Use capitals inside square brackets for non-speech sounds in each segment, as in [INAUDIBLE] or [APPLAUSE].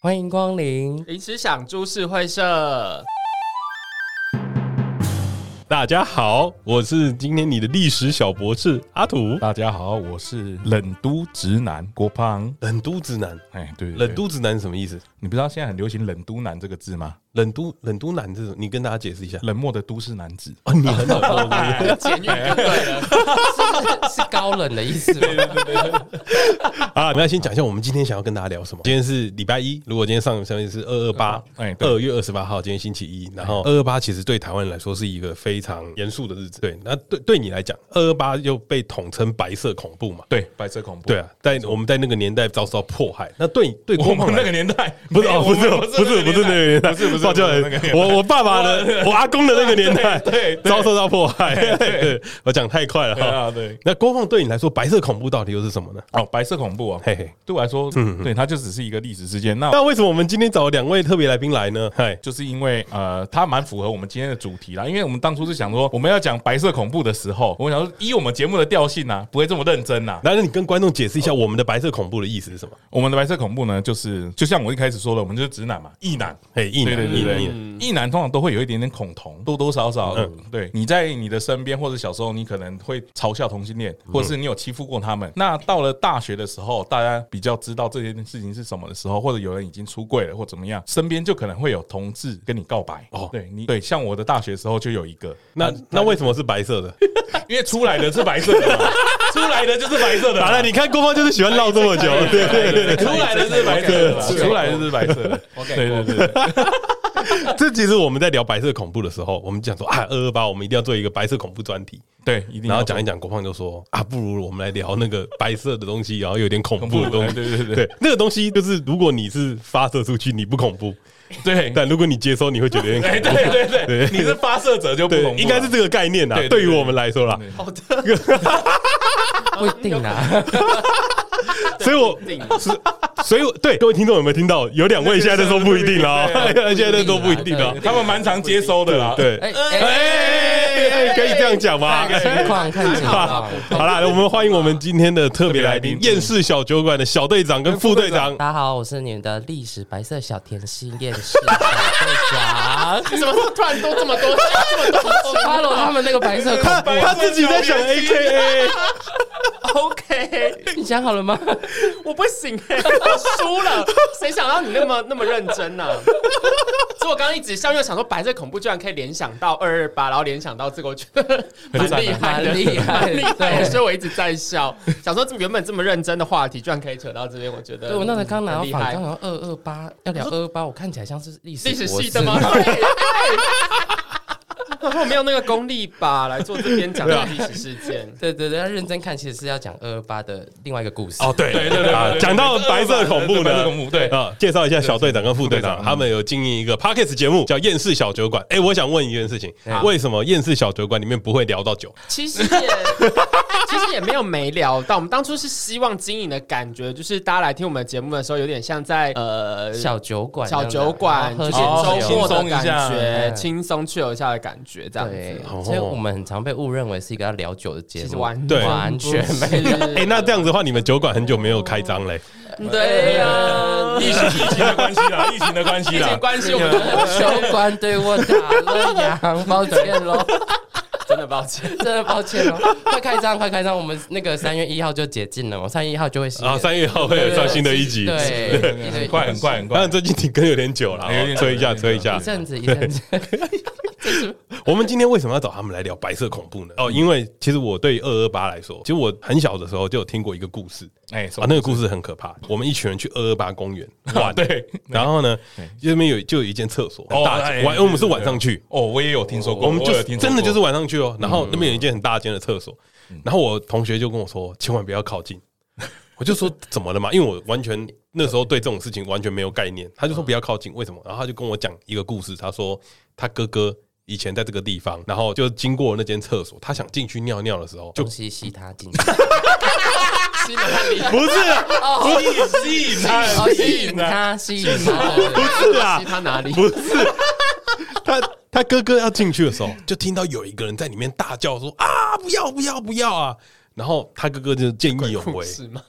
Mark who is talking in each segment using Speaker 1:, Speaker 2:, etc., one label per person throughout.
Speaker 1: 欢迎光
Speaker 2: [LAUGHS]
Speaker 1: 临。
Speaker 2: 临时想株式会社，
Speaker 3: 大家好，我是今天你的历史小博士阿土。
Speaker 4: 大家好，我是冷都直男郭胖。
Speaker 3: 冷都指南，
Speaker 4: 哎，对，对
Speaker 3: 冷，都指南是什么意思？
Speaker 4: 你不知道现在很流行“冷都男”这个字吗？
Speaker 3: 冷都冷都男这种，你跟大家解释一下。
Speaker 4: 冷漠的都市男子。
Speaker 3: 哦，你很冷 [LAUGHS] 漠，
Speaker 2: 简约就对了。
Speaker 1: 是高冷的意思吗？
Speaker 3: 啊！我们要先讲一下我们今天想要跟大家聊什么。今天是礼拜一，如果今天上上面是二二八，哎
Speaker 4: 哎对
Speaker 3: 二月二十八号，今天星期一。然后二二八其实对台湾人来说是一个非常严肃的日子。对，那对对你来讲，二二八又被统称白色恐怖嘛？
Speaker 4: 对，白色恐怖。
Speaker 3: 对，啊，在我们在那个年代遭受迫害。那对对
Speaker 4: 我
Speaker 3: 郭胖
Speaker 4: 们
Speaker 3: 来
Speaker 4: 那个年代
Speaker 3: 不是
Speaker 4: 没有
Speaker 3: 哦，
Speaker 4: 我
Speaker 3: 不
Speaker 4: 们
Speaker 3: 是
Speaker 4: [LAUGHS] 不
Speaker 3: 不是不是那个年代，不是不是抱歉
Speaker 4: 我们那个年，代
Speaker 3: 我我爸爸的我阿公的那个年代，
Speaker 4: 对对对
Speaker 3: 遭受到迫害，对我讲太快了
Speaker 4: 对啊
Speaker 3: 哈。
Speaker 4: 对。
Speaker 3: 那郭放对你来说，白色恐怖到底又是什么呢？
Speaker 4: 哦，白色恐怖啊，
Speaker 3: 嘿嗯嘿，
Speaker 4: 对我来说，对它就只是一个历史事件。那
Speaker 3: 那为什么我们今天找两位特别来宾来呢？嗨，
Speaker 4: 就是因为呃，它蛮符合我们今天的主题啦。因为我们当初是想说，我们要讲白色恐怖的时候，我想说，依我们节目的调性啊，不会这么认真呐、
Speaker 3: 然后你跟观众解释一下我们的白色恐怖的意思是什么？
Speaker 4: 我们的白色恐怖呢，就是就像我一开始说的，我们就是直男嘛，异男，
Speaker 3: 嘿，一
Speaker 4: 对
Speaker 3: 男
Speaker 4: 对
Speaker 3: 一
Speaker 4: 对
Speaker 3: 男一
Speaker 4: 对
Speaker 3: 男，，
Speaker 4: 异男通常都会有一点点恐同，多多少少。
Speaker 3: 嗯
Speaker 4: 对，你在你的身边或者小时候，你可能会嘲笑同性恋，
Speaker 3: 嗯
Speaker 4: 或者是你有欺负过他们。那到了大学的时候，大家比较知道这件事情是什么的时候，或者有人已经出柜了或怎么样，身边就可能会有同志跟你告白。
Speaker 3: 哦
Speaker 4: 哦，对你对，像我的大学时候就有一个，
Speaker 3: 那那为什么是白色的？
Speaker 4: 因为出来的是白色的
Speaker 3: [LAUGHS]
Speaker 4: 嘛，出来的就是 [LAUGHS] 白色的嘛。啊
Speaker 3: 好了，你看郭放就是喜欢绕这么久，对对对。
Speaker 4: 出来啊的是白色的嘛，出来的是白色的。
Speaker 2: 我给
Speaker 4: 对
Speaker 2: 过
Speaker 4: 对对。对
Speaker 3: 这其实我们在聊白色恐怖的时候，我们讲说啊，二二八，我们一定要做一个白色恐怖专题。
Speaker 4: 对，一定
Speaker 3: 然
Speaker 4: 要
Speaker 3: 后讲一讲，国胖就说啊，不如我们来聊那个白色的东西，然后有点恐怖的
Speaker 4: 恐怖
Speaker 3: 东
Speaker 4: 的
Speaker 3: 西。
Speaker 4: 对对对对
Speaker 3: 对，那个东西就是如果你是发射出去，你不恐怖； [LAUGHS]
Speaker 4: 对
Speaker 3: 但如果你接收，你会觉得有点
Speaker 4: 哎，
Speaker 3: 恐怖。
Speaker 4: [LAUGHS] 对对对
Speaker 3: 对
Speaker 4: 对，你是发射者就不
Speaker 3: 对，
Speaker 4: 恐怖了，
Speaker 3: 应该是这个概念啦。
Speaker 4: 对对
Speaker 3: 对于
Speaker 4: 对
Speaker 3: 我们来说啦，
Speaker 2: 好的，
Speaker 1: 不一定
Speaker 2: [LAUGHS]
Speaker 1: 啦。
Speaker 3: 所以我是，所以我对各位听众有没有听到？有两位现在在说不一定啦，现在在说不一定啦。
Speaker 4: 啊他们蛮常接收的啦。
Speaker 3: 对，
Speaker 1: 哎
Speaker 3: 哎哎
Speaker 1: 哎，
Speaker 3: 哎，可以这样讲吗？
Speaker 1: 看情况，看情
Speaker 3: 好
Speaker 2: [LAUGHS]
Speaker 1: 况。，
Speaker 3: 好啦，我们欢迎我们今天的特别来宾——
Speaker 4: 特别来宾
Speaker 3: 厌世小酒馆的小队长跟副队长。
Speaker 1: 大家好，我是你们的历史白色小甜心验世小队
Speaker 2: [LAUGHS]
Speaker 1: 长。
Speaker 2: 怎么突然多这么多？这么多
Speaker 1: 我 follow 他们那个白色
Speaker 3: 他
Speaker 1: 恐怖
Speaker 3: 他自己在想 A K A，
Speaker 2: OK，
Speaker 1: 你想好了吗？
Speaker 2: 我不行哎、我输了。谁想到你那么那么认真呢、所以我刚刚一直笑，因为想说白色恐怖居然可以联想到二二八，然后联想到这个，我觉得蛮
Speaker 4: 很赞啊
Speaker 2: 厉害的，
Speaker 1: 蛮厉害的
Speaker 2: 蛮厉害的。
Speaker 1: 对
Speaker 2: 所以我一直在笑，想说这原本这么认真的话题，居然可以扯到这边，我觉得
Speaker 1: 对我那时候刚拿到
Speaker 2: 呃很
Speaker 1: 访
Speaker 2: 厉，害
Speaker 1: 刚。拿到二二八，要聊二二八，我看起来像是历史
Speaker 2: 历史
Speaker 1: 博士 [LAUGHS]
Speaker 2: 系的吗？然后没有那个功力吧，来做这边讲的历史事件。
Speaker 1: 对对对，要认真看，其实是要讲二二八的另外一个故事。
Speaker 3: 哦，对
Speaker 4: 对对对
Speaker 3: 啊
Speaker 4: 对对
Speaker 3: 讲到白色恐怖
Speaker 4: 白
Speaker 3: 呢
Speaker 4: 色，恐怖对
Speaker 3: 啊，介绍一下小队长跟副队长，
Speaker 4: 对
Speaker 3: 他们有经营一个 podcast 节目叫《厌世小酒馆》。哎，我想问一件事情，为什么《厌世小酒馆》里面不会聊到酒？
Speaker 2: 其实也其实也没有没聊到，我们当初是希望经营的感觉，就是大家来听我们的节目的时候，有点像在呃
Speaker 1: 小酒馆这样
Speaker 2: 小
Speaker 1: 的，
Speaker 2: 酒馆，
Speaker 1: 然后
Speaker 2: 就
Speaker 1: 喝
Speaker 2: 是
Speaker 1: 酒
Speaker 4: 哦
Speaker 2: 周末的
Speaker 4: 轻松一下
Speaker 2: 感觉，
Speaker 1: 嗯
Speaker 2: 轻松去游一下的感觉，这样
Speaker 1: 对
Speaker 2: 子。，
Speaker 1: 所以我们很常被误认为是一个要聊酒的节
Speaker 2: 其实
Speaker 1: 目，
Speaker 2: 完
Speaker 3: 对
Speaker 1: 完全没有。
Speaker 3: [LAUGHS] 哎，
Speaker 2: 有
Speaker 3: 那这样子的话，你们酒馆很久没有开张嘞。
Speaker 2: 对啊呀、
Speaker 4: 疫情
Speaker 2: [LAUGHS]
Speaker 4: 疫情的关系 [LAUGHS] 啦，疫情的关系
Speaker 2: 疫
Speaker 4: 啦
Speaker 2: 情，关系，我们
Speaker 1: 酒馆对我打了烊，抱歉喽，
Speaker 2: 真的抱歉。
Speaker 1: 真的抱歉喽。快开张，快开张，我们那个三月一号就解禁了，我三月一号就会新的
Speaker 3: 啊，三月号会有上新的一集。
Speaker 1: 对，
Speaker 4: 很快很快很
Speaker 3: 当
Speaker 4: 快
Speaker 3: 然，。最近停更有点久了哦
Speaker 4: 有点，久
Speaker 3: 催一下，
Speaker 4: 有点久
Speaker 3: 催一下
Speaker 1: 一。阵子一阵子，
Speaker 3: 我们今天为什么要找他们来聊白色恐怖呢？哦，因为其实我对二二八来说，其实我很小的时候就有听过一个故事
Speaker 4: 哎，啊
Speaker 3: 啊，那个故事很可怕。我们一群人去二二八公园玩，
Speaker 4: [LAUGHS] 对，
Speaker 3: [LAUGHS] 然后呢，这边有就有一间厕所，很大
Speaker 4: 哦哎
Speaker 3: 晚，因为我们是晚上去，
Speaker 4: 哦，我也有听说过，
Speaker 3: 我们就
Speaker 4: 有
Speaker 3: 是
Speaker 4: 听说过嗯
Speaker 3: 真的就是晚上去哦。然后那边有一间很大间的厕所，然后我同学就跟我说，千万不要靠
Speaker 4: [LAUGHS]
Speaker 3: 近。我就说怎么了嘛？因为我完全那时候对这种事情完全没有概念。他
Speaker 4: 嗯
Speaker 3: 就说不要靠近，为什么？然后他就跟我讲一个故事，他说他哥哥以前在这个地方，然后就经过那间厕所，他想进去尿尿的时候，就
Speaker 1: 东西吸他进去，
Speaker 2: 西门汉里，
Speaker 3: 不
Speaker 4: [LAUGHS]
Speaker 3: 是
Speaker 4: 哦吸吸引他，
Speaker 1: 哦，吸
Speaker 4: 啊吸
Speaker 1: 引
Speaker 4: 引他，
Speaker 1: 他，吸引他，
Speaker 3: 不是啦
Speaker 2: 西，他哪里？
Speaker 3: 不是，他他哥哥要进去的时候，就听到有一个人在里面大叫说：“啊，不要不要不要啊！” [LAUGHS] 然后他哥哥就见义勇为，
Speaker 2: 是吗？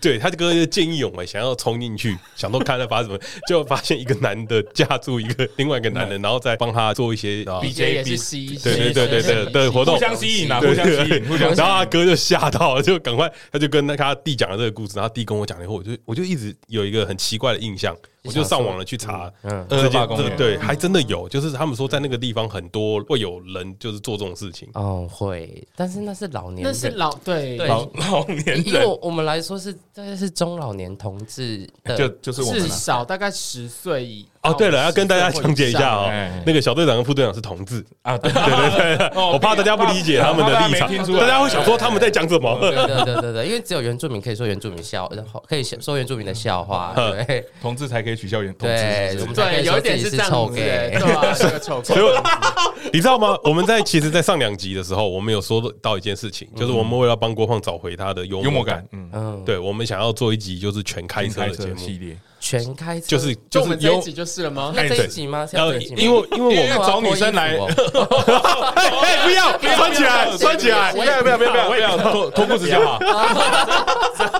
Speaker 3: 对他哥哥就见义勇为，想要冲进去，想说看他发生什么，结果发现一个男的架住一个另外一个男人，然后再帮他做一些啊
Speaker 2: BJ 哦也是 C，
Speaker 3: 对对对对对对活动
Speaker 4: 互相吸引啊，
Speaker 3: 对
Speaker 4: 互相吸引，互相
Speaker 3: 然
Speaker 4: 吸
Speaker 3: 后
Speaker 4: 引。
Speaker 3: 他哥就吓到了，就赶快，他就跟那他弟讲了这个故事，然后他弟跟我讲了以后，我就我就一直有一个很奇怪的印象，我就上网了去查，
Speaker 1: 嗯
Speaker 3: 这
Speaker 4: 二二八
Speaker 3: 件
Speaker 4: 公
Speaker 3: 这
Speaker 4: 园
Speaker 3: 对，还真的有，就是他们说在那个地方很多会有人就是做这种事情，
Speaker 1: 哦，会，但是那是老年
Speaker 2: 那
Speaker 1: 人，
Speaker 2: 是老对
Speaker 1: 对
Speaker 4: 老老年
Speaker 1: 以
Speaker 4: 人
Speaker 1: 我我们来说是大概是中老年同志的，
Speaker 4: 就就是我
Speaker 2: 至
Speaker 4: 们啊
Speaker 2: 少大概十岁以
Speaker 3: 哦，对了，要跟大家讲解一下哦
Speaker 4: 哎哎哎，
Speaker 3: 那个小队长跟副队长是同志，
Speaker 4: 啊，对对对，
Speaker 3: 我怕大家不理解他们的立场
Speaker 4: 哦怕大家没听，出来哦
Speaker 3: 大家会想说他们在讲什么。
Speaker 1: 对对对对对，因为只有原住民可以说原住民笑，然后可以说原住民的笑话，对
Speaker 4: 同志才可以取笑原同
Speaker 1: 对，我
Speaker 4: 志，
Speaker 3: 哦
Speaker 1: 们才可
Speaker 2: 对，
Speaker 1: 以
Speaker 2: 有
Speaker 1: 说
Speaker 2: 一
Speaker 1: 自
Speaker 2: 点
Speaker 1: 己
Speaker 2: 是这
Speaker 1: 是
Speaker 2: 样
Speaker 1: 臭
Speaker 2: 子，
Speaker 1: gay
Speaker 2: 对。 [LAUGHS] 啊，这个丑
Speaker 3: 所以我 [LAUGHS] 你知道吗？我们在其实，在上两集的时候，我们有说到一件事情，就是我们为了帮郭胖找回他的幽
Speaker 4: 嗯幽默
Speaker 3: 默
Speaker 4: 感，嗯，
Speaker 1: 嗯，
Speaker 3: 对，我们想要做一集就是全开车
Speaker 4: 开
Speaker 3: 的节
Speaker 4: 车
Speaker 3: 目，
Speaker 4: 系列，
Speaker 1: 全开车
Speaker 3: 就是
Speaker 2: 就
Speaker 3: 就
Speaker 2: 我
Speaker 3: 是
Speaker 2: 们这一
Speaker 3: 有 [LAUGHS]
Speaker 2: 集就是了吗？
Speaker 1: 那这
Speaker 3: 对
Speaker 1: 一集吗？是要
Speaker 3: 呃，
Speaker 1: 这一集吗
Speaker 3: 因为因为我们
Speaker 4: 要找女生来
Speaker 1: 我要脱衣服哦
Speaker 3: 哎哎不要穿起来穿起来，
Speaker 4: 不要不要不要不要不要脱哦脱裤子就好，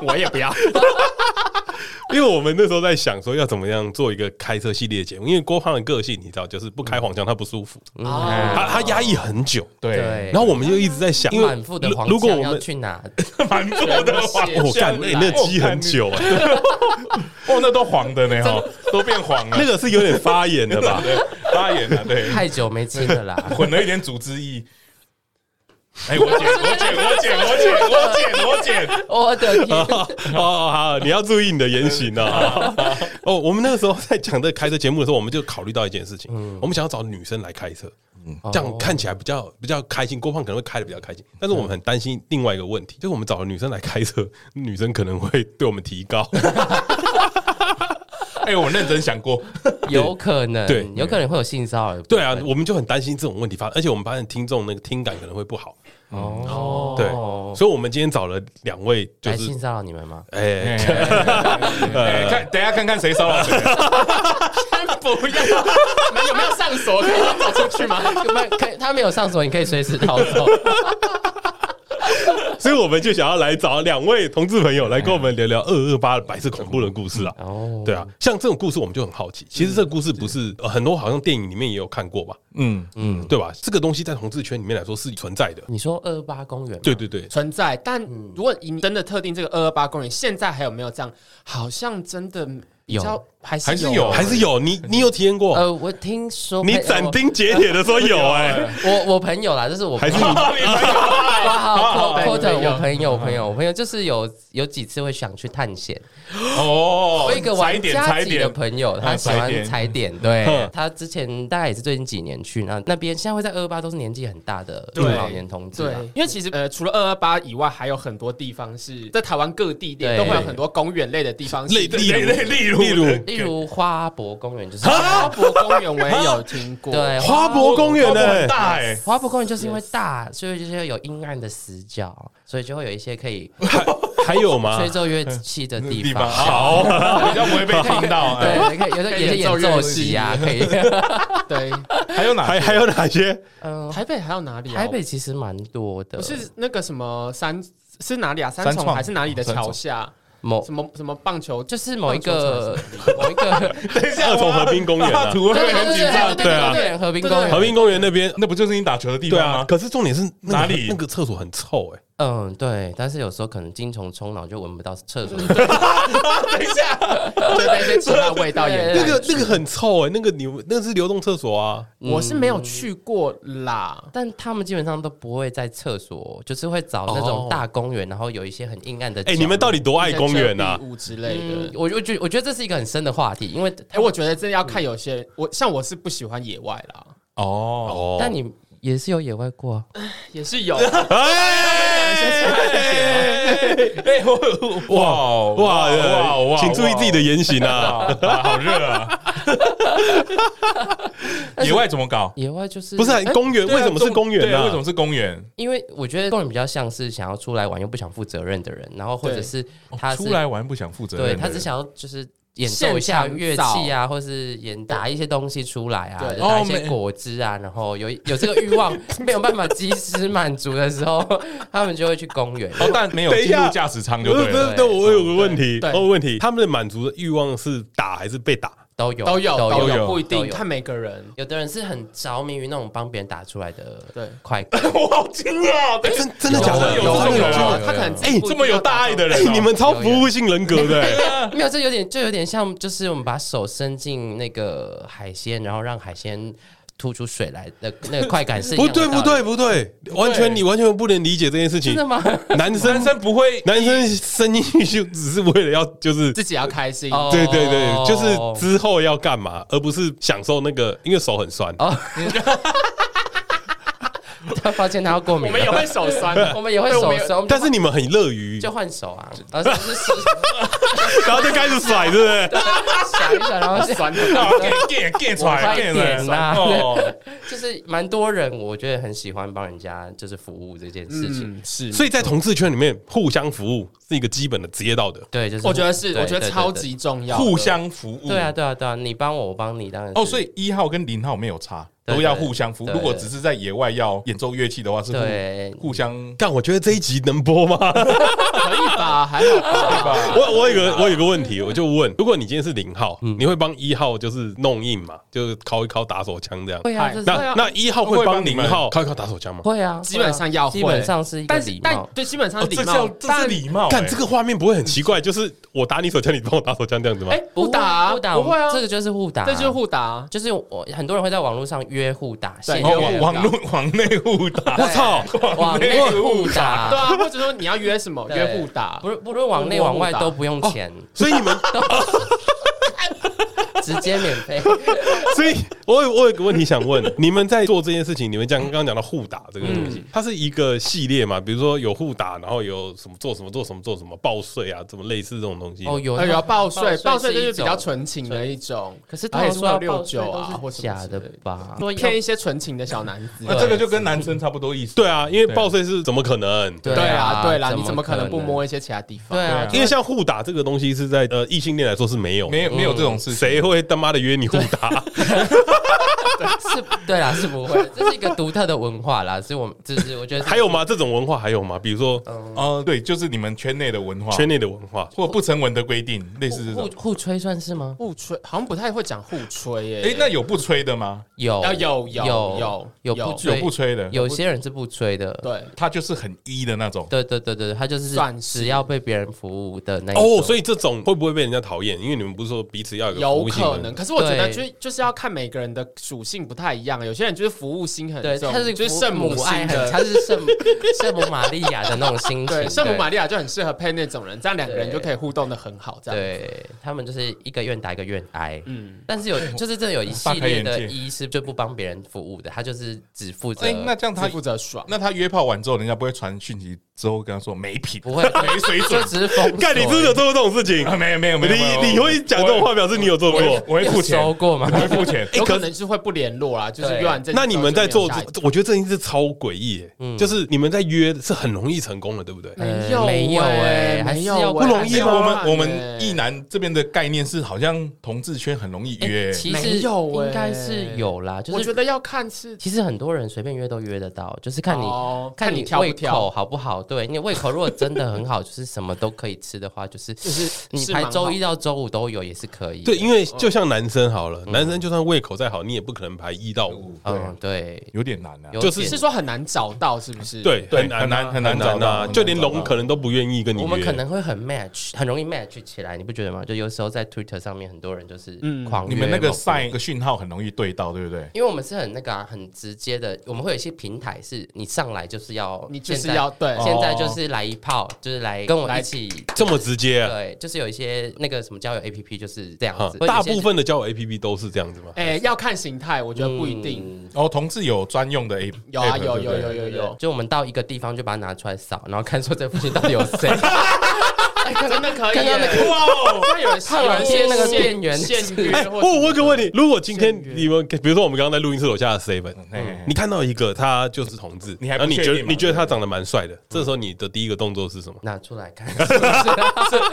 Speaker 2: 我也不要，
Speaker 3: [LAUGHS] 因为我们那时候在想说要怎么样做一个开车系列节目，因为郭胖的个性你知道，就是不开黄腔他不舒服，
Speaker 4: 嗯
Speaker 2: 哦
Speaker 3: 他他压抑很久。
Speaker 1: 对
Speaker 3: 然后我们就一直在想，因为
Speaker 1: 满腹的黄
Speaker 3: 如果
Speaker 1: 腔
Speaker 3: 我
Speaker 1: 要
Speaker 3: 们
Speaker 1: 去哪？
Speaker 4: [LAUGHS] 蛮多的黄
Speaker 2: 全，
Speaker 3: 我
Speaker 2: 全
Speaker 3: 干那
Speaker 2: 来
Speaker 3: 那积很久哎，
Speaker 4: 哦，那都黄的呢，哦，都变黄了
Speaker 3: 那，个是有点发炎的
Speaker 1: [LAUGHS]
Speaker 3: 吧？
Speaker 4: 对，发炎了，对，
Speaker 1: 太久没亲了啦。
Speaker 4: 混了一点组织意。哎，我剪，我剪，我剪，我剪，我剪，我剪，
Speaker 1: 我的天，
Speaker 3: 哦哦，好，你要注意你的言行啊！哦，我们那个时候在讲这个开车节目的时候，我们就考虑到一件事情，
Speaker 1: 嗯
Speaker 3: 我们想要找女生来开车，
Speaker 1: 哦
Speaker 3: 这样看起来比较比较开心。郭胖可能会开的比较开心，但是我们很担心另外一个问题，就是我们找了女生来开车，女生可能会对我们提高。
Speaker 1: [LAUGHS]
Speaker 4: 哎，我认真想过，
Speaker 1: 有可能，
Speaker 3: 对
Speaker 1: 有可能会有性骚扰。
Speaker 3: 对啊，，我们就很担心这种问题发生，而且我们发现听众那个听感可能会不好。
Speaker 1: 哦，
Speaker 3: 对，所以我们今天找了两位，就
Speaker 1: 来
Speaker 3: 是
Speaker 1: 性骚扰你们吗？
Speaker 3: 哎，
Speaker 4: 哎看，等一下看看谁骚扰谁。
Speaker 2: [LAUGHS] 不要，你们有没有上锁可以走出去吗？
Speaker 1: 有没有可以他没有上锁，你可以随时逃走。
Speaker 3: 所以我们就想要来找两位同志朋友来跟我们聊聊二二八的白色恐怖的故事啊。
Speaker 1: 哦，
Speaker 3: 对啊，像这种故事我们就很好奇。其实这个故事不是、呃很多，好像电影里面也有看过吧，
Speaker 4: 嗯，
Speaker 3: 对吧？这个东西在同志圈里面来说是存在的。
Speaker 1: 你说二八公园吗？
Speaker 3: 对对对，
Speaker 2: [LAUGHS] 存在，但如果你真的特定这个二二八公园，现在还有没有这样？好像真的比较
Speaker 1: 有
Speaker 2: 还是
Speaker 4: 还是
Speaker 2: 有啊
Speaker 4: 有
Speaker 3: 还是有你，你有体验过？
Speaker 1: 呃，我听说
Speaker 3: 你斩钉截铁的说有哎、
Speaker 1: 我我朋友啦，这是我
Speaker 3: 还
Speaker 1: 朋
Speaker 3: 是
Speaker 1: 友。
Speaker 3: 你
Speaker 1: 哇好
Speaker 2: 好
Speaker 1: p o
Speaker 2: 朋友
Speaker 1: 我朋友，我朋友，我朋友就是有有几次会想去探险。
Speaker 4: 哦，
Speaker 1: 我有一个
Speaker 4: 踩
Speaker 1: 玩
Speaker 4: 点，
Speaker 1: 家
Speaker 4: 踩
Speaker 1: 级的
Speaker 4: 点，
Speaker 1: 朋友，他喜
Speaker 4: 踩
Speaker 1: 欢
Speaker 4: 点
Speaker 1: 踩点，对他之前大概也是最近几年去，那那边现在会在二八都是年纪很大的中
Speaker 2: 对
Speaker 1: 老年同志
Speaker 2: 对
Speaker 1: 啊，，
Speaker 2: 因为其实呃，除了二二八以外，还有很多地方是在台湾各地点
Speaker 1: 对
Speaker 2: 都会有很多公园类的地方是， [LAUGHS]
Speaker 3: 例例
Speaker 4: 对对
Speaker 3: 如
Speaker 4: 例如
Speaker 1: 例如花博公园就是，
Speaker 2: 花博公园我也有听 [LAUGHS] 过，
Speaker 1: 对，
Speaker 3: 花博公园呢、
Speaker 4: 很大哎，
Speaker 1: 花博公园就是因为大，所以就是有阴暗的死角，所以就会有一些可以
Speaker 3: 还有吗？
Speaker 1: 吹奏乐器的地
Speaker 4: 地
Speaker 1: 方
Speaker 4: 方。好，比较不会被听到。哎，
Speaker 1: 对，可以有的也是演奏戏啊，可以。
Speaker 2: [LAUGHS] 对，
Speaker 4: 还有哪
Speaker 3: 还？还有哪些？
Speaker 1: 嗯，
Speaker 2: 台北还有哪里、啊？
Speaker 1: 台北其实蛮多的，
Speaker 2: 不是那个什么三是哪里啊？三
Speaker 4: 三
Speaker 2: 重
Speaker 4: 创
Speaker 2: 还是哪里的
Speaker 4: 三
Speaker 2: 桥
Speaker 4: 重
Speaker 2: 下？
Speaker 1: 某
Speaker 2: 什么什么棒球？
Speaker 1: 就是某一个某一个
Speaker 4: 等一下，
Speaker 3: 二重河滨公园啊
Speaker 4: 大图会很紧张。
Speaker 1: 对对，和平公园，
Speaker 3: 和平公园那边？
Speaker 4: 那不就是你打球的地
Speaker 3: 对
Speaker 4: 方
Speaker 3: 啊
Speaker 4: 吗，？
Speaker 3: 可是重点是那个
Speaker 4: 哪里
Speaker 3: 那个厕所很臭哎、
Speaker 1: 嗯，对，但是有时候可能精虫充脑就闻不到厕
Speaker 3: 嗯
Speaker 1: 所的
Speaker 4: 等一下，
Speaker 2: 对那些奇怪的味道也 [LAUGHS]
Speaker 1: 对
Speaker 3: 那个那个很臭哎、那个你那个是流动厕所啊。
Speaker 2: 我是没有去过啦。
Speaker 1: 但他们基本上都不会在厕所，就是会找那
Speaker 3: 哦
Speaker 1: 种大公园，然后有一些很阴暗的角
Speaker 3: 哎、
Speaker 1: 落。
Speaker 3: 你们到底多爱公园
Speaker 2: 呐、
Speaker 3: 啊？
Speaker 2: 物之类
Speaker 1: 嗯
Speaker 2: 的。
Speaker 1: 我就觉我觉得这是一个很深的话题，因为
Speaker 2: 哎、我觉得这要看有些人，我像我是不喜欢野外啦，
Speaker 4: 哦，
Speaker 3: 哦
Speaker 1: 但你也是有野外过啊，
Speaker 2: 也是有
Speaker 4: 哎，我哇
Speaker 3: 哇哇哇！请注意自己的言行啊！
Speaker 4: 哇，好热
Speaker 3: [LAUGHS]
Speaker 4: 啊！野外怎么搞？
Speaker 1: 野外就是哎
Speaker 3: 不是啊公园，
Speaker 4: 对啊
Speaker 3: 为什么是公园
Speaker 4: 对啊为什
Speaker 3: 呢
Speaker 4: 么？是公园？
Speaker 1: 因为我觉得公园比较像是想要出来玩又不想负责任的人，然后或者
Speaker 2: 对
Speaker 1: 是他是
Speaker 4: 哦出来玩不想负责
Speaker 1: 对
Speaker 4: 任的人，
Speaker 1: 他只想要就是演奏一下乐器啊，或是演打一些东西出来啊，
Speaker 2: 对
Speaker 1: 打一
Speaker 4: 哦
Speaker 1: 些
Speaker 4: 没
Speaker 1: 果汁啊，然后有有这个欲望 [LAUGHS] 没有办法及时满足的时候，他们就会去公园。
Speaker 4: 哦，但没有
Speaker 3: 等一
Speaker 4: 进
Speaker 3: 下
Speaker 4: 入驾驶舱就
Speaker 3: 不是
Speaker 4: 对
Speaker 3: 不
Speaker 4: 了。
Speaker 3: 是，对我有个问题，
Speaker 2: 对
Speaker 3: 我有个问题，他们的满足的欲望是打还是被打？
Speaker 1: 都有
Speaker 2: [LAUGHS] 都有都
Speaker 4: 有
Speaker 2: 不一定
Speaker 1: 都有
Speaker 2: 看每个人。
Speaker 1: 有的人是很着迷于那种帮别人打出来的
Speaker 2: 对
Speaker 1: 快感，
Speaker 4: 我好惊啊讶，对
Speaker 3: 真真的假的？
Speaker 4: 哦有
Speaker 3: 这
Speaker 4: 有有
Speaker 3: 种
Speaker 4: 有
Speaker 3: 人
Speaker 4: 有
Speaker 3: 吗？
Speaker 2: 他可能
Speaker 3: 哎
Speaker 2: 自己不一定要
Speaker 4: 这么有大爱的人
Speaker 3: 哎，
Speaker 4: 哦，
Speaker 3: 你们超服务性人格的，哎
Speaker 1: [LAUGHS] 没有，这有点就有点像，就是我们把手伸进那个海鲜，然后让海鲜吐出水来的那个 [LAUGHS] 快感是一样
Speaker 3: 不
Speaker 1: 的
Speaker 3: 对
Speaker 1: 道理
Speaker 3: 不对，不对，完全你完全不能理解这件事
Speaker 1: 真
Speaker 3: 情
Speaker 1: 的。吗？
Speaker 3: 男生
Speaker 4: 男生不会
Speaker 3: 男生伸进去就只是为了要就是
Speaker 2: 自己要开心。
Speaker 1: 哦
Speaker 3: 对对对，就是之后要干嘛，而不是享受那个，因为手很酸。
Speaker 1: 哦 [LAUGHS] 他发现他要过
Speaker 2: 我
Speaker 1: 敏了，
Speaker 2: 们也会手
Speaker 4: [LAUGHS]
Speaker 2: 酸，
Speaker 1: 我们也会
Speaker 2: 对我
Speaker 1: 手
Speaker 2: 们也
Speaker 1: 酸，
Speaker 3: 但是你们很乐于，
Speaker 1: 就换手
Speaker 2: [LAUGHS]
Speaker 1: 啊，然后就是手
Speaker 3: 然后就开始甩，对不 [LAUGHS] 对？
Speaker 1: 甩一甩，然后
Speaker 2: 酸的。
Speaker 3: [LAUGHS]
Speaker 4: get get 出来
Speaker 1: 快
Speaker 4: ，get
Speaker 1: 点
Speaker 4: 出来
Speaker 1: 啊
Speaker 4: 哦，
Speaker 1: [LAUGHS] 就是蛮多人，我觉得很喜欢帮人家就是服务这件事情。
Speaker 2: 嗯，是，
Speaker 3: 所以在同志圈里面，互相服务是一个基本的职业道德。
Speaker 1: 对，就是
Speaker 2: 我觉得是，
Speaker 1: 对
Speaker 2: 我觉得
Speaker 1: 对对
Speaker 2: 超级重要的，
Speaker 4: 互相服务。
Speaker 1: 对对啊，对啊，对啊，你帮我，我帮你，当然
Speaker 4: 哦，所
Speaker 1: 以
Speaker 4: 以一号跟零号没有差，
Speaker 1: 对
Speaker 4: 都要互相服务。
Speaker 1: 对
Speaker 4: 如果
Speaker 1: 对
Speaker 4: 只是在野外要演奏乐器的话，是互
Speaker 1: 对，
Speaker 4: 互相
Speaker 3: 但我觉得这一集能播吗？ [LAUGHS]
Speaker 2: 可以
Speaker 4: [LAUGHS]
Speaker 2: 吧？还好吧？
Speaker 4: 吧？
Speaker 3: 我我有个我有个问题，我就问：如果你今天是零号，你会帮一号就是弄硬嘛，就是敲一敲打手枪这样？
Speaker 1: 会啊，这是会
Speaker 3: 那
Speaker 1: 啊，
Speaker 3: 那一号会帮零号敲一敲打手枪吗？
Speaker 1: 会啊，
Speaker 2: 基本上要会
Speaker 1: 基本上是一个
Speaker 2: 但是
Speaker 1: 礼
Speaker 2: 但
Speaker 1: 貌。
Speaker 2: 对，基本上
Speaker 4: 哦
Speaker 2: 是礼
Speaker 4: 这
Speaker 2: 貌
Speaker 4: 叫，这
Speaker 2: 但
Speaker 4: 是礼貌欸。
Speaker 3: 干这个画面不会很奇怪？就是我打你手枪，你帮我打手枪这样子吗
Speaker 2: 哎？，
Speaker 1: 不
Speaker 2: 互打啊
Speaker 1: 会互打，
Speaker 2: 不会啊，
Speaker 1: 这个就是互打，
Speaker 2: 这就是互打啊。
Speaker 1: 就是我很多人会在网络上约互打，
Speaker 2: 对
Speaker 1: 线
Speaker 4: 哦
Speaker 1: 上
Speaker 2: 网
Speaker 4: 往路往内互打，
Speaker 3: 我操！
Speaker 1: 网内互打
Speaker 2: 对，啊，或者说你要约什么？
Speaker 1: 对
Speaker 2: 约互打
Speaker 1: 不，是不论往内往外都不用
Speaker 2: 哦
Speaker 1: 钱，
Speaker 3: 所以你们，
Speaker 1: 直接免费。
Speaker 2: 哦
Speaker 3: 所以我有我有个问题想问：你们在做这件事情，你们讲刚刚讲到互打这个东西，它是一个系列嘛？比如说有互打，然后有什么做什么做什么做什么报税啊，怎么类似这种东西？
Speaker 1: 哦，有
Speaker 2: 呃，有报税，报
Speaker 1: 报
Speaker 2: 税
Speaker 1: 税
Speaker 2: 就是
Speaker 1: 一
Speaker 2: 比
Speaker 1: 种
Speaker 2: 较纯情的一种，
Speaker 1: 可是
Speaker 2: 然后
Speaker 1: 通
Speaker 2: 也
Speaker 1: 常
Speaker 2: 是
Speaker 1: 说
Speaker 2: 要
Speaker 1: 要
Speaker 2: 六
Speaker 1: 报税
Speaker 2: 九啊，
Speaker 1: 都
Speaker 2: 或
Speaker 1: 是
Speaker 2: 什么
Speaker 1: 假
Speaker 2: 之
Speaker 1: 的
Speaker 2: 类的，
Speaker 1: 吧？
Speaker 2: 骗一些纯情的小男子。
Speaker 4: 那啊这个就跟男生差不多意思。
Speaker 3: 对啊，因为报税是怎么可能？
Speaker 1: 对
Speaker 2: 对啊，对啦，
Speaker 1: 怎
Speaker 2: 你怎么可能不摸一些其他地方？
Speaker 1: 对啊，
Speaker 3: 因为像互打这个东西是在呃异性恋来说是没有的，
Speaker 4: 没有没有这种事情。
Speaker 3: 哦谁会他妈的约你互打？
Speaker 1: 是，对啦，是不会，这是一个独特的文化啦，所以我们就是我觉得
Speaker 3: [LAUGHS] 还有？吗？这种文化还有吗？比如说
Speaker 4: 哦，对，就是你们圈内的文化，
Speaker 3: 圈内的文化，
Speaker 4: 或不成文的规定，类似这
Speaker 1: 互
Speaker 4: 种。
Speaker 1: 互吹算是吗？
Speaker 2: 互吹好像不太会讲互吹耶。
Speaker 4: 哎，那有不吹的吗？
Speaker 1: 有
Speaker 2: 啊有有
Speaker 1: 哦有
Speaker 2: 有
Speaker 1: 不
Speaker 4: 有
Speaker 1: 吹
Speaker 4: 不吹的，
Speaker 1: 有些人是不吹的，
Speaker 2: 对
Speaker 4: 他就是很一的那种。
Speaker 1: 对对对对，他就是
Speaker 2: 算是
Speaker 1: 只要被别人服务的那一
Speaker 3: 哦，
Speaker 1: 种
Speaker 3: 所以这种会不会被人家讨厌？因为你们不是说彼此要有一个
Speaker 2: 有
Speaker 3: 服务性
Speaker 2: 可能，
Speaker 3: 的，
Speaker 2: 可是我觉得就
Speaker 1: 对
Speaker 2: 就是要看每个人的属性不太一样，啊有些人就是服务心很
Speaker 1: 对，
Speaker 2: 重，
Speaker 1: 他是
Speaker 2: 就是
Speaker 1: 父
Speaker 2: 圣母
Speaker 1: 母爱
Speaker 2: 心
Speaker 1: 很，
Speaker 2: [LAUGHS] 的，
Speaker 1: 他是圣圣母玛利亚的那种心情，
Speaker 2: 对，圣母
Speaker 1: 对
Speaker 2: 玛利亚就很适合配那种人，这样两个人就可以互动的很好，这样。
Speaker 1: 对他们就是一个愿打一个愿挨，嗯，但是有就是真的
Speaker 4: [LAUGHS]
Speaker 1: 有一系
Speaker 4: 大开
Speaker 1: 列
Speaker 4: 眼
Speaker 1: 的
Speaker 4: 界
Speaker 1: 医是就不帮别人服务的，他就是只负责
Speaker 4: 哎，那这样
Speaker 2: 他
Speaker 4: 他
Speaker 2: 负责爽，
Speaker 4: 那他约炮完之后，人家不会传讯息之后跟他说没品，
Speaker 2: [LAUGHS]
Speaker 1: 不会
Speaker 4: 没水
Speaker 1: [LAUGHS] 就
Speaker 4: 准。
Speaker 1: 只是封锁
Speaker 3: [LAUGHS] 干你真的有做过这种事情？
Speaker 4: 啊，没有没有没有，没有
Speaker 3: 你你会讲这种？话，表示你有做
Speaker 4: 我我
Speaker 3: 过。
Speaker 4: 我会
Speaker 1: 有
Speaker 4: 付钱，
Speaker 1: 收过吗哎
Speaker 4: 我？会付钱。
Speaker 2: 有
Speaker 3: 可
Speaker 2: 可能是会不联络啦，就是
Speaker 1: 对
Speaker 2: 约完这集之后
Speaker 3: 那你们在做
Speaker 2: 就没有下一集，
Speaker 3: 我觉得这件事超诡异耶，就是你们在约是很容易成功的，对不对？
Speaker 2: 没有
Speaker 1: 呃没有
Speaker 2: 哎，
Speaker 1: 欸还
Speaker 2: 没
Speaker 1: 是
Speaker 2: 有
Speaker 1: 要
Speaker 2: 欸
Speaker 1: 不容易
Speaker 4: 因为
Speaker 1: 吗
Speaker 4: 啊我们我
Speaker 2: 哎
Speaker 4: 们一男这边的概念是，好像同志圈很容易约
Speaker 1: 哎，其
Speaker 2: 没
Speaker 1: 实
Speaker 2: 有欸
Speaker 1: 应该是有啦，就
Speaker 2: 我觉
Speaker 1: 是
Speaker 2: 得要看是
Speaker 1: 其实很多人随便约都约得到，就是看你
Speaker 2: 哦看
Speaker 1: 看
Speaker 2: 你
Speaker 1: 你
Speaker 2: 挑不
Speaker 1: 胃
Speaker 2: 挑
Speaker 1: 口好不好，对你胃口如果真的很好，就是什么都可以吃的话，就是
Speaker 2: 就是
Speaker 1: 你
Speaker 2: 是
Speaker 1: 排
Speaker 2: 蛮
Speaker 1: 周一
Speaker 2: 好
Speaker 1: 到周五都有也是可以，
Speaker 3: 对，，因为就像男生好了，男生就算胃口再好，你也不可能排一到五，
Speaker 1: 嗯对，
Speaker 4: 有点难啊。
Speaker 1: 有
Speaker 3: 啊就是
Speaker 1: 点
Speaker 2: 是说很难找到，是不是？
Speaker 3: 对，
Speaker 4: 对
Speaker 3: 很难
Speaker 4: 很难
Speaker 3: 啊
Speaker 4: 很难找到
Speaker 3: 啊
Speaker 4: 很难
Speaker 3: 就连
Speaker 4: 找到
Speaker 3: 龙可能都不愿意跟你约。
Speaker 1: 我们可能会很 match，很容易 match 起来，你不觉得吗？就有时候在 Twitter 上面，很多人就是
Speaker 3: 嗯
Speaker 1: 狂、
Speaker 4: 你们那个赛，个讯号很容易对到，对不对？
Speaker 1: 因为我们是很那个、啊、很直接的，我们会有一些平台是你上来就是要，
Speaker 2: 你就是
Speaker 1: 现在
Speaker 2: 要对
Speaker 4: 哦
Speaker 1: 现在
Speaker 3: 哦
Speaker 1: 就是来一炮，就是来跟我一起。
Speaker 3: 这么直接啊，
Speaker 1: 对，就是有一些那个什么交友 A P P 就是这样
Speaker 3: 哈
Speaker 1: 子，
Speaker 3: 大部分的交友 APP 都是这样子嘛。
Speaker 2: 哎，要看形态，我觉得不一定。
Speaker 1: 嗯
Speaker 4: 哦，同志有专用的 A，
Speaker 2: 有啊，
Speaker 4: app，
Speaker 2: 有
Speaker 4: 哎对不
Speaker 2: 有
Speaker 4: 对
Speaker 2: 有有有，
Speaker 1: 就我们到一个地方就把它拿出来扫，然后看说这附近到底有谁。哎、
Speaker 2: 真的可以耶，
Speaker 1: 刚刚那个
Speaker 2: 哇
Speaker 1: [LAUGHS]
Speaker 2: 哦，真的有人喜
Speaker 1: 看完
Speaker 2: 欢
Speaker 1: 贴那个
Speaker 2: 现
Speaker 1: 店员
Speaker 2: 现约
Speaker 1: 哎
Speaker 2: 或什么的，
Speaker 3: 我我有个问题，如果今天
Speaker 2: 限约
Speaker 3: 你们比如说我们刚刚在录音室楼下的 seven，
Speaker 4: 嗯
Speaker 3: 你看到一个他就是同志，
Speaker 4: 你还不
Speaker 3: 然后你
Speaker 4: 确
Speaker 3: 觉得
Speaker 4: 定嘛
Speaker 3: 你觉得他长得蛮帅的，这时候你的第一个动作是什么？
Speaker 1: [LAUGHS] 拿出来看，
Speaker 4: 啊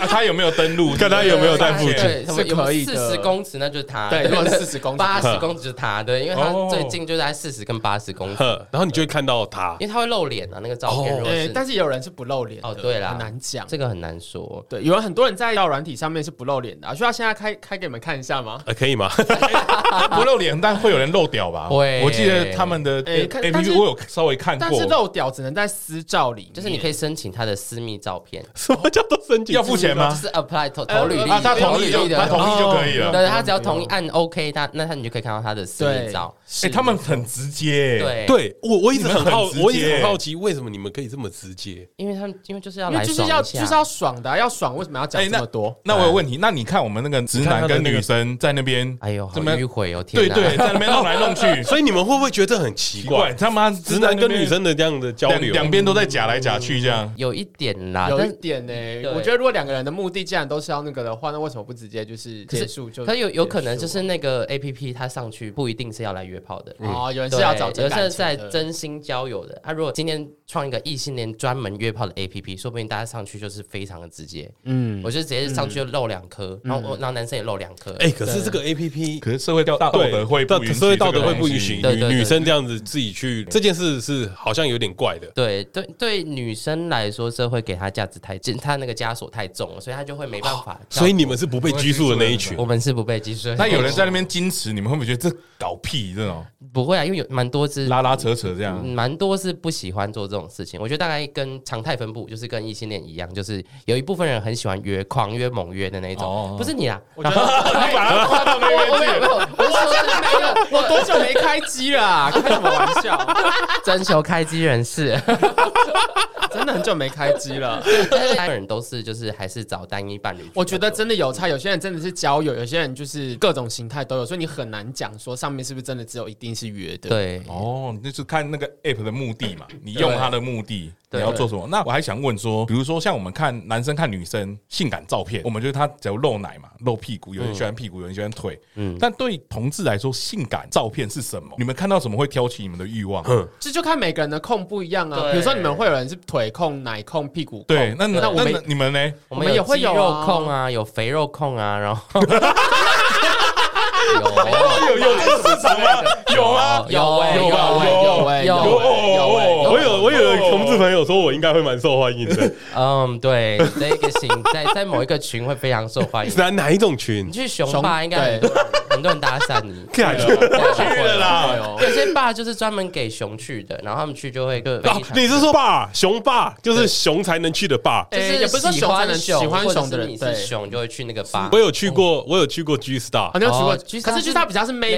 Speaker 4: 他有没有登录？
Speaker 3: 看他有没有在附近。
Speaker 1: 对，什么
Speaker 2: 是可以的
Speaker 1: 四十公尺那就是他，
Speaker 2: 对如果40公尺
Speaker 1: 八十公尺就是他，对，因为他
Speaker 4: 哦
Speaker 1: 最近就在四十跟八十公尺，
Speaker 3: 呵，然后你就会看到他
Speaker 1: 因，为他会露脸啊，那个照片
Speaker 3: 哦
Speaker 1: 如果
Speaker 2: 对，
Speaker 1: 是
Speaker 2: 哎但是也有人是不露脸的
Speaker 1: 哦对啦
Speaker 2: 很难讲。
Speaker 1: 这个很难说。
Speaker 2: 对，有很多人在到软体上面是不露脸的啊，需要现在开开给你们看一下吗？
Speaker 3: 呃，可以吗？
Speaker 4: 他不露脸，但会有人露屌吧？
Speaker 1: 会
Speaker 4: 我记得他们的
Speaker 2: 哎看
Speaker 4: A
Speaker 2: 但
Speaker 4: P
Speaker 2: 是
Speaker 4: P 我有稍微看
Speaker 2: 但是
Speaker 4: 过，
Speaker 2: 露屌只能在私照里面，
Speaker 1: 就是你可以申请他的私密照片，
Speaker 3: 什么叫做申请？
Speaker 4: 要付钱
Speaker 1: 就
Speaker 4: 吗？
Speaker 1: 是 apply 投
Speaker 2: 呃
Speaker 1: 投履历，
Speaker 2: 啊他
Speaker 1: 投
Speaker 2: 同
Speaker 1: 履
Speaker 2: 意
Speaker 4: 就
Speaker 1: 历的，
Speaker 4: 他同意就可以了
Speaker 1: 对他只要同意按 OK，他那他你就可以看到他的私密
Speaker 2: 对
Speaker 1: 照，
Speaker 4: 哎，他们很直接，，
Speaker 1: 对，
Speaker 3: 对我我一直
Speaker 4: 你们
Speaker 3: 哎很好，
Speaker 4: 很直
Speaker 3: 我一直
Speaker 4: 接
Speaker 3: 很好奇，为什么你们可以这么直接？
Speaker 1: 因为他们因为就是要
Speaker 2: 因为
Speaker 1: 来
Speaker 2: 就是
Speaker 1: 爽
Speaker 2: 要
Speaker 1: 一
Speaker 2: 就
Speaker 1: 下，
Speaker 2: 是要爽的啊，要爽为什么要讲
Speaker 4: 哎，
Speaker 2: 这
Speaker 4: 那
Speaker 2: 么多？
Speaker 4: 那我有问题，那你看我们那个直男跟女生在那边，
Speaker 1: 哎呦，好
Speaker 4: 怎么
Speaker 1: 迂回哦，天
Speaker 4: 对
Speaker 1: 哪，
Speaker 4: 对，在那边弄来弄
Speaker 2: [LAUGHS]
Speaker 4: 去，
Speaker 3: [LAUGHS] 所以你们会不会觉得这很奇
Speaker 4: 奇
Speaker 3: 怪
Speaker 4: 怪，？他妈
Speaker 3: 直男跟女生的这样的交
Speaker 4: 两
Speaker 3: 流，
Speaker 4: 两边都在假来假去这样。
Speaker 1: 有一点啦，
Speaker 2: 有
Speaker 1: 但
Speaker 2: 一点呢、
Speaker 1: 对
Speaker 2: 我觉得如果两个人的目的既然都是要那个的话，那为什么不直接就是
Speaker 1: 可是
Speaker 2: 结束就？
Speaker 1: 可有有可能就是那个 A P P 它上去不一定是要来约炮的，
Speaker 2: 哦，有人是
Speaker 1: 对
Speaker 2: 要找真
Speaker 1: 有些
Speaker 2: 感
Speaker 1: 人
Speaker 2: 情
Speaker 1: 是在
Speaker 2: 的
Speaker 1: 真心交友的。他、如果今天创一个异性恋专门约炮的 A P P，说不定大家上去就是非常的直接，
Speaker 2: 嗯，
Speaker 1: 我就直接上去就露两颗，
Speaker 4: 嗯
Speaker 1: 然后我然后男生也露两颗，
Speaker 3: 哎，可是这个 A P P
Speaker 4: 可是社会道道德会不允许，
Speaker 3: 社会道德会不允许
Speaker 1: 对对对
Speaker 3: 女女生这样子自己去，这件事是好像有点怪的。
Speaker 1: 对对对，女生来说这会给她价值太，她那个枷锁太重了，所以她就会没办法。
Speaker 4: 哦
Speaker 3: 所以你们是不被拘束的那一群
Speaker 1: 我，们是不被拘束的，
Speaker 4: 那有人在那边矜持，你们会不会觉得这搞屁这种
Speaker 1: 不会啊，因为有蛮多是嗯
Speaker 4: 拉拉扯扯这样？
Speaker 1: 蛮多是不喜欢做这种事情，我觉得大概跟常态分布，就是跟异性恋一样，就是有一部分人很喜欢约、狂约、猛约的那种，
Speaker 4: 哦
Speaker 1: 不是你啊，
Speaker 2: 我觉得我把它夸到没
Speaker 1: 我我没有没有，我是说
Speaker 2: 真的没有，我多久没开机了、啊？开什么玩笑？ [LAUGHS]
Speaker 1: 征求开机人士，
Speaker 2: 真的很久没开机了。
Speaker 1: 大部分人都是就是还是找单一伴侣居多。
Speaker 2: 我觉得真的有差，有些人真的是交友，有些人就是各种形态都有，所以你很难讲说上面是不是真的只有一定是约的。，
Speaker 1: 对，
Speaker 4: 哦，那就是看那个 app 的目的嘛，你用它的目的，你
Speaker 1: 对
Speaker 4: 要做什么？那我还想问说，比如说像我们看男生看女生性感照片，我们觉得他只有露奶嘛，露屁股，有人喜欢屁股，有人喜欢腿，嗯，但对同志来说，性感照片是什么？你们看到什么会挑起你们的欲望？
Speaker 2: 这就看每个人的控不一样啊。
Speaker 1: 对
Speaker 2: 比如说你们会有人是腿控、奶控、屁股控，
Speaker 4: 对，那那
Speaker 2: 哦那我们
Speaker 4: 那你们呢？
Speaker 1: 我
Speaker 2: 我们
Speaker 1: 们
Speaker 2: 也
Speaker 1: 有
Speaker 2: 会
Speaker 1: 肌
Speaker 2: 有啊
Speaker 1: 肉控啊，有肥肉控啊，然后
Speaker 4: 有有这个市
Speaker 3: [LAUGHS]
Speaker 4: 场吗？有
Speaker 3: 啊
Speaker 4: 吗？
Speaker 1: [LAUGHS] 有欸
Speaker 4: 有
Speaker 2: 有
Speaker 4: 吧
Speaker 2: 欸
Speaker 1: 有
Speaker 2: 有
Speaker 3: 哎
Speaker 2: 欸有欸
Speaker 4: 有
Speaker 3: 我有我有同志朋友说我应该会蛮受欢迎 [LAUGHS] 的，
Speaker 1: 嗯，对，这个型 [LAUGHS] 在在某一个群会非常受
Speaker 2: [LAUGHS]
Speaker 1: 欢迎。
Speaker 3: 哪哪一种群 [LAUGHS]
Speaker 1: 你？去熊吧，
Speaker 2: 熊
Speaker 1: 应该很多人很多人搭讪你。
Speaker 2: [LAUGHS]
Speaker 3: 干
Speaker 1: 去
Speaker 4: 了啦
Speaker 1: 有些爸就是专门给熊去的，然后他们去就会就
Speaker 3: [LAUGHS] 哦，你是说爸熊爸，就是熊才能去的爸。
Speaker 1: 就
Speaker 2: 哎
Speaker 1: 是
Speaker 2: 也不是说
Speaker 1: 喜
Speaker 2: 熊才
Speaker 1: 欢
Speaker 2: 能
Speaker 1: 熊，
Speaker 2: 喜欢
Speaker 1: 或者
Speaker 2: 熊
Speaker 1: 是
Speaker 2: 的人
Speaker 1: 你
Speaker 2: 对
Speaker 1: 是熊就会去那个吧
Speaker 3: 我。有去过，我有去过 G Star，
Speaker 2: 好像去过，
Speaker 1: 哦其实
Speaker 2: 可是
Speaker 1: 她
Speaker 2: 就是她比较是妹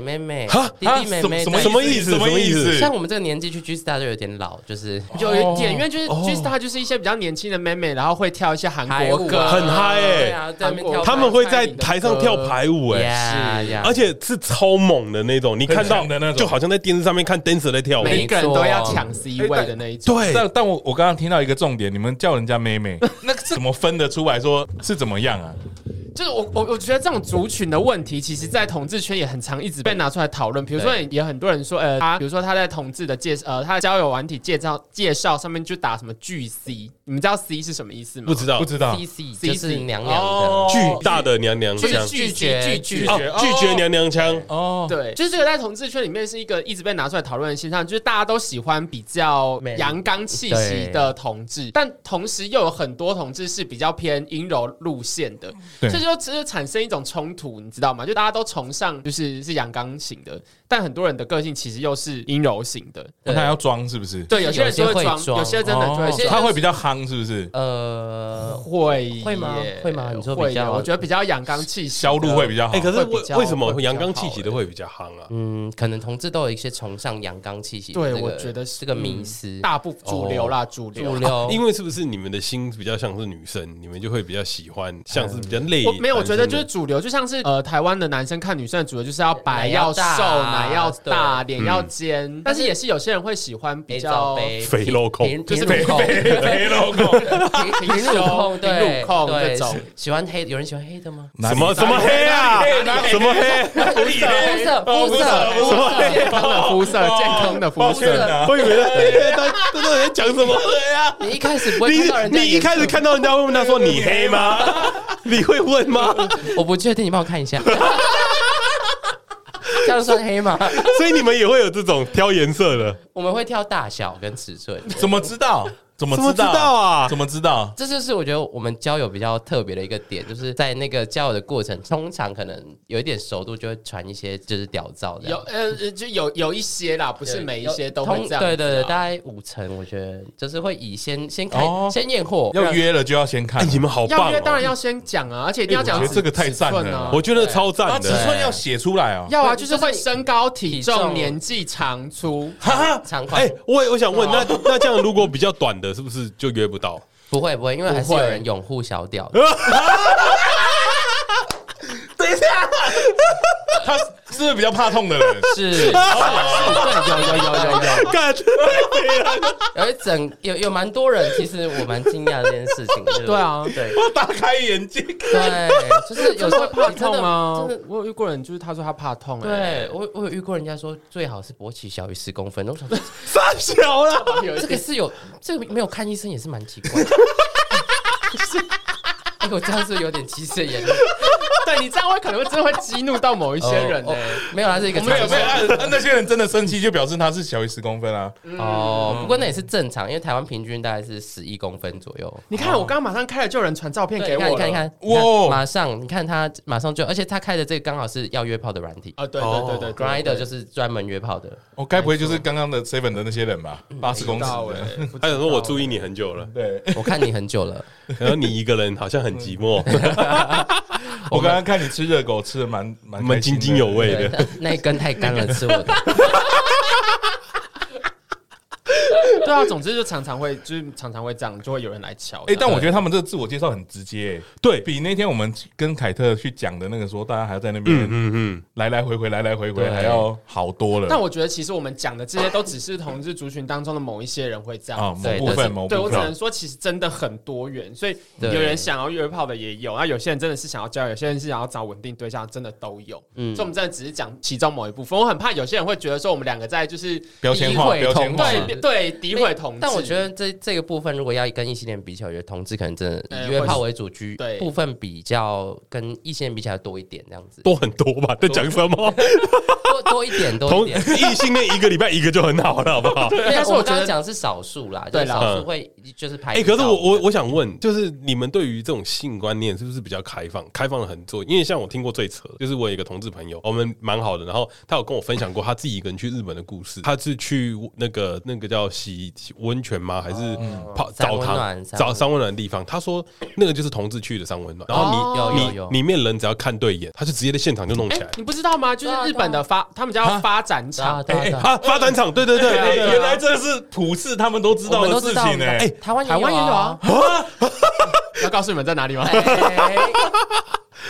Speaker 1: 妹，妹妹
Speaker 3: 哈
Speaker 1: 弟弟妹妹
Speaker 4: 啊什
Speaker 1: 对
Speaker 3: 什么意思？
Speaker 4: 什
Speaker 3: 什
Speaker 4: 么
Speaker 3: 么
Speaker 4: 意
Speaker 3: 意
Speaker 4: 思
Speaker 3: 思？
Speaker 1: 像我们这个年纪去 G Star 就有点老，就是
Speaker 2: 有一点，因为就是
Speaker 3: 哦
Speaker 2: 就是她就是一些比较年轻的妹妹，然后会跳一些韩
Speaker 1: 排
Speaker 2: 国
Speaker 1: 舞啊
Speaker 2: 歌，
Speaker 3: 很嗨欸
Speaker 1: 对啊，在那边跳
Speaker 3: 他们会在台上跳排舞，
Speaker 2: 哦
Speaker 3: 哎，
Speaker 1: 呀呀，
Speaker 3: 而且是超猛的那种，你看到
Speaker 4: 很强的那种
Speaker 3: 就好像在电视上面看 dancer 在跳舞。
Speaker 2: 每一个人
Speaker 1: 没错
Speaker 2: 都要抢 C 位的那一种。
Speaker 3: 对，
Speaker 4: 但但我我刚刚听到一个重点，你们叫人家妹妹，那个是怎么分得出来说是怎么样啊？
Speaker 2: 就是我我我觉得这种族群的问题，其实在统治圈也很常一直被拿出来讨论。比如说，
Speaker 1: 对
Speaker 2: 也很多人说，呃，他比如说他在统治的介呃他的交友软体介绍介绍上面就打什么巨 C，你们知道 C 是什么意思吗？
Speaker 3: 不知道
Speaker 4: 不知道
Speaker 1: C C 就是娘娘的
Speaker 2: 哦，
Speaker 3: 巨大的娘娘
Speaker 2: 就是
Speaker 3: 腔，哦
Speaker 2: 拒
Speaker 1: 拒
Speaker 2: 绝
Speaker 1: 绝
Speaker 2: 拒
Speaker 1: 拒
Speaker 2: 绝哦
Speaker 1: 绝。
Speaker 3: 拒绝娘娘腔。
Speaker 4: 哦，
Speaker 2: 对，就是这个在同志圈里面是一个一直被拿出来讨论的现象，就是大家都喜欢比较
Speaker 1: 美
Speaker 2: 阳刚气息的同志，但同时又有很多同志是比较偏阴柔路线的，
Speaker 4: 对
Speaker 2: 这就只是产生一种冲突，你知道吗？就大家都崇尚就是是阳刚型的，但很多人的个性其实又是阴柔型的。
Speaker 4: 那他要装是不是？哦
Speaker 2: 对，有些人就
Speaker 1: 有些会
Speaker 2: 装，
Speaker 1: 装
Speaker 2: 有些真的就会
Speaker 1: 些
Speaker 2: 装。
Speaker 4: 他会比较夯是不是？
Speaker 1: 呃，
Speaker 2: 会耶
Speaker 1: 会吗会吗你说比
Speaker 2: 会耶
Speaker 1: 较
Speaker 2: 我觉得比较阳刚气息的，
Speaker 4: 销路会比较好
Speaker 3: 哎，。可是
Speaker 2: 会比较
Speaker 3: 为为什么
Speaker 2: 会比较
Speaker 3: 阳刚气息的
Speaker 2: 好欸
Speaker 3: 会比较夯啊？
Speaker 1: 嗯，可能同志都有一些崇尚阳刚气息的
Speaker 2: 对
Speaker 1: 这个
Speaker 2: 我觉得是嗯
Speaker 1: 这个迷思，
Speaker 2: 大部主流啦，主流
Speaker 1: 主流，
Speaker 3: 因为是不是你们的心比较像是女生，你们就会比较喜欢，像是比较累
Speaker 2: 我。没有，我觉得
Speaker 3: 男
Speaker 2: 就
Speaker 3: 生
Speaker 2: 是
Speaker 3: 的
Speaker 2: 主流，就像是呃，台湾的男生看女生的主流就是要
Speaker 1: 奶
Speaker 2: 白、要
Speaker 1: 要
Speaker 2: 瘦、
Speaker 1: 大啊
Speaker 2: 奶要大、脸
Speaker 4: 嗯
Speaker 2: 要尖，但
Speaker 1: 但
Speaker 2: 是
Speaker 1: 是
Speaker 2: 也是有些人会喜欢比
Speaker 1: 肥皂
Speaker 2: 较
Speaker 1: 杯
Speaker 3: 肥肉控
Speaker 1: 平
Speaker 2: 就是
Speaker 4: [LAUGHS]
Speaker 1: 平乳控
Speaker 4: 肥肉手
Speaker 3: [LAUGHS]
Speaker 4: 控，
Speaker 1: 平平手控，对
Speaker 2: 平乳控
Speaker 1: 对
Speaker 2: 这种，
Speaker 1: 喜欢黑，有人喜欢黑的吗？
Speaker 3: 什么什么黑啊？什么黑？啊
Speaker 1: 肤
Speaker 4: [LAUGHS]
Speaker 1: 色肤色肤色
Speaker 2: 肤色健康的肤色，健康的肤
Speaker 4: 抱歉
Speaker 2: 色，
Speaker 4: 啊，
Speaker 3: 我以为他他他在讲什么？
Speaker 2: 啊
Speaker 1: 你一开始不会看到人
Speaker 3: 你
Speaker 1: 家，
Speaker 3: 你一开始，看到人家会问他说你黑吗？你会问吗？
Speaker 1: 我不确定，你帮我看一下， [LAUGHS] 这样算黑吗？
Speaker 3: [LAUGHS] 所以你们也会有这种挑颜色的？
Speaker 1: 我们会挑大小跟尺寸，
Speaker 4: 怎么知道？怎么
Speaker 3: 怎么知道啊
Speaker 4: 怎么知道？
Speaker 1: 这就是我觉得我们交友比较特别的一个点，就是在那个交友的过程，通常可能有一点熟度就会传一些就是屌照这
Speaker 2: 有
Speaker 1: 样。
Speaker 2: 呃呃就有有一些啦，不是每一些都会
Speaker 1: 通
Speaker 2: 这样子啊。
Speaker 1: 对对对，大概五成，我觉得就是会以先先开、
Speaker 4: 哦
Speaker 1: 先验货，
Speaker 4: 要约了就要先
Speaker 3: 哎，
Speaker 4: 看，
Speaker 3: 你们好
Speaker 2: 要
Speaker 3: 棒
Speaker 2: 约
Speaker 3: 哦！
Speaker 2: 当然要先讲啊，而且一定要
Speaker 4: 哎
Speaker 2: 讲
Speaker 4: 我
Speaker 2: 尺
Speaker 4: 觉得这个太赞了
Speaker 2: 尺寸啊
Speaker 3: 我觉得超赞
Speaker 4: 尺
Speaker 1: 对
Speaker 3: 的。
Speaker 4: 寸要写出来哦。
Speaker 2: 要啊，
Speaker 1: 对
Speaker 2: 就是会身高、体
Speaker 1: 体
Speaker 2: 重、
Speaker 1: 重
Speaker 2: 年纪、
Speaker 1: [LAUGHS]
Speaker 2: 长粗，
Speaker 4: 哈，
Speaker 1: 长款、
Speaker 3: 哎，我也我想问，那那这样如果比较短的，是不是就约不到？
Speaker 1: 不会不会，因为还是
Speaker 2: 不
Speaker 1: 有
Speaker 2: 会
Speaker 1: 人拥护小屌的，
Speaker 4: 他是不是比较怕痛的人？ [LAUGHS]
Speaker 1: [LAUGHS] 是是，对，有有有有有，
Speaker 3: 干，
Speaker 1: 有一整有有蛮多人，其实我蛮惊讶的这件事情。就是
Speaker 2: 对啊
Speaker 1: 对
Speaker 4: 我大开眼睛，
Speaker 1: 对，就是有时候
Speaker 2: 会怕
Speaker 1: 你真
Speaker 2: 痛
Speaker 1: 的
Speaker 2: 啊
Speaker 1: 真的。！
Speaker 2: 我有遇过人，就是他说他怕痛，哎，
Speaker 4: [LAUGHS]
Speaker 1: 对我，我有遇过人家说最好是勃起小于十公分，我想
Speaker 2: [LAUGHS]
Speaker 1: 说
Speaker 3: 傻小啦！
Speaker 2: 有一
Speaker 1: 这
Speaker 2: 点
Speaker 1: 个是有这个没有看医生也是蛮奇怪
Speaker 2: [LAUGHS]
Speaker 1: 的。哎，我这样是有点歧视的言论，
Speaker 2: [LAUGHS] 对你这样会可能会真的会激怒到某一些人欸
Speaker 1: 哦
Speaker 2: 呢。
Speaker 1: 哦没有啦，是一个
Speaker 4: 欸没有
Speaker 1: 常
Speaker 4: 没
Speaker 1: 见
Speaker 4: 有，啊 [LAUGHS] 那些人真的生气，就表示他是小于十公分啊。
Speaker 1: 哦。不过那也是正常，因为台湾平均大概是十一公分左右。
Speaker 2: 你看，
Speaker 4: 哦
Speaker 2: 我刚刚马上开了，就有人传照片
Speaker 1: 对
Speaker 2: 给
Speaker 1: 你看，
Speaker 2: 我
Speaker 1: 你看，你
Speaker 2: 了。
Speaker 1: 看，
Speaker 4: 哇
Speaker 1: 哇！马上，你看他马上就，而且他开的这个刚好是要约炮的软体
Speaker 2: 啊，对对对对对
Speaker 1: ，Grinder 就是专门约炮的。
Speaker 4: 我该不会就是刚刚的 seven 的那些人吧？八十公
Speaker 2: 不
Speaker 4: 尺
Speaker 2: 知道
Speaker 4: 的，
Speaker 2: 哎，不知道
Speaker 3: 他想说我注意你很久了，
Speaker 4: 对。
Speaker 1: 我看你很久了，
Speaker 3: 然后你一个人好像很寂 [LAUGHS] 寞，
Speaker 4: 我刚刚看你吃热狗，吃的蛮蛮
Speaker 3: 蛮
Speaker 4: 开心
Speaker 3: 津津
Speaker 4: 的
Speaker 3: 有。味
Speaker 1: 对
Speaker 3: 的。，
Speaker 1: 那一根太干了，吃我的。
Speaker 2: [LAUGHS] 对啊，总之就常常会，就是常常会这样，就会有人来敲。
Speaker 4: 哎、但我觉得他们这个自我介绍很直接、
Speaker 3: 对，
Speaker 4: 比那天我们跟凯特去讲的那个说，大家还要在那
Speaker 3: 嗯
Speaker 4: 边
Speaker 3: 嗯嗯，
Speaker 4: 来来回回，来来回回
Speaker 1: 对
Speaker 4: 还要好多了。
Speaker 2: 但我觉得其实我们讲的这些都只是同志族群当中的某一些人会这
Speaker 4: 啊，
Speaker 2: 样子。
Speaker 4: 某
Speaker 1: 对
Speaker 4: 部
Speaker 1: 但
Speaker 4: 分
Speaker 1: 是
Speaker 4: 某
Speaker 2: 对
Speaker 4: 部
Speaker 2: 我只能
Speaker 4: 分，
Speaker 2: 说，其实真的很多元，所以有
Speaker 1: 对
Speaker 2: 人想要约炮的也有，那有些人真的是想要交友，有些人是想要找稳定对象，真的都有。
Speaker 1: 嗯
Speaker 2: 所以我们真的只是讲其中某一部分。我很怕有些人会觉得说我们两个在就是
Speaker 4: 标签化，
Speaker 1: 诋毁
Speaker 4: 标签
Speaker 1: 同
Speaker 4: 化
Speaker 1: 志。
Speaker 2: 对对诋毁同志，
Speaker 1: 但我觉得这这个部分，如果要跟异性恋比起来，我觉得同志可能真的
Speaker 2: 哎
Speaker 1: 以约炮为主居，
Speaker 2: 对
Speaker 1: 部分比较跟异性恋比起来多一点，这样子
Speaker 3: 多很多吧？在讲什么？
Speaker 1: 多多一点多一
Speaker 3: [LAUGHS] 同
Speaker 1: 点。
Speaker 3: 异性恋一个礼拜一个就很好了，好不好？
Speaker 1: 对
Speaker 2: 但是
Speaker 1: 我
Speaker 2: 我觉
Speaker 1: 刚
Speaker 2: 得
Speaker 1: 刚讲的是少数啦，就
Speaker 2: 对
Speaker 1: 是
Speaker 2: 啦
Speaker 1: 少数会就是拍
Speaker 3: 哎、
Speaker 1: 不
Speaker 3: 可
Speaker 1: 到的。
Speaker 3: 是我我我想问，就是你们对于这种性观念是不是比较开放？开放的很多，因为像我听过最扯的，就是我有一个同志朋友，我们蛮好的，然后他有跟我分享过他自己一个人去日本的故事，他是去那个那个叫洗洗温泉吗？还是
Speaker 4: 哦
Speaker 3: 泡
Speaker 1: 三
Speaker 3: 澡
Speaker 1: 温
Speaker 3: 堂
Speaker 1: 暖
Speaker 3: 澡三温暖的地方？他说那个就是同志去的三温暖，然
Speaker 2: 哦
Speaker 3: 后
Speaker 1: 有
Speaker 3: 你、
Speaker 1: 有有
Speaker 3: 你里面人只要看对眼，他就直接在现场就弄
Speaker 2: 哎、
Speaker 3: 起来。
Speaker 2: 你不知道吗？就是日本的发，他们叫发展
Speaker 1: 对啊
Speaker 2: 场，
Speaker 1: 对啊
Speaker 4: 哎
Speaker 1: 对啊
Speaker 3: 啊，发展场，对对对
Speaker 4: 哎
Speaker 3: 对
Speaker 4: 原来这是普世他们都知
Speaker 1: 我
Speaker 4: 道
Speaker 1: 们
Speaker 4: 的
Speaker 1: 都
Speaker 4: 事
Speaker 1: 知道
Speaker 4: 情欸呢、
Speaker 1: 哎，台湾
Speaker 2: 台湾也有
Speaker 1: 有
Speaker 2: 啊
Speaker 1: 啊。
Speaker 2: 要告诉你们在哪里吗？
Speaker 1: 哎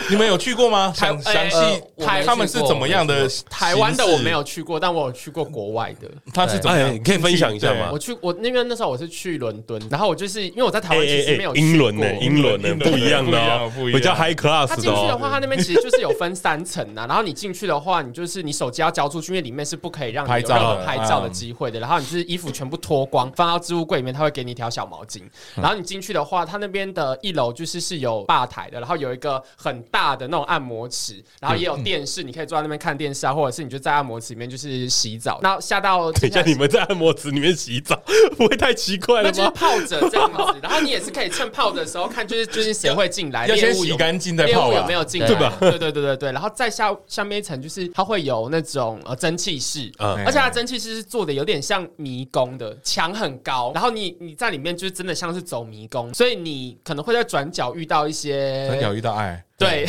Speaker 4: 你们有去过吗？
Speaker 2: 台
Speaker 4: 详详
Speaker 2: 哎
Speaker 4: 细
Speaker 1: 我
Speaker 2: 台
Speaker 1: 没
Speaker 4: 他们是怎么样的形式？
Speaker 2: 台湾的我没有去过，但我有去过国外的。
Speaker 4: 他是怎么
Speaker 3: 哎
Speaker 4: 样？
Speaker 3: 可以分享一下吗
Speaker 2: 我去我那边那时候我是去伦敦，然后我就是因为我在台
Speaker 3: 哎
Speaker 2: 湾其
Speaker 3: 哎
Speaker 2: 实没
Speaker 3: 哎
Speaker 2: 有，去过。
Speaker 3: 英伦呢，英伦呢，
Speaker 4: 英伦
Speaker 3: 不一样的哦，
Speaker 4: 不一样不一样
Speaker 3: 比较 high
Speaker 2: 它
Speaker 3: class
Speaker 2: 进
Speaker 3: 的
Speaker 2: 去的
Speaker 3: 哦。
Speaker 2: 话，它那边其实就是有分三层
Speaker 4: [LAUGHS]
Speaker 2: 啊。然后你进去的话，你就是你手机要交出去，因为里面是不可以让你有
Speaker 4: 拍照的
Speaker 2: 任何拍照的机会的。然后你就是衣服全部脱光，放到置物柜里面，它会给你一条小毛巾。
Speaker 4: 嗯
Speaker 2: 然后你进去的话，它那边的一楼就是是有吧台的，然后有一个很大的那种按摩池，然后也
Speaker 4: 嗯
Speaker 2: 有电视，你可以坐在那边看电视啊，或者是你就在按摩池里面就是洗澡。那下到
Speaker 3: [LAUGHS] 等一下，你们在按摩池里面洗澡，不会太奇怪
Speaker 2: 那
Speaker 3: 了
Speaker 2: 就是
Speaker 3: 吗？
Speaker 2: 泡着这样子，然后你也是可以趁泡着的时候看，就是就是谁会进来，
Speaker 4: 要先
Speaker 2: 哎猎物有
Speaker 4: 洗干净再
Speaker 2: 猎
Speaker 4: 泡啊
Speaker 2: 物
Speaker 4: 吧
Speaker 2: 有没有进来？
Speaker 1: 对
Speaker 2: 吧？对对对对对。然后再下下面一层就是它会有那种呃蒸汽室，
Speaker 3: 嗯
Speaker 2: 而且它蒸汽室是做的有点像迷宫的，墙很高，然后你你在里面就是真的
Speaker 3: 哎
Speaker 2: 像是走迷宫，所以你可能会在转角遇到一些
Speaker 4: 很有遇到爱。
Speaker 2: 对，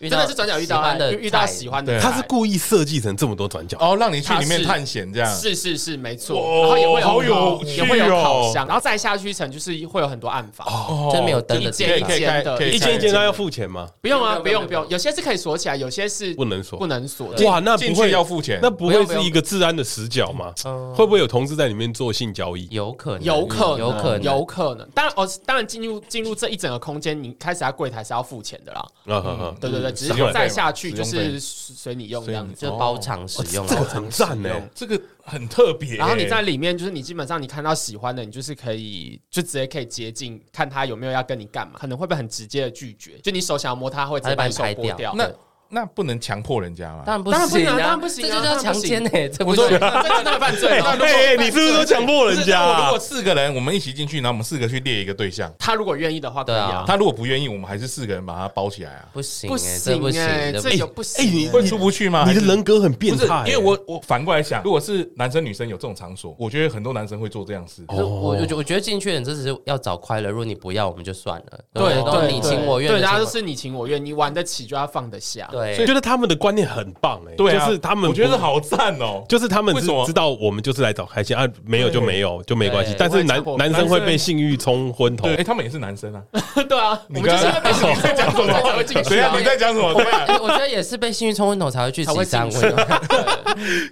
Speaker 1: 遇
Speaker 2: 真
Speaker 1: 到
Speaker 2: 的是转角遇到
Speaker 1: 喜欢
Speaker 2: 爱
Speaker 1: 的
Speaker 2: 遇到
Speaker 1: 菜
Speaker 2: 喜欢
Speaker 4: 对
Speaker 2: 的菜，
Speaker 3: 他是故意设计成这么多转角，
Speaker 4: 哦，让你去
Speaker 2: 它
Speaker 4: 里面
Speaker 2: 是
Speaker 4: 探险这样。
Speaker 2: 是是是，没错。
Speaker 4: 啊哇
Speaker 2: 然后也会有
Speaker 4: 好有
Speaker 2: 烤
Speaker 4: 趣
Speaker 2: 也会有
Speaker 4: 哦
Speaker 2: 烤箱，然后再下去一层就是会有很多暗房，
Speaker 4: 哦
Speaker 1: 真没有灯的地
Speaker 2: 一间一
Speaker 1: 方
Speaker 4: 可以
Speaker 2: 间
Speaker 4: 开
Speaker 2: 的，
Speaker 4: 可以
Speaker 3: 一间一间都要付钱吗？
Speaker 2: 不用啊，
Speaker 1: 不
Speaker 2: 不
Speaker 1: 用
Speaker 2: 用
Speaker 1: 不用
Speaker 2: 不
Speaker 1: 不
Speaker 2: 用，有些是可以锁起来，有些是
Speaker 3: 不能锁
Speaker 2: 不能锁的。
Speaker 3: 哇，那
Speaker 4: 进
Speaker 3: 不
Speaker 4: 去
Speaker 3: 会
Speaker 4: 要付钱。
Speaker 3: 那不嗯会
Speaker 2: 不用不
Speaker 3: 是
Speaker 2: 用
Speaker 3: 一个治安的死角吗？会不会有同志在里面做性交易？
Speaker 1: 有可能，
Speaker 2: 有可能，
Speaker 1: 有可能，
Speaker 2: 有可能。当然，哦，当然进入进入这一整个空间，你开始在柜台是要付钱的啦。
Speaker 3: 啊哈哈，
Speaker 2: 对对对，
Speaker 4: 嗯
Speaker 2: 只
Speaker 4: 使用
Speaker 2: 是
Speaker 4: 费
Speaker 2: 再
Speaker 4: 嘛
Speaker 2: 下去
Speaker 4: 使
Speaker 2: 就
Speaker 4: 用
Speaker 2: 是
Speaker 4: 费
Speaker 2: 随你用这
Speaker 4: 随
Speaker 2: 样
Speaker 4: 你
Speaker 2: 子。
Speaker 1: 就包场
Speaker 2: 哦
Speaker 1: 使用啊。
Speaker 3: 这个很赞欸呢。
Speaker 4: 这个很特别欸、
Speaker 2: 然后你在里面，就是你基本上你看到喜欢的，你就是可以就直接可以接近，看他有没有要跟你干嘛，可能会不会很直接的拒绝？就你手想要摸他，会直接把你手
Speaker 1: 他就把你
Speaker 2: 剥
Speaker 1: 拍掉
Speaker 2: 掉。
Speaker 4: 那那不能强迫人家嘛？
Speaker 1: 当然不
Speaker 2: 当然不
Speaker 1: 行
Speaker 2: 能
Speaker 1: 啊，
Speaker 2: 啊当然不行啊
Speaker 1: 这就叫强奸哎！这不
Speaker 4: 我
Speaker 1: 是
Speaker 4: 说
Speaker 2: 对，啊那这真的犯罪
Speaker 4: [LAUGHS] 对，
Speaker 2: 了。
Speaker 4: 那
Speaker 3: 哎
Speaker 4: 如果
Speaker 3: 哎，你是不是都强迫人家
Speaker 4: 不是那我如
Speaker 3: 啊
Speaker 4: 果？四个人，我们一起进去，然后我们四个去列一个对象。
Speaker 2: 他如果愿意的话，可以
Speaker 1: 对啊
Speaker 2: 啊。
Speaker 4: 他如果不愿意，我们还是四个人把他包起来啊？
Speaker 1: 不行
Speaker 2: 不
Speaker 1: 哎，这
Speaker 2: 行
Speaker 1: 不行
Speaker 2: 哎，，
Speaker 1: 这
Speaker 2: 这
Speaker 1: 不行
Speaker 2: 个不行
Speaker 3: 哎
Speaker 2: 哎。
Speaker 3: 你
Speaker 4: 会出不去吗？
Speaker 3: 你的
Speaker 4: 还是
Speaker 3: 人格很
Speaker 4: 不
Speaker 3: 变
Speaker 4: 是
Speaker 3: 态，，欸
Speaker 4: 因为我我反过来想，如果是男生女生有这种场所，我觉得很多男生会做这样事。
Speaker 3: 哦
Speaker 1: 就我我觉
Speaker 2: 哦
Speaker 1: 我觉得进去的人这只是要找快乐，如果你不要，我们就算了。
Speaker 2: 对
Speaker 1: 都
Speaker 2: 对，
Speaker 1: 你情我愿，
Speaker 2: 对，
Speaker 1: 你
Speaker 2: 大
Speaker 1: 情
Speaker 2: 家
Speaker 1: 我
Speaker 2: 都是你情我愿，你玩得起就要放得下。
Speaker 3: 我
Speaker 1: 对，
Speaker 3: 觉得他们的观念很棒哎，
Speaker 4: 对啊，
Speaker 3: 就是他们
Speaker 4: 我觉得
Speaker 3: 不
Speaker 4: 好赞哦。
Speaker 3: 就是他们
Speaker 4: 为
Speaker 3: 是
Speaker 4: 什么
Speaker 3: 知道我们就是来找开心啊，没有就没有就没关系
Speaker 1: 对。
Speaker 3: 但是男
Speaker 2: 我也
Speaker 3: 男
Speaker 4: 男
Speaker 3: 生
Speaker 4: 生
Speaker 3: 会被性欲冲昏头
Speaker 4: 对，，哎，他们也是男生啊。
Speaker 2: [LAUGHS] 对啊，我
Speaker 4: 你
Speaker 2: 们就是
Speaker 4: 刚
Speaker 2: 因为被女生讲什么 [LAUGHS] 才会
Speaker 4: [LAUGHS]
Speaker 2: 进
Speaker 4: 等一
Speaker 2: 去啊
Speaker 4: 下，你在讲什么？对啊
Speaker 1: 哎我觉得也是被幸运冲昏头才会去
Speaker 2: 才会
Speaker 1: 洗三
Speaker 2: 进
Speaker 1: 温暖。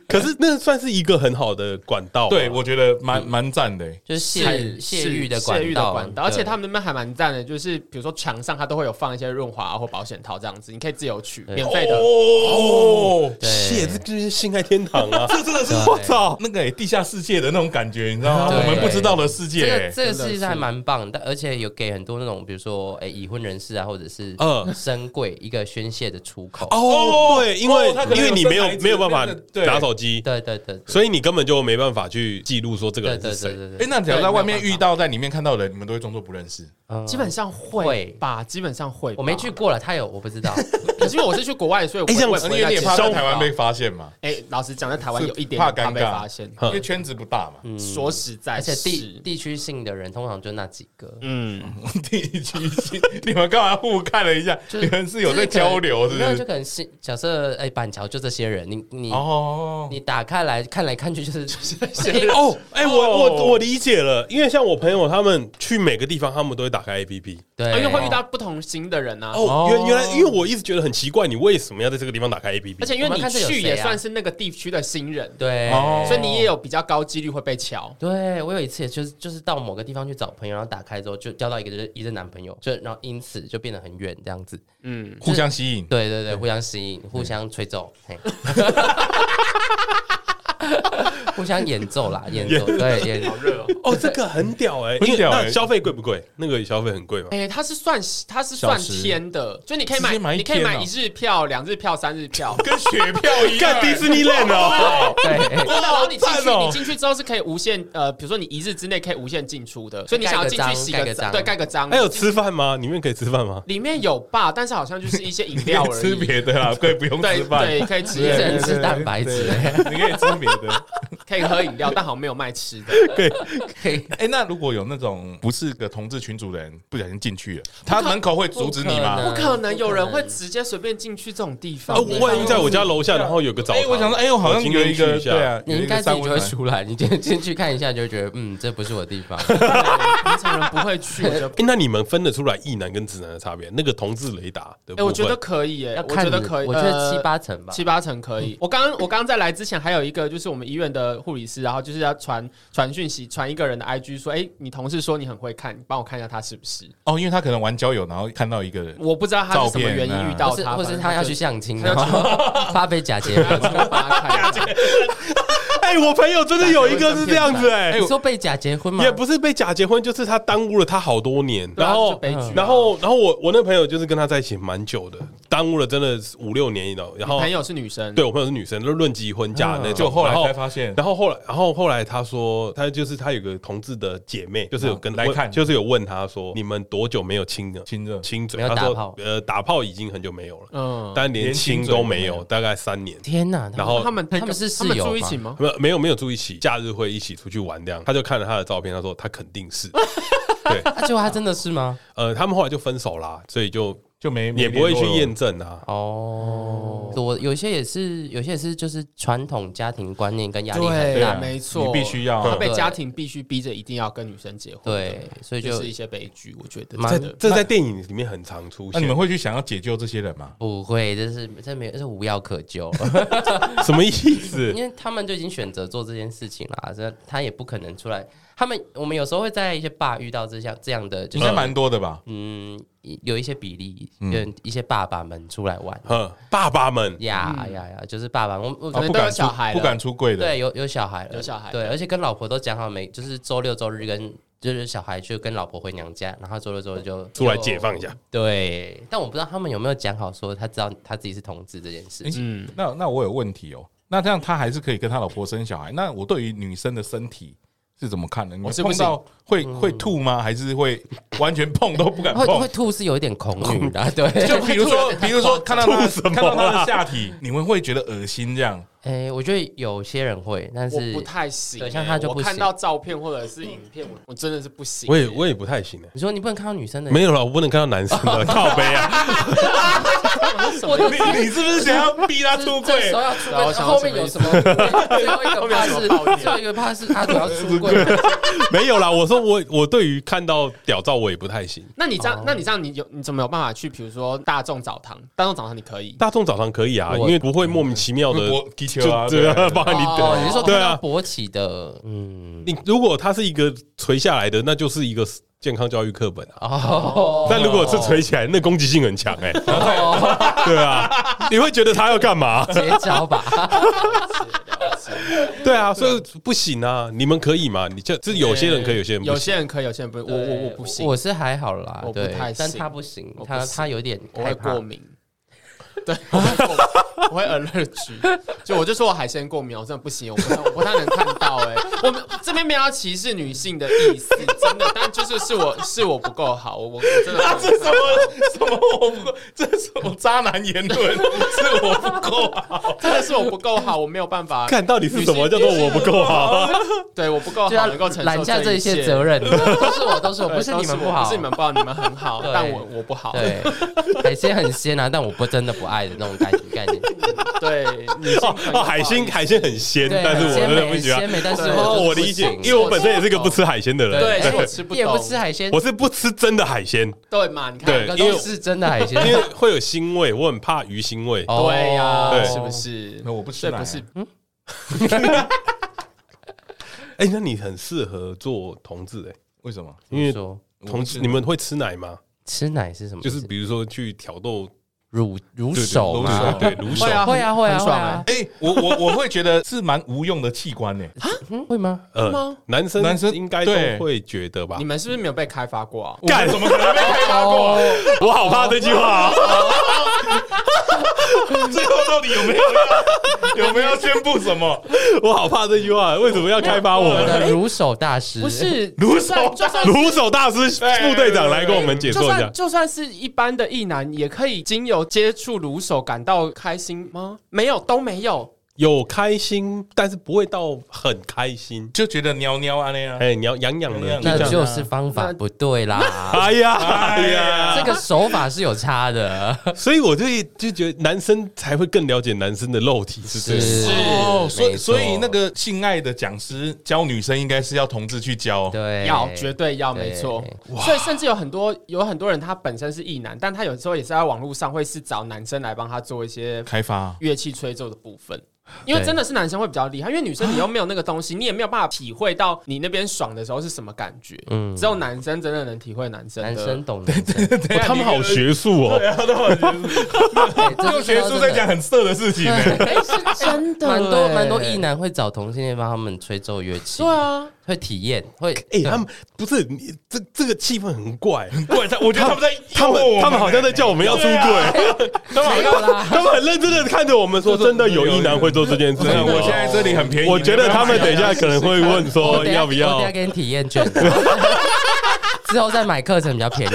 Speaker 3: 可是那算是一个很好的管道。
Speaker 4: [LAUGHS] 对，我觉得蛮蛮赞的欸。
Speaker 1: 就是泄
Speaker 2: [LAUGHS] 是
Speaker 1: 泄欲的
Speaker 2: 是
Speaker 1: 管
Speaker 2: 泄欲的
Speaker 1: 道，
Speaker 2: 管道，而且他们那边还蛮赞的，就是比如说墙上它都会有放一些润滑啊或保险套这样子，你可以自由取，
Speaker 1: 对
Speaker 2: 免费的。
Speaker 4: 哦，
Speaker 1: 对
Speaker 3: 谢，这就是性爱天堂啊！
Speaker 4: [LAUGHS] 这
Speaker 3: [LAUGHS]
Speaker 4: 真的是
Speaker 1: 对
Speaker 4: 我操，那个欸地下世界的那种感觉，你知道吗？
Speaker 1: 对
Speaker 4: 我们不知道的世
Speaker 1: 这
Speaker 4: 界
Speaker 1: 个
Speaker 4: 欸。
Speaker 1: 这个世界上还
Speaker 2: 是
Speaker 1: 蛮棒的，而且有给很多那种比如说哎已婚人士啊，或者是
Speaker 3: 嗯
Speaker 1: 深柜一个宣泄的出口。
Speaker 3: 哦，对，因为
Speaker 4: 哦他可能
Speaker 3: 因为你
Speaker 4: 有
Speaker 3: 没有
Speaker 4: 生孩子
Speaker 3: 没有办法
Speaker 4: 那个对
Speaker 3: 拿手机，
Speaker 1: 对对对，对
Speaker 3: 所以你根本就没办法去记录说这个
Speaker 1: 对
Speaker 3: 人
Speaker 1: 对
Speaker 3: 是
Speaker 1: 对
Speaker 3: 谁。
Speaker 1: 对
Speaker 4: 哎
Speaker 1: 对，，
Speaker 4: 那只要
Speaker 2: 对
Speaker 4: 在外
Speaker 2: 没
Speaker 4: 面
Speaker 2: 有办
Speaker 4: 遇
Speaker 2: 法
Speaker 4: 到，在里面看到的人，你们都会装作不认识。
Speaker 1: 嗯
Speaker 2: 基本上会
Speaker 1: 会
Speaker 2: 吧，基本上会。
Speaker 1: 我没去，过了，他有我不知道。
Speaker 2: 可是因为我是去国外，所以我
Speaker 3: 哎这样
Speaker 2: 我
Speaker 3: 子
Speaker 2: 也不会
Speaker 4: 而且呃你也
Speaker 2: 在
Speaker 4: 怕
Speaker 2: 街
Speaker 4: 在
Speaker 2: 上
Speaker 4: 台湾
Speaker 2: 看
Speaker 4: 被
Speaker 2: 到
Speaker 4: 发现嘛？
Speaker 2: 哎，老实讲，在台湾
Speaker 4: 是
Speaker 2: 有一点
Speaker 4: 怕
Speaker 2: 点怕
Speaker 4: 尴
Speaker 2: 被
Speaker 4: 尬
Speaker 2: 发现。
Speaker 3: 嗯
Speaker 4: 因为圈子不大嘛， [LAUGHS]
Speaker 2: 说实在
Speaker 1: 嗯而且
Speaker 2: 是，
Speaker 1: 地地区性的人通常就那几个，
Speaker 2: 嗯， [LAUGHS]
Speaker 4: 地区性，你们干嘛互看了一下？
Speaker 1: 就是
Speaker 4: 你们是有在交流，是
Speaker 1: 没有就
Speaker 4: 不？
Speaker 1: 是可能是假设哎板桥就这些人，你你
Speaker 4: 哦，
Speaker 1: 你打开来看来看去就是
Speaker 3: 哦，哎，我
Speaker 4: 哦
Speaker 3: 我我理解了，因为像我朋友他们去每个地方，他们都会打开 APP。
Speaker 1: 对，
Speaker 2: 因为哦会遇到不同新的人啊。
Speaker 3: 哦
Speaker 4: 哦，
Speaker 3: 原原来因为我一直觉得很奇怪，你为什么要在这个地方打开 APP？
Speaker 2: 而且因
Speaker 1: 我
Speaker 2: 为
Speaker 1: 们
Speaker 2: 你
Speaker 1: 看这有
Speaker 2: 去
Speaker 1: 谁
Speaker 2: 也
Speaker 1: 啊
Speaker 2: 算是那个地区的新人，
Speaker 1: 对，
Speaker 4: 哦
Speaker 2: 所以你也有比较高几率会被敲。
Speaker 1: 对我有一次也就是就是到某个地方去找朋友，然后打开之后就交到一个就是一任男朋友，就然后因此就变得很远这样子。
Speaker 2: 嗯，
Speaker 4: 互相吸引。
Speaker 1: 对对对，互相吸引，互相吹奏，
Speaker 4: [LAUGHS]
Speaker 1: 嘿互相演奏啦，演奏对演奏。
Speaker 2: [LAUGHS]
Speaker 3: 哦，这个很屌哎，
Speaker 4: 很
Speaker 3: 因为
Speaker 4: 屌欸
Speaker 3: 那消费贵不贵？那个消费很贵吗？
Speaker 2: 哎、它是算它是算
Speaker 4: 小时
Speaker 2: 天的，就你可以
Speaker 4: 直
Speaker 2: 买，
Speaker 4: 接买一
Speaker 2: 你可以
Speaker 4: 天
Speaker 2: 买
Speaker 4: 哦。
Speaker 2: 一日票、两日票、三日票
Speaker 4: 跟雪票一
Speaker 3: 干
Speaker 4: 样，
Speaker 3: 迪士尼 land 哦，
Speaker 4: [LAUGHS]
Speaker 1: 对，
Speaker 2: 真的然后你进
Speaker 4: 好
Speaker 2: 去，
Speaker 4: 赞哦
Speaker 2: 你进去之后是可以无限呃，比如说你一日之内可以无限进出的，所以你
Speaker 1: 盖
Speaker 2: 想要
Speaker 1: 个
Speaker 2: 进去
Speaker 1: 章
Speaker 2: 洗
Speaker 1: 盖
Speaker 2: 个
Speaker 1: 个章
Speaker 2: 章，对，盖个章。
Speaker 3: 还有吃饭吗？里面可以吃饭吗？
Speaker 2: 里面有吧，但是好像就是一些饮料而
Speaker 4: [LAUGHS] 吃
Speaker 2: 已。
Speaker 4: 别的啦，可以不用
Speaker 2: 对
Speaker 4: 吃饭，
Speaker 2: 对，可以吃
Speaker 1: 一
Speaker 4: 对
Speaker 1: 个 [LAUGHS]
Speaker 2: 饮，
Speaker 1: 人吃蛋白质，
Speaker 4: 你可以吃别的。
Speaker 3: [LAUGHS]
Speaker 2: 可以喝饮料，但好像没有卖吃的。
Speaker 1: 可以
Speaker 4: 哎，那如果有那种不是个同志群组的人不小心进去了，他门口会 [LAUGHS] 阻止你
Speaker 1: 不可
Speaker 4: 吗
Speaker 1: 能？
Speaker 2: 不可能有人会直接随便进去这种地方
Speaker 3: 啊，
Speaker 2: 的。
Speaker 3: 我万一在我家楼下，然后有个澡
Speaker 4: 哎，
Speaker 3: 堂，
Speaker 4: 我想说，哎，我好像
Speaker 3: 今
Speaker 4: 有
Speaker 3: 天
Speaker 4: 一个
Speaker 3: 去一下
Speaker 4: 对啊，
Speaker 1: 你
Speaker 4: 有一
Speaker 1: 应
Speaker 4: 个
Speaker 1: 该自
Speaker 4: 三
Speaker 1: 己就会
Speaker 4: 温暖
Speaker 1: 出来，你 [LAUGHS] 进进去看一下，你就会觉得嗯，这不是我的地
Speaker 4: [LAUGHS]
Speaker 1: 方。
Speaker 2: 对平常人不会去，我觉得
Speaker 3: 哎、那你们分得出来异男跟直男的差别？那个同志雷达的部分，
Speaker 2: 哎、我觉得可以、耶，
Speaker 1: 要
Speaker 2: 我
Speaker 1: 看
Speaker 2: 觉得
Speaker 1: 你
Speaker 2: 可以，
Speaker 1: 我觉得
Speaker 2: 呃
Speaker 1: 七八成吧。嗯
Speaker 2: 七八成可以。我刚我刚在来之前还有一个，就是我们医院的护理师，然后就是要传传讯息，传一个人的 IG 说，哎、你同事说你很会看，你帮我看一下他是不是？
Speaker 4: 哦，因为他可能玩交友，然后看到一个人，
Speaker 2: 我不知道他是什么
Speaker 3: 啊
Speaker 2: 原因遇到
Speaker 1: 或是
Speaker 2: 他，
Speaker 1: 或是他要去相亲，
Speaker 2: 他要
Speaker 1: 然
Speaker 2: 去
Speaker 1: 后 [LAUGHS] 发配假结
Speaker 2: 反正 [LAUGHS]
Speaker 1: 婚。
Speaker 2: 就。他要去帮
Speaker 3: [LAUGHS]
Speaker 2: 他看一啊下
Speaker 3: 哎、我朋友真的有一个是这样子、哎、
Speaker 1: 你说被假结婚吗？
Speaker 3: 也不是被假结婚，就是他耽误了他好多年，
Speaker 2: 对啊
Speaker 3: 然
Speaker 2: 就
Speaker 3: 后
Speaker 2: 悲剧啊。
Speaker 3: 然后，然后我我那朋友就是跟他在一起蛮久的，耽误了真的五六年了。然后
Speaker 2: 朋，友是女生，
Speaker 3: 对我朋友是女生，就论及婚嫁的那种。
Speaker 4: 就后来
Speaker 3: 然
Speaker 4: 才发现
Speaker 3: 然后后来，然后后来他说，他就是他有个同志的姐妹，就是有跟
Speaker 4: 来
Speaker 3: 问
Speaker 4: 看
Speaker 3: 就是有问他说，你们多久没有亲了？
Speaker 4: 亲热
Speaker 3: 亲嘴？
Speaker 1: 没有
Speaker 3: 他
Speaker 1: 打
Speaker 3: 说
Speaker 1: 炮
Speaker 3: 呃，打炮已经很久没有了，
Speaker 2: 嗯，
Speaker 3: 但连
Speaker 4: 连亲
Speaker 3: 亲
Speaker 4: 嘴
Speaker 3: 都
Speaker 4: 都
Speaker 3: 没
Speaker 4: 没
Speaker 3: 有，
Speaker 4: 有
Speaker 3: 大概三年。
Speaker 1: 天哪！
Speaker 3: 然后
Speaker 2: 他们
Speaker 1: 他们是室
Speaker 2: 他们
Speaker 1: 友
Speaker 2: 住一
Speaker 1: 吗
Speaker 2: 起吗？
Speaker 3: 没有没有没有住一起，假日会一起出去玩这样。他就看了他的照片，
Speaker 1: [LAUGHS]
Speaker 3: 他说他肯定是，对，
Speaker 2: [LAUGHS]
Speaker 1: 啊结果他真的是吗？
Speaker 3: 呃，他们后来就分手啦，所以就
Speaker 4: 就没
Speaker 3: 也不会去验
Speaker 4: 证。
Speaker 3: 证啊。
Speaker 1: 哦，我有些也是，有些也是就是传统家庭观念跟压力很
Speaker 2: 对
Speaker 4: 啊
Speaker 1: 大，
Speaker 2: 没错，
Speaker 4: 你必须
Speaker 3: 啊
Speaker 4: 要
Speaker 2: 他被
Speaker 1: 对
Speaker 2: 家庭必须逼着一定要跟女生结婚，
Speaker 1: 对，所以
Speaker 2: 就
Speaker 1: 就是
Speaker 2: 一些悲剧，我觉得
Speaker 1: 蛮
Speaker 3: 这
Speaker 2: 真的
Speaker 3: 这在电影里面很常出
Speaker 4: 那
Speaker 3: 现
Speaker 4: 你，们会去想要解救这些人吗？
Speaker 1: 不会，这是这没有，这是无药可救，
Speaker 3: [LAUGHS] 什么
Speaker 1: [LAUGHS]
Speaker 3: 意思？
Speaker 1: 因为他们就已经选择做这件事情啦，这他也不可能出来。他们我们有时候会在一些爸遇到这项这样的，就
Speaker 4: 应
Speaker 1: 是
Speaker 4: 该蛮多的吧？
Speaker 1: 嗯，有一些比例，有一些爸爸们出来玩，
Speaker 3: 哼，爸爸们，
Speaker 1: 呀呀呀，就是爸爸，我我
Speaker 2: 可
Speaker 4: 啊
Speaker 2: 能
Speaker 4: 不
Speaker 2: 都有
Speaker 4: 敢出
Speaker 2: 小孩了
Speaker 4: 不敢出柜的，
Speaker 1: 对，有有小孩了，
Speaker 2: 有小孩
Speaker 1: 对，
Speaker 2: 了
Speaker 1: 而且跟老婆都讲好每，就是周六周日跟就是小孩去跟老婆回娘家，然后周六周日就
Speaker 3: 出来解。放一下。
Speaker 1: 就对，但我不知道他们有没有讲好说他知道他自己是同志这件事情。
Speaker 2: 嗯，
Speaker 4: 那那我有问题哦。那这样他还是可以跟他老婆生小孩？那我对于女生的身体是怎么看的？你
Speaker 2: 我
Speaker 4: 们
Speaker 2: 是不
Speaker 4: 碰到会
Speaker 3: 嗯
Speaker 4: 会吐吗？还是会完全碰都不敢
Speaker 1: [LAUGHS] 会会
Speaker 4: 碰？
Speaker 1: 吐是有一点恐女的，对。
Speaker 4: 哦就
Speaker 1: [LAUGHS]
Speaker 4: 比如说，比如说看到
Speaker 3: 吐
Speaker 4: 他
Speaker 3: 什么啊
Speaker 4: 看到他的下体，你们会觉得恶心这样？ [LAUGHS]
Speaker 1: 哎，我觉得有些人会，但
Speaker 2: 我
Speaker 1: 是
Speaker 2: 不太行欸，
Speaker 1: 对像他就不
Speaker 2: 我看
Speaker 1: 行
Speaker 2: 到照片或者是影片，我我真的是不行欸，
Speaker 3: 我也我也不太行哎，
Speaker 1: 你说你不能看到女生的，
Speaker 3: 没有了，我不能看到男生
Speaker 1: [LAUGHS]
Speaker 3: 的靠背啊。
Speaker 1: 我都
Speaker 4: 你你是不是想要逼他
Speaker 1: 这
Speaker 4: 出
Speaker 1: 这
Speaker 4: 柜
Speaker 1: 时啊候？要出
Speaker 2: 然后
Speaker 1: 柜，
Speaker 2: 想
Speaker 1: 后面有什么？ [LAUGHS] 最后一个怕
Speaker 2: 后面有
Speaker 1: 是
Speaker 2: 什么抱怨
Speaker 1: 最后一个怕是阿朵要出柜，
Speaker 3: 没有啦，我说我我对于看到屌照我也不太行。
Speaker 2: 那你
Speaker 1: 哦
Speaker 2: 这样，那你这样，你有你怎么有办法去，比如说大众澡堂？大众澡堂你可
Speaker 3: [LAUGHS]
Speaker 2: 以，
Speaker 3: 大众澡堂可以啊，因
Speaker 1: 我
Speaker 3: 为不会莫名其妙的
Speaker 4: 我踢球啊 [LAUGHS]
Speaker 3: 就对啊，
Speaker 4: 对
Speaker 3: 帮你
Speaker 1: 哦，你是说看
Speaker 3: 对
Speaker 1: 到
Speaker 3: 啊，
Speaker 1: 勃起的，嗯，
Speaker 3: 你如果它是一个垂下来的，那就是一个健康教育课本啊。
Speaker 1: [LAUGHS] 哦，
Speaker 3: 但如果是垂起来，那攻击性很强哎，
Speaker 1: 哦，
Speaker 3: 对 [LAUGHS] 啊，你会觉得他要干嘛？
Speaker 1: 绝招吧？
Speaker 3: 对啊，所以不行啊，你们可以嘛？你就这有些人可以，有些人不
Speaker 2: 有
Speaker 3: 行
Speaker 2: 些。人可以，有些人不，我我我不行，
Speaker 1: 我是还好啦
Speaker 2: 我，不
Speaker 1: 对
Speaker 2: 太，
Speaker 1: 但
Speaker 2: 行
Speaker 1: 他不行
Speaker 2: 我，不
Speaker 1: 他
Speaker 2: 行
Speaker 1: 他有点
Speaker 2: 我
Speaker 1: 害
Speaker 2: 会
Speaker 1: 怕
Speaker 2: 过。敏，对，我会过敏我会 allergy，就我就说我海鲜过敏，我真的不行，我不太我不太能看到、欸，哎，我们这边没有要歧视女性的意思，真的，但就是是我是我不够好，我我我真的
Speaker 4: 啊，
Speaker 2: 不
Speaker 4: 这什么什么我不够，这是什么渣男言论？是我不够啊
Speaker 3: [LAUGHS]
Speaker 4: 好，
Speaker 2: 真的是我不够好，我没有办法，
Speaker 3: 看到底是什么叫做我不够啊哦好？
Speaker 1: 啊
Speaker 2: 对，我不够
Speaker 1: 就
Speaker 2: 好，
Speaker 1: 要
Speaker 2: 能够承受
Speaker 1: 揽下
Speaker 2: 这
Speaker 1: 这
Speaker 2: 一
Speaker 1: 些
Speaker 2: 切
Speaker 1: 责任， [LAUGHS] 都是我，都是我，
Speaker 2: 对
Speaker 1: 不是
Speaker 2: 都
Speaker 1: 你们
Speaker 2: 我
Speaker 1: 不好，
Speaker 2: 不是你们不好，你们很好，
Speaker 1: 对
Speaker 2: 但我我不好， [LAUGHS]
Speaker 1: 对，海鲜很鲜啊，但我不真的不爱的那种概概
Speaker 2: [LAUGHS]
Speaker 1: 念。
Speaker 2: 对，女性
Speaker 3: 哦
Speaker 2: 朋友不
Speaker 3: 哦，
Speaker 2: 好
Speaker 3: 海
Speaker 2: 意
Speaker 3: 鲜
Speaker 2: 思
Speaker 3: 海鲜很鲜，
Speaker 1: 啊对，
Speaker 3: 但是我
Speaker 1: 鲜
Speaker 3: 真的
Speaker 1: 美
Speaker 3: 不喜欢
Speaker 1: 鲜。美，但是
Speaker 2: 对
Speaker 3: 哦，
Speaker 1: 我
Speaker 3: 我
Speaker 1: 就是
Speaker 3: 理
Speaker 1: 不
Speaker 3: 解，
Speaker 1: 行
Speaker 3: 因为我本身也是个不吃海鲜的人，
Speaker 2: 对，
Speaker 1: 对
Speaker 2: 所以我吃不
Speaker 1: 你也不
Speaker 2: 懂
Speaker 1: 吃海鲜，
Speaker 3: 我是不吃真的海鲜，
Speaker 2: 对嘛？你看，
Speaker 3: 对
Speaker 1: 两个
Speaker 3: 因为
Speaker 1: 都是真的海鲜。
Speaker 3: 因为会有腥味，我很怕鱼腥味。
Speaker 1: 哦
Speaker 2: 对呀，
Speaker 3: 对
Speaker 2: 是不是？
Speaker 4: 那我不吃
Speaker 2: 这
Speaker 4: 奶
Speaker 2: 不
Speaker 4: 啊
Speaker 2: 是
Speaker 3: 哎，那你很适合做同志哎，
Speaker 4: 为什么？
Speaker 3: 因为
Speaker 1: 说
Speaker 3: 同志你们会吃奶吗？
Speaker 1: 吃奶是什么意
Speaker 3: 就
Speaker 1: 思？
Speaker 3: 是比如说去挑逗
Speaker 1: 乳乳
Speaker 3: 对对
Speaker 1: 手
Speaker 4: 乳手
Speaker 1: 嘛。
Speaker 4: [LAUGHS]
Speaker 3: 对对，乳手
Speaker 2: 会，啊
Speaker 1: 会啊会啊
Speaker 2: 很
Speaker 1: 会
Speaker 2: 爽
Speaker 1: 啊，
Speaker 4: 哎、我我我会觉得是蛮无用的器官呢、
Speaker 1: 嗯会
Speaker 2: [LAUGHS]
Speaker 1: 吗？
Speaker 3: 呃，男生
Speaker 4: 男生
Speaker 3: 应该
Speaker 4: 对
Speaker 3: 都会觉得吧
Speaker 2: 欸你？们是不是没有被开发过啊？
Speaker 3: 干，怎么可能被开发
Speaker 1: 哦
Speaker 3: 过？我好怕这
Speaker 2: [LAUGHS]
Speaker 3: 句话啊！
Speaker 4: [LAUGHS] 最后到底有没有要有没有要宣布什么？
Speaker 3: 我好怕这句话，啊为什么要开发我
Speaker 1: 我
Speaker 3: 呢？
Speaker 1: 的乳手大师
Speaker 2: 不是，
Speaker 3: 乳手乳手大师副队长来跟我们解
Speaker 2: 就
Speaker 3: 说一
Speaker 2: 算
Speaker 3: 下。
Speaker 2: 就算是一般的异男，也可以经由接触乳手感到开心吗？没有，都没有。
Speaker 3: 有开心，但是不会到很开心。
Speaker 4: [LAUGHS] 就觉得尿尿啊那
Speaker 3: [LAUGHS]
Speaker 4: 样、
Speaker 3: 哎，你要痒痒的，
Speaker 4: 痒
Speaker 3: 就
Speaker 1: 那
Speaker 3: 这样。
Speaker 1: 就是方法不对
Speaker 2: [LAUGHS]
Speaker 1: 啦。
Speaker 3: 哎呀，哎
Speaker 1: 这
Speaker 3: 呀，
Speaker 1: 个手法是有差的，
Speaker 3: 所以我就就觉得男生才会更了解男生的肉体是这样。
Speaker 1: 是
Speaker 4: 哦，所以
Speaker 1: 没错
Speaker 4: 所以那个性爱的讲师教女生应该是要同志去教，
Speaker 1: 对，
Speaker 2: 要绝对要，
Speaker 1: 哎对
Speaker 2: 没错。所以甚至有很多有很多人，他本身是异男，但他有时候也是在网络上会是找男生来帮他做一些
Speaker 4: 开 [LAUGHS] 发
Speaker 2: 乐器吹奏的部分。因为真的是男生会比较厉害，因为女生你又没有那个东西，你也没有办法体会到你那边爽的时候是什么感觉。嗯，只有男生真的能体会男生的。
Speaker 1: 男生懂男生，
Speaker 4: 啊
Speaker 3: 哦他们好
Speaker 4: [LAUGHS]
Speaker 3: 学术哦，
Speaker 1: 对哎这
Speaker 4: 用学术在讲很色的事情、呢。
Speaker 2: [LAUGHS] 哎
Speaker 1: 是真 [LAUGHS]
Speaker 2: 的
Speaker 1: 蛮多
Speaker 2: 欸
Speaker 1: 蛮多异男会找同性恋帮他们吹奏乐器，
Speaker 2: 对，啊，
Speaker 1: 会体验，会
Speaker 3: 哎，他们不是你这这个气氛很 [LAUGHS] 怪，
Speaker 4: 对，他我觉得他们在诱
Speaker 3: 他们
Speaker 4: 我
Speaker 3: 他们好像在叫我们要出
Speaker 4: 啊
Speaker 3: 轨，
Speaker 4: 他们好
Speaker 1: 没
Speaker 4: 像
Speaker 1: 有啦，
Speaker 3: [LAUGHS] 他们很认真的看着我们说，真的有一男会做这件事
Speaker 4: 真的，
Speaker 3: 情。
Speaker 4: 啊我现在这里很便宜，
Speaker 3: 我觉得他
Speaker 4: 啊
Speaker 3: 们等一下可能会问
Speaker 1: 我
Speaker 3: 说
Speaker 1: 等一下
Speaker 3: 啊要
Speaker 1: 我
Speaker 3: 不
Speaker 1: 等一
Speaker 3: 要
Speaker 1: 下，给你体验券，之后再买课程比较便宜。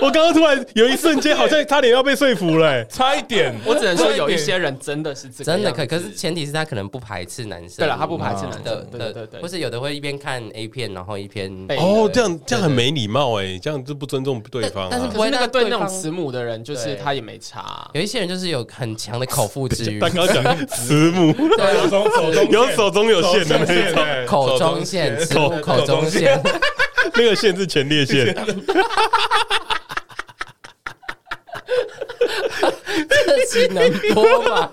Speaker 3: 我刚刚突然有一瞬间，好像差点要被说服了、欸。
Speaker 4: 差一点，
Speaker 2: 我只能说有一些人真的是这个
Speaker 1: 真
Speaker 2: 样子，
Speaker 1: 的可以，可是前提是他可能不排斥男生。
Speaker 2: 对了，他不排斥
Speaker 4: 嗯
Speaker 2: 男
Speaker 1: 的
Speaker 2: 生，对对对
Speaker 1: 的，
Speaker 2: 对，
Speaker 1: 或是有的会一边看 A 片，然后一边
Speaker 2: 被
Speaker 3: 哦，
Speaker 2: 对
Speaker 3: 这样这样很没礼貌哎、这样就不尊重对方、啊
Speaker 1: 但但是
Speaker 2: 可是那个对那
Speaker 1: 对
Speaker 2: 种
Speaker 1: 方
Speaker 2: 慈母的人，就是
Speaker 1: 对
Speaker 2: 他也没差。
Speaker 1: 有一些人就是有很强的口腹
Speaker 3: [LAUGHS]
Speaker 1: 之欲，
Speaker 3: 但刚刚讲慈母，
Speaker 4: 有种手中
Speaker 3: 有手中有线的那种，
Speaker 4: [LAUGHS] 种
Speaker 1: 口中线，食物口中线， [LAUGHS]
Speaker 3: 那个线是 [LAUGHS] 前列腺，
Speaker 1: 这期能播吗？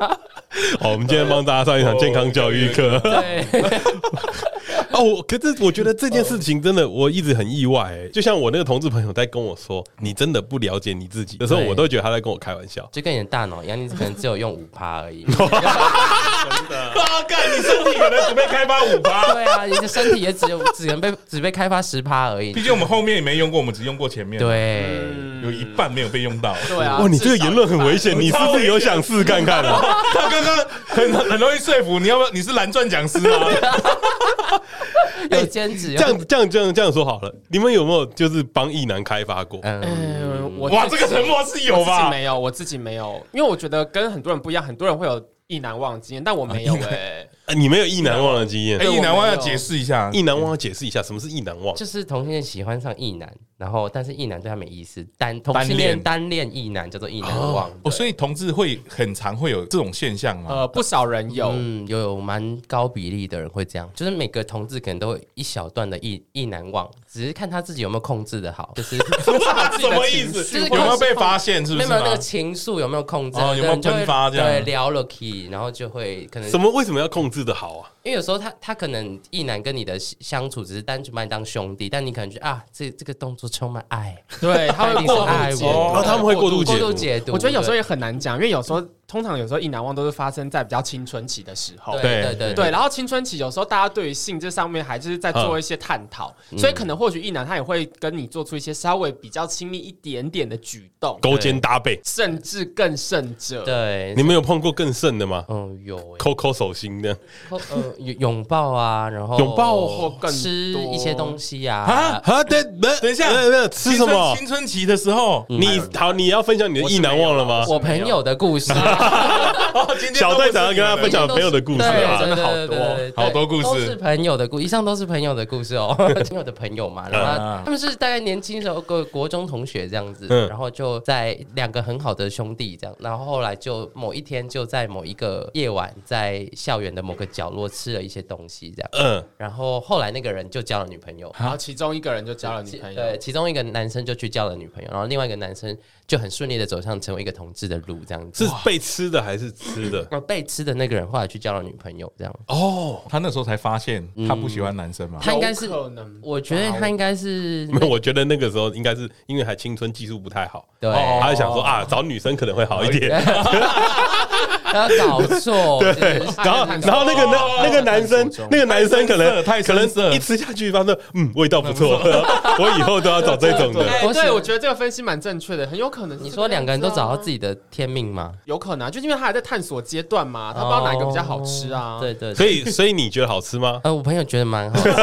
Speaker 3: 好，我们今天帮大家上一堂健康教育课。
Speaker 1: 对，
Speaker 3: 哦，我可是我觉得这件事情真的我一直很意外、欸，就像我那个同志朋友在跟我说，你真的不了解你自己的时候，
Speaker 1: 对
Speaker 3: 我都觉得他在跟我开玩笑。
Speaker 1: 就跟你的大脑一样，你可能只有用五趴而已。
Speaker 4: 八干，你身体可能只被开发五趴。
Speaker 1: 对啊，你的身体也只有只能被只被开发十趴
Speaker 4: [LAUGHS]
Speaker 1: 而已
Speaker 4: 毕。竟我们后面也没用过，我们只用过前面，，
Speaker 1: 对，
Speaker 2: 嗯，
Speaker 4: 有一半没有被用到。
Speaker 2: 对啊，
Speaker 3: 哇，你这个
Speaker 2: 至少
Speaker 3: 言论很危险，你是不是有想试看看啊？
Speaker 4: 他刚刚很很容易说服，你要不要？你是蓝钻讲师吗？哎
Speaker 1: 有兼职，
Speaker 3: 这样子，这样，这样，这样说好了，你们有没有就是帮异男开发过？
Speaker 1: 嗯，
Speaker 2: 嗯，我
Speaker 4: 哇，
Speaker 2: 自
Speaker 4: 这
Speaker 2: 己
Speaker 4: 个沉默是有
Speaker 2: 我自己
Speaker 4: 吧？
Speaker 2: 没有，我自己没有，因为我觉得跟很多人不一样，很多人会有意难忘的经验，但我没有哎。
Speaker 3: 啊你没有异男忘的经验哎
Speaker 4: 哎，？
Speaker 2: 对
Speaker 4: 意难
Speaker 2: 我
Speaker 4: 忘
Speaker 2: 没
Speaker 4: 要
Speaker 2: 有
Speaker 4: 解释一下，
Speaker 3: 异男忘要解释一下什么是异男忘？
Speaker 1: 就是同性恋喜欢上异男，然后但是异男对他没意思，单同
Speaker 4: 单
Speaker 1: 性恋
Speaker 4: 恋
Speaker 1: 单恋异男叫做异男忘
Speaker 4: 哦。，哦，所以同志会很常会有这种现象吗？
Speaker 2: 呃，不少人有，
Speaker 1: 嗯，有有蛮高比例的人会这样，就是每个同志可能都有一小段的意意难忘，只是看他自己有没有控制的好，
Speaker 4: [LAUGHS]
Speaker 1: 就是
Speaker 4: 什么意
Speaker 1: 绪
Speaker 4: 思？
Speaker 1: 就是
Speaker 4: 有没有被发现？是不
Speaker 1: 没有
Speaker 4: 是
Speaker 1: 没有那
Speaker 4: 吗
Speaker 1: 个？情愫有没有控制，
Speaker 4: 哦有没有
Speaker 1: 人就会
Speaker 4: 喷发这样
Speaker 1: 对，聊了 key，然后就会可能
Speaker 3: 什么？为什么要控制的好啊？
Speaker 1: 因为有时候他他可能意男跟你的相处只是单纯把你当兄弟，但你可能觉得啊，这这个动作充满
Speaker 2: [LAUGHS]
Speaker 1: 爱，
Speaker 2: 对，他会
Speaker 1: 一定是
Speaker 2: 过度
Speaker 1: 爱 [LAUGHS]
Speaker 2: 解
Speaker 1: 我
Speaker 2: 读
Speaker 3: 哦，他们会过度
Speaker 1: 过
Speaker 3: 解
Speaker 1: 度
Speaker 3: 读。
Speaker 1: 解读。
Speaker 2: 我觉得有时候也很难讲，因为有时候通常有时候意难忘都是发生在比较青春期的时候
Speaker 1: 对。
Speaker 4: 对
Speaker 1: 对对
Speaker 2: 对，然后青春期有时候大家对于性这上面还就是在做一些探讨，所以可能或许一男他也会跟你做出一些稍微比较亲密一点点的举动，
Speaker 3: 勾肩搭背，
Speaker 2: 甚至更甚者，
Speaker 1: 对，
Speaker 3: 你们有碰过更甚的吗？
Speaker 1: 嗯有欸
Speaker 3: 抠抠手心的，
Speaker 1: 呃拥拥抱啊，然后
Speaker 3: 拥抱
Speaker 2: 或更多
Speaker 1: 吃一些东西啊
Speaker 4: 啊，
Speaker 3: 啊，等等
Speaker 4: 等一下
Speaker 3: 吃什么？
Speaker 4: 青春青春期的时候，
Speaker 3: 你好，你要分享你的意难忘了
Speaker 2: 啊
Speaker 3: 吗？
Speaker 1: 我朋友的故事，啊
Speaker 4: 哦今天
Speaker 3: 小
Speaker 4: 都不
Speaker 3: 队
Speaker 4: 是
Speaker 3: 长要
Speaker 4: 你
Speaker 3: 跟他 [LAUGHS]
Speaker 4: 们
Speaker 3: 分享朋友的故事啊
Speaker 1: 对
Speaker 4: 真的好多
Speaker 1: 对对对对
Speaker 4: 好多故事
Speaker 1: 都是朋友的故，以上都是朋友的故事
Speaker 3: [LAUGHS]
Speaker 1: 哦，朋友的朋友
Speaker 3: 嗯
Speaker 1: 嘛，然后他们是大概年轻的时候国国中同学这样子
Speaker 3: 嗯，
Speaker 1: 然后就在两个很好的兄弟这样，然后后来就某一天就在某一个夜晚，在校园的某个角落吃了一些东西这样，
Speaker 3: 嗯，
Speaker 1: 然后后来那个人就交了女朋友，
Speaker 2: 然后其中一个人就交了女朋友，
Speaker 1: 对，其中一个男生就去交了女朋友，然后另外一个男生就很顺利的走上成为一个同志的路，这样子。
Speaker 3: 是被吃的还是吃的？
Speaker 1: 然后被吃的那个人后来去交了女朋友，这样。
Speaker 3: 哦，嗯
Speaker 4: 他那时候才发现他不喜欢男生嘛。
Speaker 1: 他应该是
Speaker 2: 有可能吧，
Speaker 1: 我觉得他应该是
Speaker 3: [LAUGHS] 没有，我觉得那个时候应该是因为还青春技术不太好，
Speaker 1: 对，
Speaker 4: 哦
Speaker 3: 他就想说啊，找女生可能会好一
Speaker 2: 哦
Speaker 3: 点。
Speaker 1: 他搞错，
Speaker 3: [LAUGHS]
Speaker 1: 对
Speaker 3: 然后，然后那个那那个男生，那个男生可能
Speaker 4: 太
Speaker 3: 可
Speaker 4: 深
Speaker 3: 能
Speaker 4: 色
Speaker 3: 一吃下去，发现嗯，味道不
Speaker 4: [LAUGHS]
Speaker 3: 错，我以后都要找这种的。
Speaker 2: 哎
Speaker 1: 我喜
Speaker 2: 对，
Speaker 1: 欢
Speaker 2: 我觉得这个分析蛮正确的，很有可能是
Speaker 1: 你
Speaker 2: 这
Speaker 1: 说两个人都找到自
Speaker 2: 样子啊。
Speaker 1: 己的天命吗？
Speaker 2: 有可能、啊，就因为他还在探索阶段嘛，他不知道哪一个比较好吃啊。
Speaker 1: 哦对，对，
Speaker 3: 所
Speaker 1: 以
Speaker 3: 以，所以你觉得好吃吗？
Speaker 1: 呃，我朋友觉得蛮好的，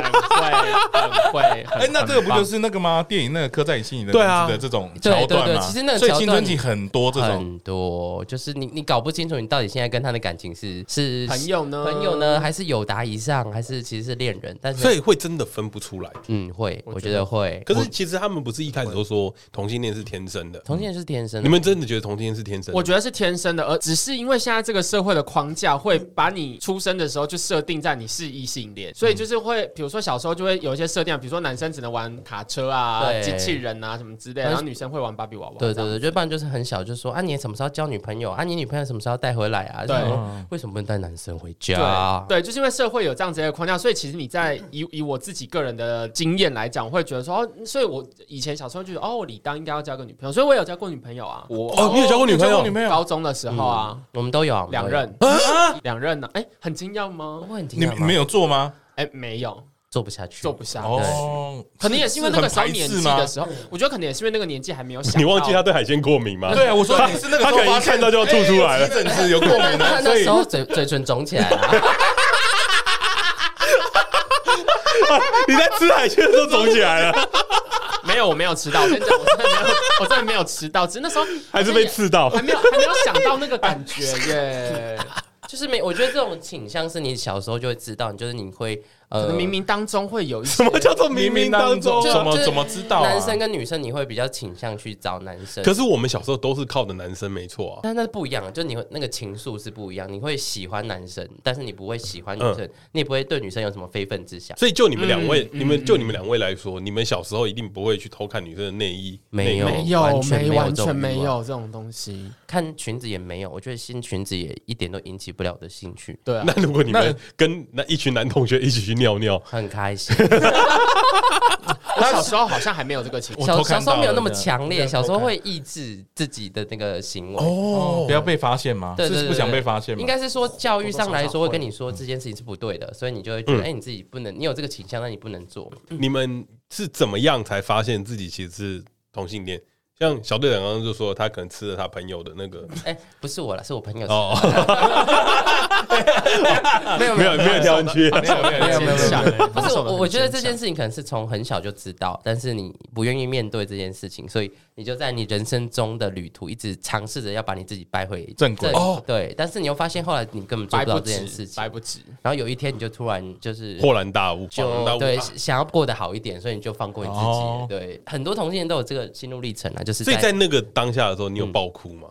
Speaker 2: 很会，很
Speaker 4: 哎
Speaker 2: 会。，
Speaker 4: 那这个不
Speaker 2: 很棒
Speaker 4: 就是那个吗？电影那个刻在你心里的
Speaker 3: 嗯对啊
Speaker 4: 名字的这种
Speaker 1: 对
Speaker 4: 桥段
Speaker 1: 对对
Speaker 4: 嘛。
Speaker 1: 其实那个
Speaker 4: 所以
Speaker 1: 桥
Speaker 4: 青
Speaker 1: 段
Speaker 4: 春期很多这种，
Speaker 1: 很多，就是你你搞不清楚你到底现在跟他的感情是是
Speaker 2: 朋友呢？
Speaker 1: 朋友呢，？还是友达以上，还是其实是恋人？但是
Speaker 3: 所以会真的分不出来。
Speaker 1: 嗯，会，我觉得会。
Speaker 3: 可是其实他们不是一开始都说同性恋是天生的，
Speaker 1: 同性恋是天生的，
Speaker 3: 你们真的觉得同性恋是天生的？
Speaker 2: 我觉得是天生的，而只是因为现在这个社会的框架会把你出生的时候就设定在你是异性
Speaker 1: 嗯
Speaker 2: 恋，所以就是会，比如说小时候就会有一些设定啊，比如说男生只能玩卡车啊、
Speaker 1: 对
Speaker 2: 机器人啊什么之类，然后女生会玩芭比娃娃。
Speaker 1: 对
Speaker 2: 这
Speaker 1: 对
Speaker 2: 样
Speaker 1: 对，就不然就是很小就说啊，你什么时候交女朋友啊？你女朋友什么时候带回来啊？
Speaker 2: 对
Speaker 1: 什
Speaker 3: 嗯
Speaker 1: 么为什么不能带男生回家？
Speaker 2: 对，就是因为社会有这样子的框架，所以其实你在以以我自己个人的经验来讲，我会觉得说，哦，所以我以前小时候就觉得，哦，我理当应该要交个女朋友，所以我有交过女朋友啊，我
Speaker 3: 哦，你有交过女朋友？嗯
Speaker 2: 高中的时候啊，
Speaker 1: 我们都有啊
Speaker 2: 两，任，
Speaker 3: 啊
Speaker 2: 两任呢、哎、很惊讶
Speaker 1: 我
Speaker 2: 吗？
Speaker 1: 们都有
Speaker 4: 你
Speaker 1: 问题
Speaker 4: 你们有做吗？
Speaker 2: 哎、没有，
Speaker 1: 做不下去，
Speaker 2: 做不下。
Speaker 4: 哦，
Speaker 2: 可能也是因为那个时候年纪
Speaker 4: 是很
Speaker 2: 的
Speaker 4: 排斥吗？
Speaker 2: 时候，我觉得可能也是因为那个年纪还没有想到。
Speaker 3: 你忘记他对海鲜过敏吗？
Speaker 4: 对啊，我说你是那个时
Speaker 3: 他
Speaker 4: 候
Speaker 3: 可能一
Speaker 4: 发现
Speaker 3: 看到就要吐出来了
Speaker 4: 哎有急诊室有过敏
Speaker 1: 他
Speaker 4: 的，所
Speaker 1: 那
Speaker 4: 以
Speaker 1: 时候嘴嘴唇肿起来了，
Speaker 2: [LAUGHS]
Speaker 3: 你在吃海鲜的时候肿起来了，
Speaker 2: 没有，我没有迟到，我跟你讲，我真的没有，我真的没有迟到，只是那时候
Speaker 3: 还是被刺到
Speaker 2: 我。还没有还没有想到那个感觉
Speaker 3: [LAUGHS]
Speaker 2: 耶。
Speaker 1: 就是没，我觉得这种倾向是你小时候就会知道，你就是你会
Speaker 2: 可
Speaker 1: 呃，
Speaker 2: 能冥冥当中会有一些
Speaker 3: 什么叫做冥冥当中？
Speaker 1: 就
Speaker 4: 怎么
Speaker 1: 就是
Speaker 4: 怎么知道啊？
Speaker 1: 男生跟女生你会比较倾向去找男生，
Speaker 3: 可是我们小时候都是靠的男生，没错啊。
Speaker 1: 但那不一样，就你会那个情愫是不一样，你会喜欢男生，但是你不会喜欢女生，你也不会对女生有什么非分之想。
Speaker 3: 所以就你们两位，
Speaker 2: 嗯
Speaker 3: 你们就你们两位来说，你们小时候一定不会去偷看女生的内衣，
Speaker 1: 没有
Speaker 3: 内
Speaker 2: 没
Speaker 3: 裤
Speaker 2: 有
Speaker 1: 完全没有
Speaker 2: 完
Speaker 1: 这
Speaker 2: 全
Speaker 1: 种
Speaker 2: 没
Speaker 1: 欲
Speaker 2: 有
Speaker 1: 望
Speaker 2: 这种东西，
Speaker 1: 看裙子也没有，我觉得新裙子也一点都引起不了我的兴趣，
Speaker 2: 对啊
Speaker 3: 那，如果你们跟那一群男同学一起去尿尿，
Speaker 1: 很开心。
Speaker 2: 我小时候好像还没有这个情况。
Speaker 4: 我
Speaker 1: 小
Speaker 4: 偷
Speaker 1: 小
Speaker 4: 看
Speaker 1: 时候
Speaker 4: 到
Speaker 1: 没有
Speaker 4: 了
Speaker 1: 那么
Speaker 4: 这样
Speaker 1: 强烈，
Speaker 4: 我
Speaker 1: 小时候
Speaker 4: 偷看
Speaker 1: 会抑制自己的那个行为。
Speaker 3: 哦
Speaker 4: 不要被发现吗？
Speaker 1: 对对对
Speaker 4: 是不想被发现吗？
Speaker 1: 应该是说教育上来说会
Speaker 2: 我都常常会
Speaker 1: 跟你说这件事情是不对的，所以你就会觉得，
Speaker 3: 嗯
Speaker 1: 哎，你自己不能，你有这个倾向，那你不能做。
Speaker 3: 你们是怎么样才发现自己其实是同性恋？像小队长刚刚就说，他可能吃了他朋友的那个
Speaker 1: 哎，不是我了，是我朋友。
Speaker 3: 哦，
Speaker 1: 没有
Speaker 3: 没有没有挑区，
Speaker 4: 没有没有没有没有没有，
Speaker 1: 不是我，我觉得这件事情可能是从很小就知道，但是你不愿意面对这件事情，所以你就在你人生中的旅途一直尝试着要把你自己掰回
Speaker 4: 正轨
Speaker 1: 哦，对，但是你又发现后来你根本做
Speaker 2: 白
Speaker 1: 不
Speaker 2: 不
Speaker 1: 到这件事
Speaker 2: 值，
Speaker 1: 情
Speaker 2: 白，不值。
Speaker 1: 然后有一天你就突然就是
Speaker 3: 豁然大悟，
Speaker 1: 就
Speaker 3: 恍然大悟
Speaker 1: 对
Speaker 3: 啊
Speaker 1: 想要过得好一点，所以你就放过你自己。
Speaker 4: 哦
Speaker 1: 对，很多同性恋都有这个心路历程啊，就是
Speaker 3: 所以
Speaker 1: 在
Speaker 3: 在那个当下的时候，你有爆哭吗？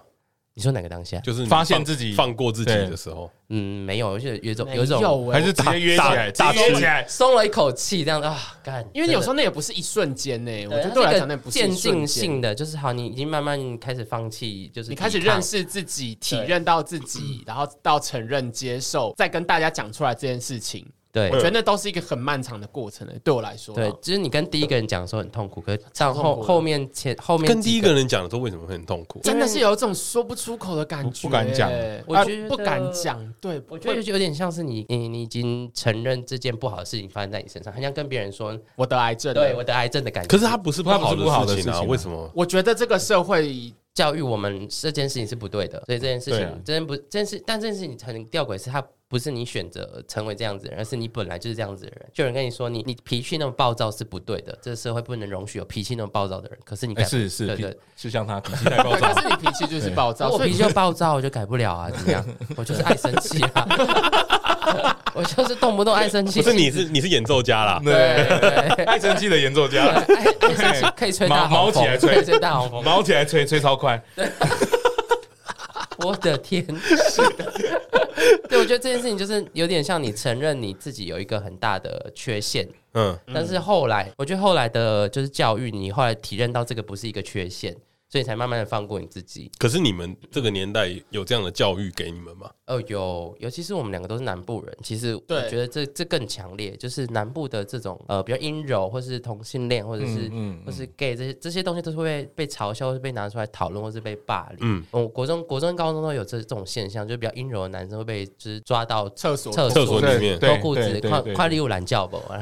Speaker 1: 你说哪个当下，
Speaker 3: 就是你
Speaker 4: 发现自己
Speaker 3: 放过自己的时候，
Speaker 1: 嗯，没有，就是有一种
Speaker 2: 没
Speaker 1: 有一种
Speaker 2: 欸
Speaker 4: 还是直接约起来，
Speaker 3: 打
Speaker 4: 直接约起来。
Speaker 1: 松了一口气，这样子啊，干，
Speaker 2: 因为你有时
Speaker 1: 候。
Speaker 2: 候那也不是一瞬间呢、我
Speaker 1: 对
Speaker 2: 觉得
Speaker 1: 它
Speaker 2: 对我来
Speaker 1: 是一
Speaker 2: 讲那也
Speaker 1: 个
Speaker 2: 不是
Speaker 1: 渐
Speaker 2: 一瞬
Speaker 1: 进
Speaker 2: 间
Speaker 1: 性的，就是好，你已经慢慢开始放弃，就是
Speaker 2: 你开始
Speaker 1: 抵抗
Speaker 2: 认识自己，体
Speaker 1: 对
Speaker 2: 认到自
Speaker 1: 嗯
Speaker 2: 己，然后到承认、接受，再跟大家讲出来这件事情，
Speaker 1: 对
Speaker 2: 我觉得那都是一个很漫长的过程的、欸对我来说，
Speaker 1: 对，，就是你跟第一个人讲的时候很痛
Speaker 2: [LAUGHS]
Speaker 1: 苦，可是到
Speaker 2: 痛
Speaker 1: 后
Speaker 2: 苦的
Speaker 1: 后面前后面
Speaker 3: 跟
Speaker 1: 几
Speaker 3: 第一个人讲的时候为什么会很痛苦？
Speaker 2: 真的是有一种说不出口的感觉、
Speaker 4: 不不敢讲
Speaker 1: 我
Speaker 2: 啊
Speaker 1: 觉得
Speaker 2: 不敢讲，对，
Speaker 1: 我觉得有点像是你你你已经承认这件不好的事情发生在你身上，很像跟别人说
Speaker 2: 我得癌症了，
Speaker 1: 对我的癌症的感觉。
Speaker 3: 可是他不是不好
Speaker 4: 他不是不好
Speaker 3: 的
Speaker 4: 的
Speaker 3: 事情
Speaker 4: 事
Speaker 3: 啊，
Speaker 4: 情啊
Speaker 3: 为什么？
Speaker 2: 我觉得这个社会
Speaker 1: 教育我们这件事情是不对的，所以这件事
Speaker 4: 对啊
Speaker 1: 情真不这件事，但这件事情很吊诡，是它不是你选择成为这样子的人，而是你本来就是这样子的人。就有人跟你说你你脾气那么暴躁是不对的，这个社会不能容许有脾气那么暴躁的人。可是你
Speaker 4: 哎，
Speaker 1: 改，
Speaker 4: 是是
Speaker 1: 对
Speaker 4: 脾
Speaker 1: 对，
Speaker 4: 就像他脾气太暴
Speaker 2: 对，但
Speaker 4: 躁，
Speaker 2: 是你脾气就是暴躁，
Speaker 1: 我
Speaker 2: 所
Speaker 1: 脾
Speaker 2: 以
Speaker 1: 气就暴躁，我就改不了啊，怎么样？我就是爱生气啊，我就是动不动爱生气。
Speaker 3: 不是你是你是演奏家啦，
Speaker 4: 对，
Speaker 1: [LAUGHS] 对，
Speaker 4: 爱生气的演奏家，
Speaker 1: 爱爱生气可以吹大
Speaker 4: 毛
Speaker 1: 黄
Speaker 4: 毛起
Speaker 1: 蜂，
Speaker 4: 来吹
Speaker 1: 可以吹大黄蜂。
Speaker 4: [LAUGHS] 毛起来吹吹超快，
Speaker 1: 我的天， [LAUGHS] 对，我觉得这件事情就是有点像你承认你自己有一个很大的缺陷，
Speaker 3: 嗯，
Speaker 1: 但是后来，我觉得后来的就是教育，你后来体认到这个不是一个缺陷，所以才慢慢的放过你自己。
Speaker 3: 可是你们这个年代有这样的教育给你们吗？
Speaker 1: 哦，有，尤其是我们两个都是南部人，其实我
Speaker 2: 对
Speaker 1: 觉得这这更强烈，就是南部的这种呃比较阴柔，或是同性恋，或者是、
Speaker 4: 嗯
Speaker 1: 或是 gay 这些这些东西都是会被嘲笑，或是被拿出来讨论，或是被霸凌。
Speaker 3: 嗯，
Speaker 1: 我哦国中、国中、高中都有这这种现象，就是比较阴柔的男生会被就是抓到
Speaker 2: 厕所
Speaker 1: 厕
Speaker 3: 厕所
Speaker 1: 所
Speaker 3: 里面，
Speaker 4: 对
Speaker 1: 脱裤子，
Speaker 4: 对对
Speaker 1: 快
Speaker 4: 对
Speaker 1: 快溜懒觉不？然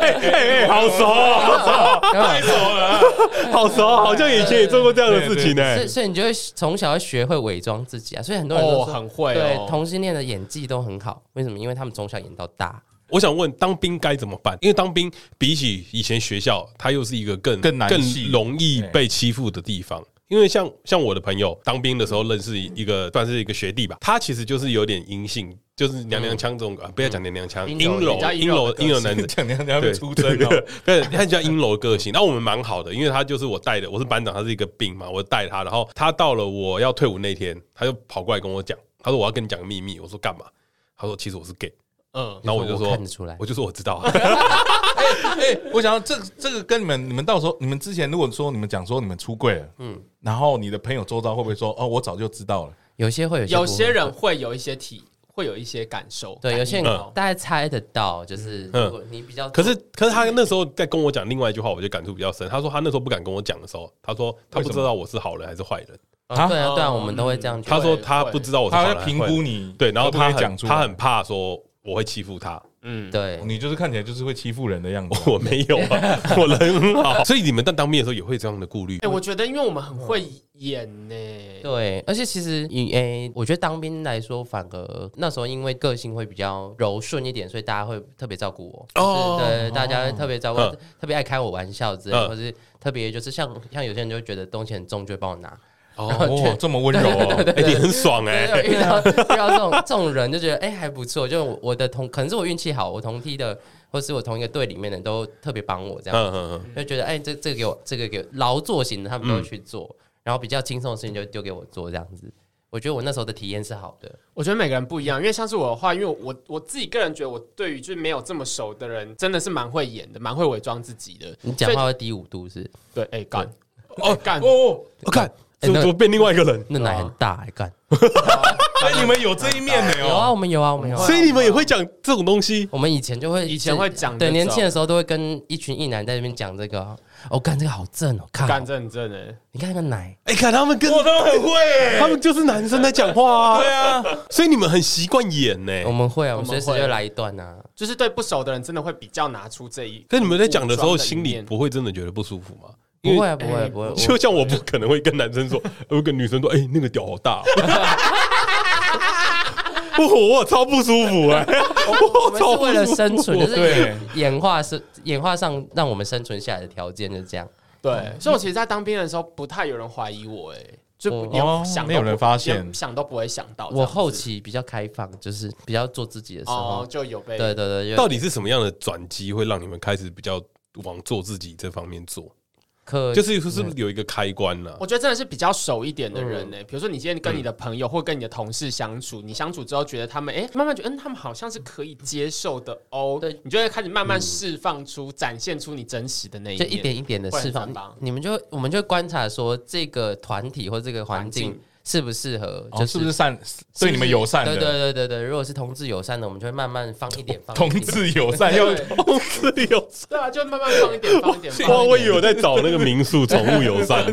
Speaker 3: 哎，好熟哦， [LAUGHS]
Speaker 1: 后
Speaker 3: 啊
Speaker 4: [LAUGHS] 啊
Speaker 3: 好熟哦，好像以前也做过这样的事情哎
Speaker 1: 所
Speaker 3: 呢
Speaker 1: 以。所以你就会从小要学会伪装自己啊，所以很多人都
Speaker 2: 哦，
Speaker 1: 说、
Speaker 2: 很会
Speaker 1: 对
Speaker 2: 哦，
Speaker 1: 同性恋的演技都很好，为什么？因为他们从小演到大，
Speaker 3: 我想问，当兵该怎么办？因为当兵比起以前学校，它又是一个更
Speaker 4: 更难
Speaker 3: 更
Speaker 4: 系哎
Speaker 3: 容易被欺负的地方。因为像像我的朋友当兵的时候认识一个算是一个学弟吧，他其实就是有点阴性，就是娘娘腔这种，啊
Speaker 4: 嗯
Speaker 3: 不要讲娘娘腔，
Speaker 1: 阴
Speaker 3: 阴
Speaker 1: 柔
Speaker 3: 柔
Speaker 2: 比较
Speaker 3: 阴
Speaker 2: 阴
Speaker 3: 柔
Speaker 2: 柔的
Speaker 3: 阴柔
Speaker 2: 个
Speaker 3: 男子，[LAUGHS]
Speaker 4: [LAUGHS] 讲讲讲
Speaker 3: 对
Speaker 4: 被出征哦，
Speaker 3: 对，他叫阴柔个性。然后我们蛮好的，因为他就是我带的，我是班长，他是一个兵嘛，我带他。然后他到了我要退伍那天，他就跑过来跟我讲，他说我要跟你讲个秘密。我说干嘛？他说其实我是 gay。
Speaker 2: 嗯，
Speaker 3: 然后我就说
Speaker 1: 看得出来
Speaker 3: 我就说我知道啊。
Speaker 4: 哎，我想要这个这个跟你们，你们到时候你们之前如果说你们讲说你们出柜了，嗯，然后你的朋友周遭会不会说哦，我早就知道了？
Speaker 1: 有些会有些不
Speaker 2: 有
Speaker 1: 会
Speaker 2: 些人会有一些体，会有一些感受，
Speaker 1: 对，有些人
Speaker 2: 感应哦
Speaker 1: 大概猜得到，就是
Speaker 3: 嗯
Speaker 1: 如果你比较、
Speaker 3: 可是可是他那时候在跟我讲另外一句话，我就感触比较深。他说他那时候不敢跟我讲的时候，他说他不知道我是好人还是坏人。
Speaker 1: 啊，对啊，对啊，
Speaker 2: 哦
Speaker 1: 我们都会这样觉
Speaker 3: 他
Speaker 1: 得。
Speaker 3: 说他不知道我是好
Speaker 4: 他
Speaker 3: 人
Speaker 4: 会
Speaker 3: 还是
Speaker 4: 评
Speaker 3: 坏人
Speaker 4: 估你，
Speaker 3: 对，然后
Speaker 4: 会
Speaker 3: 他
Speaker 4: 不会
Speaker 3: 很
Speaker 4: 讲出来
Speaker 3: 他很怕说我会欺负他，
Speaker 2: 嗯，
Speaker 1: 对，
Speaker 4: 你就是看起来就是会欺负人的样子啊。
Speaker 3: 我没有 [LAUGHS] 啊，我人很好。所以你们在当面的时候也会有这样的顾虑
Speaker 2: 哎，，我觉得因为我们很会演呢，
Speaker 1: 对，而且其实以诶、我觉得当兵来说，反而那时候因为个性会比较柔顺一点，所以大家会特别照顾我。
Speaker 3: 哦
Speaker 1: 就是对，大家会特别照顾我，
Speaker 3: 嗯
Speaker 1: 特别爱开我玩笑之类，
Speaker 3: 嗯
Speaker 1: 或是特别就是像像有些人就会觉得东西很重，就会帮我拿。
Speaker 4: 哦，这么温柔哦，
Speaker 3: 哎，你很爽
Speaker 1: 对，
Speaker 3: 哎，
Speaker 1: 对遇到遇到这种这种人，就觉得哎、还不错。就我我的同，可能是我运气好，我同梯的或是我同一个队里面的都特别帮我这样。
Speaker 3: 嗯嗯
Speaker 1: 就觉得哎、这这个给我，这个给我劳作型的他们都会去做，然后比较轻松的事情就丢给我做这样子。我觉得我那时候的体验是好的，
Speaker 2: 我觉得每个人不一样，因为像是我的话，因为我我自己个人觉得，我对于就是没有这么熟的人，真的是蛮会演的，蛮会伪装自己的。
Speaker 1: 你讲话会低五度是？
Speaker 2: 对，哎、干
Speaker 3: 哦
Speaker 2: 干
Speaker 3: 哦哦，我看
Speaker 1: 哎
Speaker 3: 怎么
Speaker 1: 那
Speaker 3: 怎么变另外一个人？哦
Speaker 1: 那奶很大哎、干、
Speaker 4: 哎，你们有这一面呢
Speaker 1: 有啊，
Speaker 4: 哦。
Speaker 1: 我们有啊，我们有、啊。
Speaker 3: 所以你们也会讲这种东西？
Speaker 1: 我们以前就会，
Speaker 2: 以前会讲
Speaker 1: 对，
Speaker 2: 这种
Speaker 1: 年轻的时候都会跟一群一男在那边讲这个啊，哦，干这个好正哦，看
Speaker 2: 干，真的真的，
Speaker 1: 你看那个奶，
Speaker 3: 哎，看他们跟
Speaker 4: 我都很会欸，
Speaker 3: 他们就是男生在讲话
Speaker 4: 对
Speaker 3: 啊，
Speaker 4: 啊，
Speaker 3: 所以你们很习惯演呢。
Speaker 1: 我们会啊，我
Speaker 2: 我
Speaker 1: 们随
Speaker 2: 们
Speaker 1: 时
Speaker 2: 会
Speaker 1: 就来一段啊，
Speaker 2: 就是对不熟的人，真的会比较拿出这一。
Speaker 3: 可你们在讲的时候，
Speaker 2: 武装
Speaker 3: 心
Speaker 2: 一
Speaker 3: 里
Speaker 2: 面
Speaker 3: 不会真的觉得不舒服吗？
Speaker 1: 不会啊，啊不
Speaker 2: 因
Speaker 1: 会、
Speaker 2: 为
Speaker 1: 不会，
Speaker 3: 就
Speaker 1: 我
Speaker 3: 像我不可能会跟男生说，我跟女生说，哎、那个屌好大、哦。 [LAUGHS] 我我超不舒服哎、
Speaker 1: 我们是为了生存，就
Speaker 4: 对
Speaker 1: 是演化是演化上让我们生存下来的条件就是这样。
Speaker 2: 对，所以我其实，在当兵的时候，不太有人怀疑我、哎，就
Speaker 1: 哦
Speaker 2: 连想都不、
Speaker 4: 没有人发现
Speaker 2: 连想都不会想到。
Speaker 1: 我后期比较开放，就是比较做自己的
Speaker 2: 这
Speaker 1: 时
Speaker 2: 样子
Speaker 1: 候
Speaker 2: 哦，，就有被
Speaker 1: 对对对，就
Speaker 3: 到底是什么样的转机会让你们开始比较往做自己这方面做？
Speaker 1: 可
Speaker 3: 就是是不是有一个开关啊呢、
Speaker 2: 我觉得真的是比较熟一点的人呢、比如说你今天跟你的朋友或跟你的同事相处，你相处之后觉得他们，哎、慢慢觉得，嗯，他们好像是可以接受的哦。
Speaker 1: 对，
Speaker 2: 你就会开始慢慢释放出、展现出你真实的那一
Speaker 1: 就
Speaker 2: 面。
Speaker 1: 一点一点的释
Speaker 2: 会很
Speaker 1: 放
Speaker 2: 烦吧，
Speaker 1: 你们就我们就观察说这个团体或这个环境
Speaker 2: 环境
Speaker 1: 适不适合，
Speaker 4: 哦
Speaker 1: 就是
Speaker 4: 不是善对你们友善
Speaker 1: 对
Speaker 4: 的？
Speaker 1: 对对对对，如果是同志友善的，我们就会慢慢放一点放一
Speaker 4: 同
Speaker 1: 点
Speaker 4: 志友善又
Speaker 2: 对
Speaker 3: 公司有，
Speaker 2: 对啊，就慢慢放一点，放一 [LAUGHS] 点，放一
Speaker 3: 哇，
Speaker 2: 点。
Speaker 3: 我以为我在找那个民宿宠物友善的。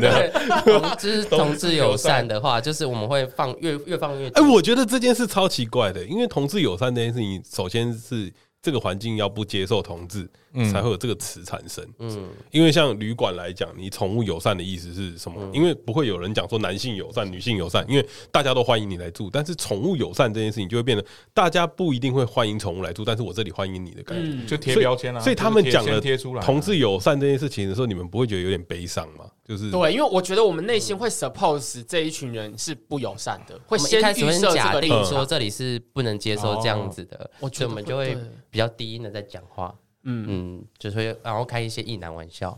Speaker 1: 对，同志同志友善的话，就是我们会放越越放越
Speaker 3: 哎、
Speaker 1: 多。
Speaker 3: 我觉得这件事超奇怪的，因为同志友善这件事情，首先是这个环境要不接受同志，
Speaker 4: 嗯
Speaker 3: 才会有这个词产生。嗯，因为像旅馆来讲，你宠物友善的意思是什么？因为不会有人讲说男性友善、女性友善，因为大家都欢迎你来住。但是宠物友善这件事情就会变得，大家不一定会欢迎宠物来住，但是我这里欢迎你的感觉。
Speaker 2: 嗯，
Speaker 4: 就贴标签啊，
Speaker 3: 所以他们讲
Speaker 4: 就是
Speaker 3: 了
Speaker 4: 贴先贴出来啊，
Speaker 3: 同志友善这件事情的时候，你们不会觉得有点悲伤吗？就是
Speaker 2: 对，因为我觉得我们内心会 suppose 这一群人是不友善的，会
Speaker 1: 我们一
Speaker 2: 先
Speaker 1: 开始
Speaker 2: 预
Speaker 1: 会
Speaker 2: 设这
Speaker 1: 假
Speaker 2: 个立
Speaker 1: 定说
Speaker 2: 场。
Speaker 1: 这里是不能接受这样子的，
Speaker 2: 我觉
Speaker 1: 所
Speaker 2: 得
Speaker 1: 以我们就会
Speaker 2: 会对
Speaker 1: 比较低音的在讲话，嗯嗯，就是会然后开一些意男玩笑，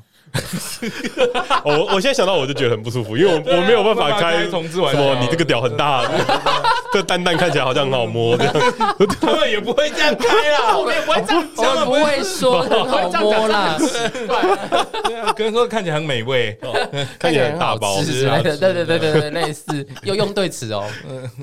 Speaker 3: 哦我我现在想到我就觉得很不舒服，因为我
Speaker 4: 啊
Speaker 3: 我没有办法开
Speaker 4: 同志玩
Speaker 3: 什
Speaker 4: 笑
Speaker 3: 么你这个屌很大，这蛋蛋看起来好像很好摸这样。
Speaker 4: [LAUGHS] 他们也不会这样开
Speaker 2: [LAUGHS]
Speaker 4: 啦。
Speaker 2: 啊我们也不会这样
Speaker 1: 我们
Speaker 2: 讲，
Speaker 1: 不会说很好摸啦，
Speaker 4: [LAUGHS] 对啊，跟说看起来很美味，
Speaker 3: 哦看起来很大包
Speaker 1: 看起来很好吃之类的，对对对对对，类似又用对词哦，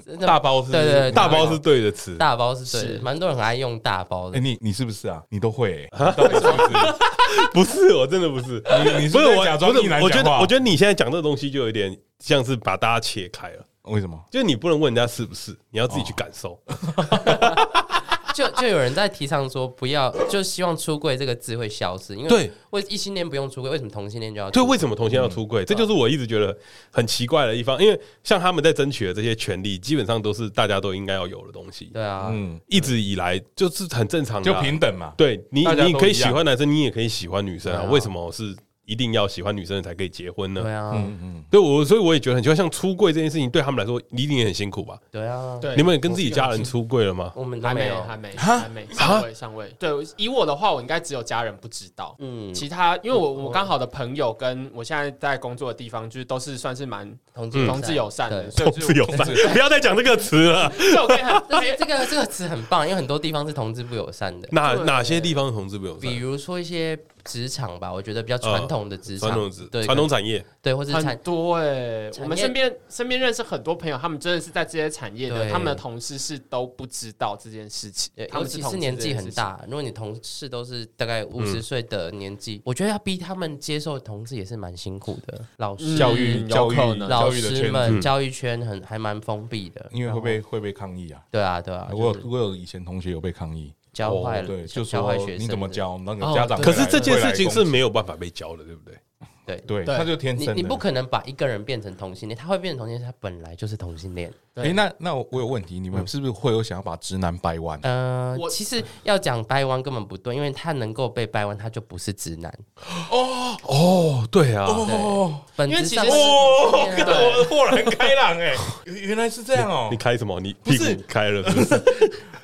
Speaker 1: 真的
Speaker 4: [LAUGHS] 大包是不
Speaker 1: [LAUGHS]
Speaker 4: 是
Speaker 1: 对对对
Speaker 3: 大包是对的词，
Speaker 1: 大包是对的，
Speaker 2: 是
Speaker 1: 蛮多人很爱用大包
Speaker 4: [LAUGHS] 哎，
Speaker 1: 的。
Speaker 4: 你你是不是啊？你都会欸，你到底是不是
Speaker 3: 不是我真的不是，
Speaker 4: 你你是
Speaker 3: 不是
Speaker 4: 在
Speaker 3: 我
Speaker 4: 假装
Speaker 3: 不是
Speaker 4: 一男
Speaker 3: 我觉
Speaker 4: 讲
Speaker 3: 得
Speaker 4: 话？
Speaker 3: 我觉得你现在讲这个东西就有点像是把大家切开了，
Speaker 4: 得为什么？
Speaker 3: 就是你不能问人家是不是，你要自己去感受。
Speaker 1: 就就有人在提倡说，不要就希望出柜这个字会消失，因为
Speaker 3: 对，
Speaker 1: 为异性恋不用出柜，为什么同性恋就要？
Speaker 3: 对，为什么同性要出柜？这就是我一直觉得很奇怪的地方，因为像他们在争取的这些权利，基本上都是大家都应该要有的东西，
Speaker 1: 对啊，
Speaker 4: 嗯，
Speaker 3: 一直以来就是很正常的
Speaker 4: 就
Speaker 3: 啊，
Speaker 4: 平等嘛。
Speaker 3: 对你
Speaker 4: 大，家
Speaker 3: 你
Speaker 4: 都
Speaker 3: 可以
Speaker 4: 一
Speaker 3: 喜
Speaker 4: 样
Speaker 3: 欢男生，你也可以喜欢女生啊。
Speaker 1: 对啊
Speaker 3: 为什么是一定要喜欢女生才可以结婚呢？
Speaker 1: 对啊，
Speaker 4: 嗯嗯，
Speaker 3: 对我，所以我也觉得很奇怪，像出柜这件事情，对他们来说一定也很辛苦吧？
Speaker 1: 对啊，
Speaker 2: 对，
Speaker 3: 你们有跟自己家人出柜了吗？
Speaker 1: 我们都
Speaker 2: 还
Speaker 1: 没
Speaker 2: 没
Speaker 1: 有，
Speaker 2: 还没，还没上位上位。对，以我的话，我应该只有家人不知道。
Speaker 1: 嗯，
Speaker 2: 其他，因为我我刚好的朋友跟我现在在工作的地方，就是都是算是蛮
Speaker 1: 同
Speaker 3: 嗯
Speaker 1: 志
Speaker 2: 同志友善的，
Speaker 1: 嗯对
Speaker 2: 所以
Speaker 3: 同
Speaker 2: 就是
Speaker 3: 志友善，不要再讲这个词了。
Speaker 2: 所以我可以很
Speaker 1: 但是这个这个词很棒，因为很多地方是同志不友善的，
Speaker 3: 哪
Speaker 2: 对
Speaker 3: 哪些地方同志不友
Speaker 1: 比
Speaker 3: 善？
Speaker 1: 如说一些职场吧，我觉得比较传统统的职场
Speaker 3: 嗯传统职
Speaker 1: 啊对
Speaker 3: 传统产业，
Speaker 1: 对，或是
Speaker 2: 很
Speaker 1: 产
Speaker 2: 多哎、
Speaker 1: 产业
Speaker 2: 我们身边身边认识很多朋友，他们真的是在这些产业的，
Speaker 1: 对
Speaker 2: 他们的同事是都不知道这件事情
Speaker 1: 对，，
Speaker 2: 他
Speaker 1: 尤
Speaker 2: 们是
Speaker 1: 其
Speaker 2: 同
Speaker 1: 是
Speaker 2: 事
Speaker 1: 年
Speaker 2: 这件
Speaker 1: 纪
Speaker 2: 事
Speaker 1: 很
Speaker 2: 情。
Speaker 1: 大，如果你同事都是大概
Speaker 3: 嗯
Speaker 1: 五十岁的年纪，我觉得要逼他们接受同志也是蛮辛苦的。老师、
Speaker 4: 教育
Speaker 2: 嗯
Speaker 4: 教育
Speaker 2: 有可能
Speaker 1: 老
Speaker 4: 教育的
Speaker 1: 师
Speaker 4: 圈子，
Speaker 1: 们
Speaker 3: 嗯
Speaker 1: 教育圈很还蛮封闭的，
Speaker 4: 因为会
Speaker 1: 然
Speaker 4: 被
Speaker 1: 后
Speaker 4: 会被抗议啊。
Speaker 1: 对啊对啊，
Speaker 4: 我
Speaker 1: 就是
Speaker 4: 有我有以前同学有被抗议，
Speaker 1: 教坏
Speaker 4: 哦
Speaker 1: 了，
Speaker 4: 对，
Speaker 1: 教
Speaker 4: 就
Speaker 1: 教
Speaker 4: 说
Speaker 1: 坏学生
Speaker 4: 你怎么教那个
Speaker 1: 哦
Speaker 4: 家长
Speaker 1: 对
Speaker 4: 会
Speaker 3: 啊可
Speaker 4: 来。
Speaker 3: 是这件事情是
Speaker 4: 会来攻击
Speaker 3: 没有办法被教的，对不对？
Speaker 1: 对。
Speaker 4: 对，
Speaker 2: 对
Speaker 4: 他就天
Speaker 1: 你
Speaker 4: 生的。
Speaker 1: 你不可能把一个人变成同性恋，他会变成同性恋，他本来就是同性恋。
Speaker 2: 对
Speaker 4: 哎、那那我我有问题，你们是不是会有想要把直男掰弯？
Speaker 1: 呃
Speaker 2: 我，
Speaker 1: 其实要讲掰弯根本不对，因为他能够被掰弯，他就不是直男。
Speaker 3: 哦，对啊，
Speaker 4: 哦，
Speaker 1: 本
Speaker 2: 因为
Speaker 1: 质
Speaker 2: 其
Speaker 1: 上
Speaker 2: 实
Speaker 1: 是
Speaker 4: 哦，
Speaker 1: 对
Speaker 4: 看到我豁然开朗 [LAUGHS] 哎、原原来是这样哦
Speaker 3: 你、开什么？你
Speaker 4: 不
Speaker 3: 屁
Speaker 4: 是
Speaker 3: 股开了是不是？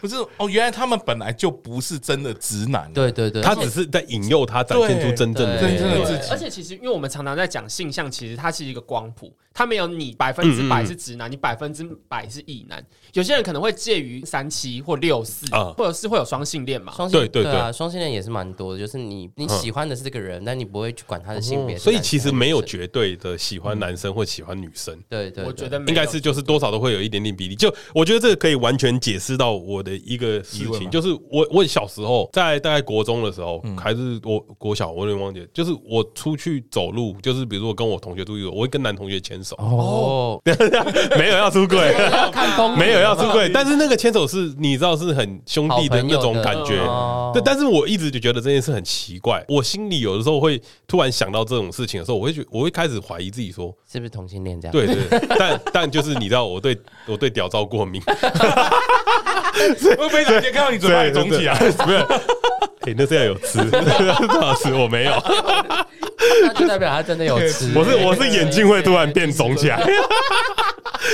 Speaker 4: 不是哦，原来他们本来就不是真的直男、
Speaker 1: 对对对，
Speaker 3: 他只是在引诱他展现出真正的
Speaker 1: 对
Speaker 4: 真正
Speaker 2: 对
Speaker 4: 的自己
Speaker 2: 而且其实，因为我们常常在讲性向，其实它是一个光谱，它没有你百分
Speaker 3: 嗯
Speaker 2: 之百是直男，你百分之百是异男。有些人可能会介于三七或六四、
Speaker 3: 啊
Speaker 2: 或者是会有双性恋嘛。
Speaker 1: 双性
Speaker 3: 对对
Speaker 1: 啊，双性恋也是蛮多的，就是你你喜欢的是这个人，但你不会去管他的性别、
Speaker 3: 哦所以其实没有，绝对的喜欢男生或喜欢女生，
Speaker 1: 对对，
Speaker 2: 我觉得没有
Speaker 3: 应该是就是多少都会有一点点比例。就我觉得这个可以完全解释到我的一个事
Speaker 4: 疑问吗
Speaker 3: 情，就是我我小时候在大概国中的时候，还是我国小，我有点忘记了，就是我出去走路，就是比如说我跟我同学出去走，我会跟男同学牵手，
Speaker 1: 哦，
Speaker 3: [LAUGHS] 没有要
Speaker 2: [LAUGHS]
Speaker 3: 出轨。
Speaker 1: 看风
Speaker 3: 没有要出轨，但是那个牵手是你知道是很兄弟的那种
Speaker 1: 好朋友的
Speaker 3: 感觉，
Speaker 1: 哦
Speaker 3: 对，但是我一直就觉得这件事很奇怪，我心里有的时候会突然想到这种事情的时候，我会觉我会开始怀疑自己说，
Speaker 1: 是不是同性恋这样？
Speaker 3: 对对，但但就是你知道我对我对屌照过敏，
Speaker 4: 对，会不会直接看到你嘴巴也肿起来？
Speaker 3: 对，对对没有，哎、那这样有吃， [LAUGHS] 不好吃，我没有，
Speaker 1: [LAUGHS] 那就代表他真的有吃。
Speaker 3: [LAUGHS] 我是我是眼睛会突然变肿起来。 [LAUGHS]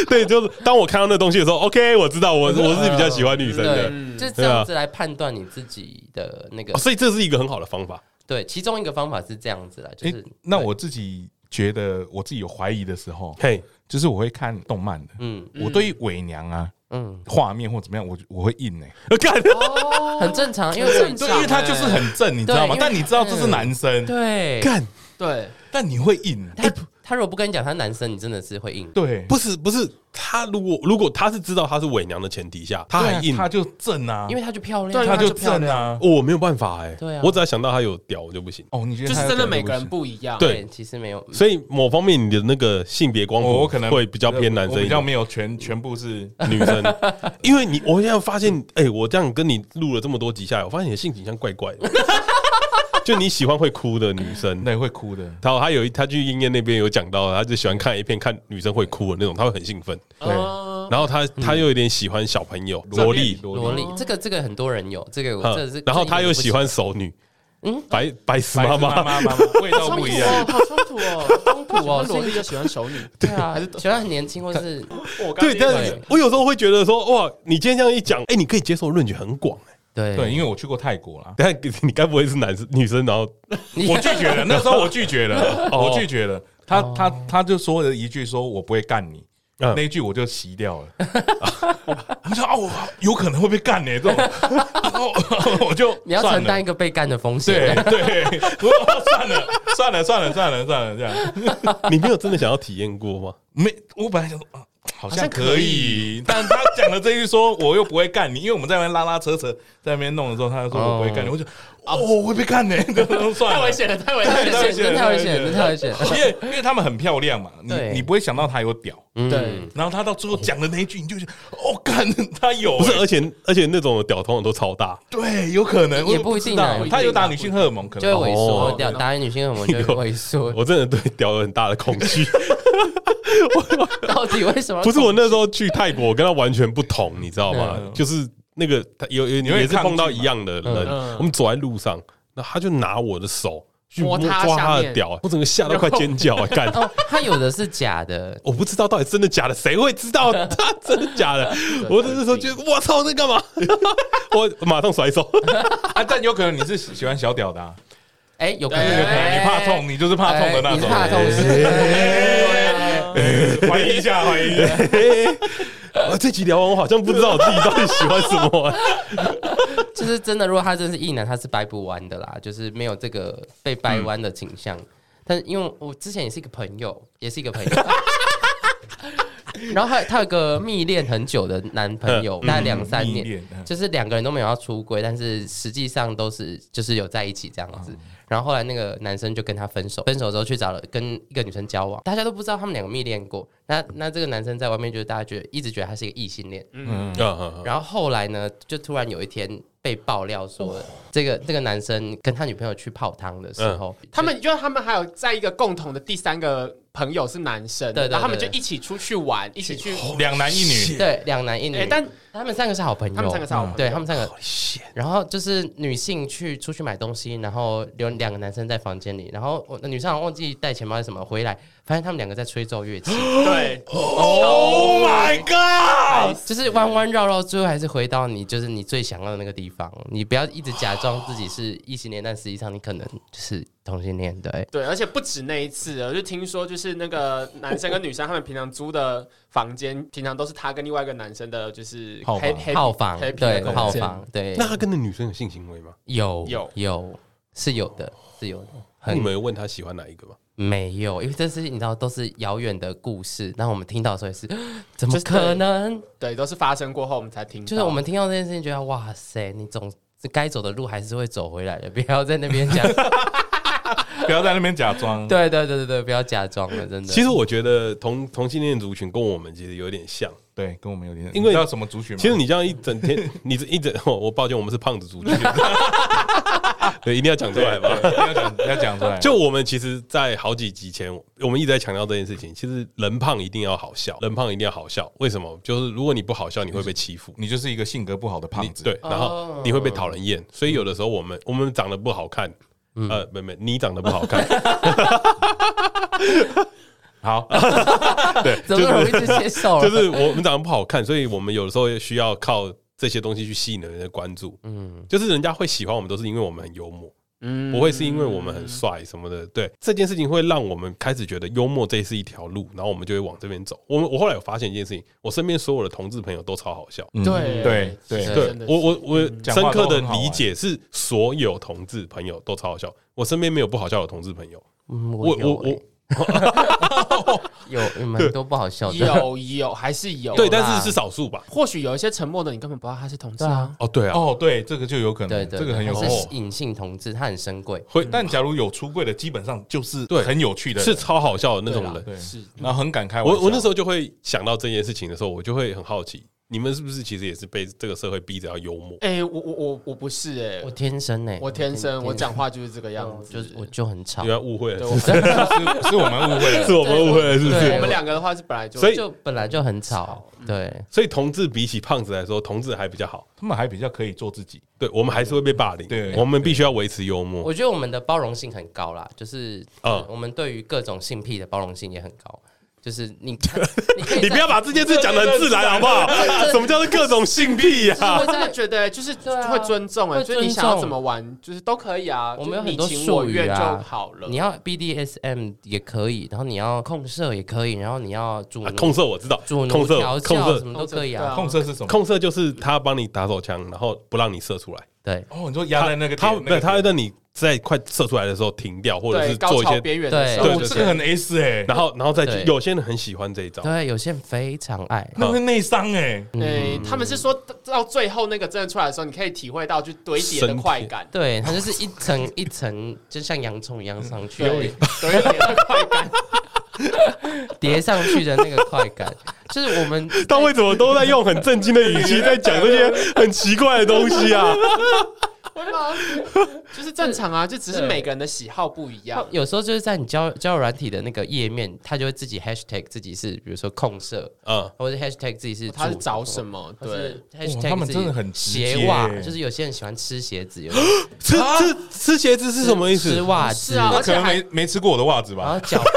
Speaker 3: 对，就是当我看到那东西的时候，OK，我知道我我是比较喜欢女生的、
Speaker 2: 嗯
Speaker 1: 对，嗯就这样子来判断你自己的那个
Speaker 3: 哦，所以这是一个很好的方法。
Speaker 1: 对，其中一个方法是这样子啦，就
Speaker 4: 哎、
Speaker 1: 是
Speaker 4: 那我自己觉得我自己有怀疑的时候，
Speaker 3: 嘿、
Speaker 4: 就是我会看动漫的，
Speaker 1: 嗯
Speaker 4: 我对伪娘啊
Speaker 1: 嗯，
Speaker 4: 画面或怎么样，我我会硬哎、
Speaker 3: 呃干，
Speaker 1: 很正常，因为我
Speaker 4: 对，因为他就是很正，你知道
Speaker 1: 对因
Speaker 4: 吗
Speaker 1: 为？
Speaker 4: 但你知道这是男生，
Speaker 1: 对
Speaker 3: 干，
Speaker 2: 对，
Speaker 4: 但你会硬，
Speaker 1: 他他如果不跟你讲他男生，你真的是会硬。
Speaker 4: 对，
Speaker 3: 不是不是，他如果如果他是知道他是伪娘的前提下，他还
Speaker 4: 对啊
Speaker 3: 硬，
Speaker 4: 他就正啊，
Speaker 1: 因为他就漂亮，
Speaker 2: 对
Speaker 4: 他就
Speaker 2: 他就漂
Speaker 4: 正啊。
Speaker 3: 哦我没有办法哎、
Speaker 1: 对啊
Speaker 3: 我只要想到他有屌，我就不行。
Speaker 4: 哦，你觉得
Speaker 2: 就是
Speaker 4: 他
Speaker 2: 真的
Speaker 4: 有
Speaker 2: 每个
Speaker 4: 不
Speaker 2: 人
Speaker 4: 行
Speaker 2: 不一样。
Speaker 3: 对
Speaker 1: 对，其实没有，
Speaker 3: 所以某方面你的那个性别光
Speaker 4: 哦我
Speaker 3: 谱
Speaker 4: 我可能
Speaker 3: 会比较偏男
Speaker 4: 我
Speaker 3: 生一
Speaker 4: 比较
Speaker 3: 点，
Speaker 4: 没有全全部是
Speaker 3: [LAUGHS]
Speaker 4: [LAUGHS]
Speaker 3: 女生，因为你我现在发现，哎、我这样跟你录了这么多集下来，我发现你的性倾向怪怪的， [LAUGHS] 就你喜欢会哭的女生。
Speaker 4: 那会哭的。
Speaker 3: 然后他有一，他去鹰燕那边有讲到，他就喜欢看 A 片，看女生会哭的那种，他会很兴奋。
Speaker 4: 对
Speaker 2: 哦
Speaker 3: 然后他他又有点喜欢小朋
Speaker 4: 嗯
Speaker 3: 友萝莉，
Speaker 1: 萝莉，这个这个很多人有，这个我这是
Speaker 3: 嗯，，然后他又喜欢熟女，嗯，白白石
Speaker 4: 白
Speaker 3: 妈
Speaker 4: 妈妈
Speaker 3: 妈，
Speaker 4: 妈妈味道
Speaker 3: [LAUGHS]
Speaker 4: 不一样。
Speaker 2: 哦，好冲突哦，冲
Speaker 1: 突 [LAUGHS] 哦
Speaker 2: 萝莉就喜欢熟女。
Speaker 1: 这个，对啊，还是喜欢很年轻或是
Speaker 2: 我刚
Speaker 3: 对，
Speaker 2: 刚
Speaker 3: 但
Speaker 2: 听到
Speaker 3: 是我有时候会觉得说，哇，你今天这样一讲，哎，你可以接受的论据很广， [LAUGHS] 哎，
Speaker 1: 对
Speaker 4: 对，因为我去过泰国啦，
Speaker 3: 但你该不会是男生女生，然后
Speaker 1: 你
Speaker 4: [LAUGHS] 我拒绝了，那时候我拒绝了，
Speaker 3: 哦
Speaker 4: 我拒绝了。他
Speaker 1: 哦
Speaker 4: 他他就说了一句说我不会干你。
Speaker 3: 嗯
Speaker 4: 那一句我就洗掉了， [LAUGHS] 我说啊，我有可能会被干呢，这种，然后我就
Speaker 1: [LAUGHS] 你要承
Speaker 4: 算了
Speaker 1: 担一个被干的风 [LAUGHS]
Speaker 4: 对
Speaker 1: 险。
Speaker 4: 对，我哦算了算了算了算了算了，这样
Speaker 3: 你没有真的想要体验过吗？
Speaker 4: 没，我本来想说啊，
Speaker 2: 好
Speaker 4: 好
Speaker 2: 像
Speaker 4: 像
Speaker 2: 可
Speaker 4: 可以，但他讲了这一句说我又不会干你，因为我们在那边拉拉扯扯，在那边弄的时候，他就说我不会干你，我就哦，我会被干呢，算
Speaker 2: 太
Speaker 4: 了
Speaker 2: 危。险了，太危
Speaker 1: 太
Speaker 2: 险
Speaker 1: 危
Speaker 2: 了。
Speaker 1: 险，真的太危险，真的太危险。
Speaker 4: [LAUGHS] 因为因为他们很漂亮嘛，你
Speaker 1: 对
Speaker 4: 你不会想到他有屌，
Speaker 1: 对，
Speaker 4: 然后他到最后讲的那一句，你就觉得哦， [LAUGHS] 干他有
Speaker 3: 不是，
Speaker 4: 欸
Speaker 3: 而且而且那种屌通常都超大，
Speaker 4: 对，有可能
Speaker 1: 也
Speaker 4: 我
Speaker 1: 不一
Speaker 4: 知
Speaker 1: 定
Speaker 4: 道
Speaker 1: 啊不一
Speaker 4: 他有
Speaker 2: 定啊
Speaker 4: 打女性荷尔蒙，可能
Speaker 1: 就会萎缩
Speaker 3: 哦
Speaker 1: 掉，打给女性荷尔蒙就会萎缩。
Speaker 3: 我真的对屌有很大的恐惧。
Speaker 1: [LAUGHS] 到底为什么？
Speaker 3: 不是我那时候去泰国，我跟他完全不同，你知道吗
Speaker 4: 嗯？
Speaker 3: 就是那个他有有也
Speaker 4: 会
Speaker 3: 是
Speaker 4: 抗拒
Speaker 3: 碰到
Speaker 4: 嘛
Speaker 3: 一样的人
Speaker 2: 嗯，
Speaker 3: 我们走在路上，那他就拿我的手去
Speaker 2: 摸
Speaker 3: 摸
Speaker 2: 他
Speaker 3: 抓
Speaker 2: 下
Speaker 3: 他的
Speaker 2: 面
Speaker 3: 屌，我整个吓到快尖叫，干！
Speaker 1: [LAUGHS] 哦，他有的是假的，
Speaker 3: 我不知道到底真的假的，谁会知道他真的假的？我那时候觉得我操，那干嘛？我马上甩手。 [LAUGHS]
Speaker 4: 啊，但有可能你是喜喜欢小屌
Speaker 1: [LAUGHS]
Speaker 4: 的啊，
Speaker 1: 哎，有可
Speaker 4: 有
Speaker 1: 能
Speaker 4: 可能你怕痛，你就是怕痛的那
Speaker 1: 哎你
Speaker 4: 种，
Speaker 1: 怕痛
Speaker 3: 哎
Speaker 1: 是？
Speaker 4: 欸怀疑一下，怀疑一下。
Speaker 3: 啊哎这集聊完，我好像不知道我自己到底喜欢什么。啊
Speaker 1: 就是真的，如果他真是异男，他是掰不弯的啦，就是没有这个被掰弯的倾向。但是因为我之前也是一个朋友，也是一个朋
Speaker 3: [LAUGHS]
Speaker 1: 友。然后还有他有个蜜恋很久的男朋
Speaker 3: 嗯
Speaker 1: 友，大概两三
Speaker 4: 蜜
Speaker 1: 年，
Speaker 4: 恋嗯
Speaker 1: 就是两个人都没有要出轨，但是实际上都是就是有在一起这
Speaker 2: 哦
Speaker 1: 样子。然后后来那个男生就跟他分手，分手之后去找了跟一个女生交往，大家都不知道他们两个蜜恋过。那那这个男生在外面就是大家觉得一直觉得他是一个异性恋，
Speaker 4: 嗯，
Speaker 3: 啊
Speaker 2: 哦
Speaker 3: 啊
Speaker 1: 然后后来呢，就突然有一天被爆料说，
Speaker 2: 哦
Speaker 1: 这个这个男生跟他女朋友去泡汤的时候，
Speaker 2: 嗯他们就是他们还有在一个共同的第三个朋友是男生，
Speaker 1: 对对对
Speaker 2: 然后他们就一起出去玩，一起去。
Speaker 4: 两男一女，
Speaker 1: 对两男一女，
Speaker 2: 哎，但
Speaker 1: 他们三个是好朋友，
Speaker 2: 他们三个是好朋友
Speaker 1: 嗯对他们三个。
Speaker 3: ，shit，
Speaker 1: 然后就是女性去出去买东西，然后留两个男生在房间里，然后我那女生好像忘记带钱包还是什么，回来发现他们两个在吹奏乐器， [GASPS]
Speaker 2: 对
Speaker 4: Oh
Speaker 3: 哦
Speaker 4: my god！
Speaker 1: 就是弯弯绕绕，最后还是回到你就是你最想要的那个地方。你不要一直假装自己是异性恋，但实际上你可能就是同性恋， [LAUGHS] 对。
Speaker 2: 对，而且不止那一次，我就听说就是那个男生跟女生他们平常租的房间，平常都是他跟另外一个男生的，就是
Speaker 4: 套
Speaker 2: 黑
Speaker 4: 房
Speaker 2: 黑
Speaker 1: 套房
Speaker 2: 黑
Speaker 1: 对
Speaker 2: 的
Speaker 1: 套
Speaker 2: 空间
Speaker 1: 房对，
Speaker 3: 哎那他跟那女生有性行为吗？
Speaker 1: 有
Speaker 2: 有
Speaker 1: 有是有的，是有的，
Speaker 3: 那
Speaker 1: 很
Speaker 3: 你们有问他喜欢哪一个吗？
Speaker 1: 没有，因为这是你知道都是遥远的故事，然后我们听到的时候也是， [GASPS] 怎
Speaker 2: 就
Speaker 1: 么
Speaker 2: 是
Speaker 1: 可能？
Speaker 2: 对，都是发生过后我们才听到。
Speaker 1: 就是我们听到这件事情，觉得哇塞，你总该走的路还是会走回来的， [LAUGHS] 不要在那边讲，
Speaker 4: 不要在那边假装。
Speaker 1: 对对对对对，不要假装了，真的。
Speaker 3: 其实我觉得同同性恋族群跟我们其实有点像。
Speaker 4: 对，跟我们有点，
Speaker 3: 因为
Speaker 4: 你知道什么族群吗？
Speaker 3: 其实你这样一整
Speaker 4: [LAUGHS]
Speaker 3: 天，你这一整，哦我抱歉，我们是胖子族群，对，一定要讲出来吧。
Speaker 4: 对要讲要讲出
Speaker 3: [LAUGHS]
Speaker 4: 来，
Speaker 3: 就我们其实，在好几集前，我们一直在强调这件事情。其实人胖一定要好笑，人胖一定要好笑。为什么？就是如果你不好笑，你会被欺负。
Speaker 4: 你就是一个性格不好的
Speaker 3: 你
Speaker 4: 胖子。
Speaker 3: 对，然
Speaker 4: 哦
Speaker 3: 后你会被讨人厌。所以有的时候我们我们长得不好看，
Speaker 4: 嗯
Speaker 3: 呃，没没，你长得不好看，
Speaker 4: 好，
Speaker 1: [LAUGHS] 怎么容易就接受了？
Speaker 3: 就是我们长得不好看，所以我们有的时候也需要靠这些东西去吸引人的关注。
Speaker 1: 嗯，
Speaker 3: 就是人家会喜欢我们，都是因为我们很幽默，
Speaker 2: 嗯
Speaker 3: 不会是因为我们很帅什么的。对，这件事情会让我们开始觉得幽默这是一条路，然后我们就会往这边走。我们我后来有发现一件事情，我身边所有的同志朋友都超好笑。
Speaker 4: 嗯
Speaker 2: 对
Speaker 4: 对对
Speaker 1: 是
Speaker 4: 对，
Speaker 3: 对
Speaker 2: 真的是
Speaker 3: 我我我
Speaker 4: 讲
Speaker 3: 深
Speaker 4: 话
Speaker 3: 刻
Speaker 4: 都
Speaker 3: 的
Speaker 4: 很好玩
Speaker 3: 理解是，所有同志朋友都超好笑。我身边没有不好笑的同志朋友。
Speaker 1: 嗯
Speaker 3: 我
Speaker 1: 我有
Speaker 3: 我
Speaker 1: 欸
Speaker 3: 我
Speaker 1: 有有蛮多不好笑的，啊
Speaker 2: 有有还是有
Speaker 3: 对，
Speaker 2: 啦
Speaker 3: 但是是少数吧。
Speaker 2: 或许有一些沉默的，你根本不知道他是同志
Speaker 1: 对
Speaker 2: 啊
Speaker 1: 啊。
Speaker 3: 哦，对啊，
Speaker 4: 哦，对，这个就有可
Speaker 1: 对
Speaker 4: 能，
Speaker 1: 对，
Speaker 4: 这个很有哦
Speaker 1: 对
Speaker 4: 可
Speaker 1: 它
Speaker 4: 能
Speaker 1: 是。隐性同志，他很珍贵。
Speaker 4: 会，但假如有出柜的，基本上就是
Speaker 3: 嗯对
Speaker 4: 很有趣的人，
Speaker 3: 是超好笑的那种人。
Speaker 4: 对，
Speaker 2: 是
Speaker 4: 然后很敢开玩
Speaker 3: 我
Speaker 4: 笑。
Speaker 3: 我那时候就会想到这件事情的时候，我就会很好奇，你们是不是其实也是被这个社会逼着要幽默？
Speaker 2: 哎、我我我我不是哎、
Speaker 1: 我
Speaker 2: 我
Speaker 1: 天生呢，
Speaker 2: 天生我讲话就是这个样子，
Speaker 1: 啊就是我就很吵
Speaker 3: 你，们误会
Speaker 2: 对
Speaker 1: [LAUGHS]
Speaker 3: 了，
Speaker 2: 我
Speaker 4: 是 [LAUGHS] 是 [LAUGHS] 是我们误会了，
Speaker 3: 是我们误会了，是不
Speaker 1: 对
Speaker 3: 是？
Speaker 2: 我们两个的话是本来就
Speaker 3: 所以
Speaker 1: 就本来就很吵，
Speaker 2: 嗯
Speaker 1: 对。
Speaker 3: 所以同志比起胖子来说，同志还比较好。
Speaker 4: 他们还比较可以做自己。
Speaker 3: 对我们还是会被霸凌，
Speaker 4: 对
Speaker 3: 我们必须要维持幽默。
Speaker 1: 我觉得我们的包容性很高啦，就是
Speaker 3: 嗯
Speaker 1: 我们对于各种性癖的包容性也很高。就是你，你可以
Speaker 3: 你不要把这件事讲的很自然，好不好？什么叫做各种性癖啊呀、
Speaker 2: 我真的觉得就是
Speaker 1: 对啊
Speaker 2: 会尊重哎、
Speaker 1: 会
Speaker 2: 就是你
Speaker 1: 尊重
Speaker 2: 想要怎么玩，就是都可以啊。
Speaker 1: 我们有
Speaker 2: 就是
Speaker 1: 很
Speaker 2: 你
Speaker 1: 多
Speaker 2: 情我
Speaker 1: 术语
Speaker 2: 愿就
Speaker 1: 啊，
Speaker 2: 好了。
Speaker 1: 你要 BDSM 也可以，然后你要控射也可以，然后你要主奴、
Speaker 3: 啊？控色我知道，
Speaker 1: 嗯主奴
Speaker 3: 控色
Speaker 1: 调
Speaker 3: 控
Speaker 1: 教什
Speaker 3: 色
Speaker 1: 么都可以
Speaker 2: 对啊
Speaker 1: 啊。
Speaker 4: 控色是什么？
Speaker 3: 控色就是他帮你打手枪，然后不让你射出来。
Speaker 1: 对
Speaker 4: 哦，你说压在那个
Speaker 3: 他
Speaker 4: 点
Speaker 3: 对，他会
Speaker 4: 那个
Speaker 3: 让你在快射出来的时候停掉，或者
Speaker 2: 对
Speaker 3: 是
Speaker 2: 高
Speaker 3: 做一
Speaker 2: 潮
Speaker 3: 些
Speaker 2: 边缘的时候，
Speaker 3: 对
Speaker 4: 点
Speaker 3: 对
Speaker 4: 哦，这个很 S 哎，
Speaker 3: 然后然后再去
Speaker 1: 对
Speaker 3: 有些人很喜欢这一招，
Speaker 1: 对，有些人非常爱，
Speaker 4: 那会内伤哎。
Speaker 1: 嗯
Speaker 2: 哎、他们是说到最后那个真的出来的时候，你可以体会到就堆叠的快感，
Speaker 1: 对，它就是一层一层，就像洋葱一样上去，
Speaker 2: 对，堆叠的快
Speaker 1: [LAUGHS]
Speaker 2: 感。
Speaker 1: 叠上去的那个快感， [LAUGHS] 就是我们
Speaker 3: 但为什么都在用很震惊的语气在讲这些很奇怪的东西啊？
Speaker 2: 我就马上就是正常啊，就只是
Speaker 1: 对
Speaker 2: 每个人的喜好不一样。
Speaker 1: 有时候就是在你交交友软体的那个页面，它就会自己 hashtag 自己是，比如说控射，
Speaker 3: [LAUGHS] 嗯，
Speaker 1: 或者 hashtag 自己
Speaker 4: 哦
Speaker 1: 是
Speaker 2: 他是
Speaker 1: 主
Speaker 2: 找什么？
Speaker 1: 或
Speaker 2: 对
Speaker 1: 是，hashtag
Speaker 4: 他们真的很
Speaker 1: 自
Speaker 4: 直
Speaker 1: 己
Speaker 4: 接
Speaker 1: 鞋袜
Speaker 4: 耶，
Speaker 1: 就是有些人喜欢吃鞋子，
Speaker 3: [LAUGHS]
Speaker 1: 有些人
Speaker 3: 吃吃吃鞋子是什么意
Speaker 1: 吃
Speaker 3: 思？
Speaker 1: 袜
Speaker 2: 是
Speaker 1: 子，
Speaker 2: 啊而
Speaker 4: 他可
Speaker 2: 且
Speaker 4: 能
Speaker 2: 还啊
Speaker 4: 没没吃过我的袜子
Speaker 1: 然
Speaker 4: 吧
Speaker 1: 后？脚
Speaker 2: [LAUGHS]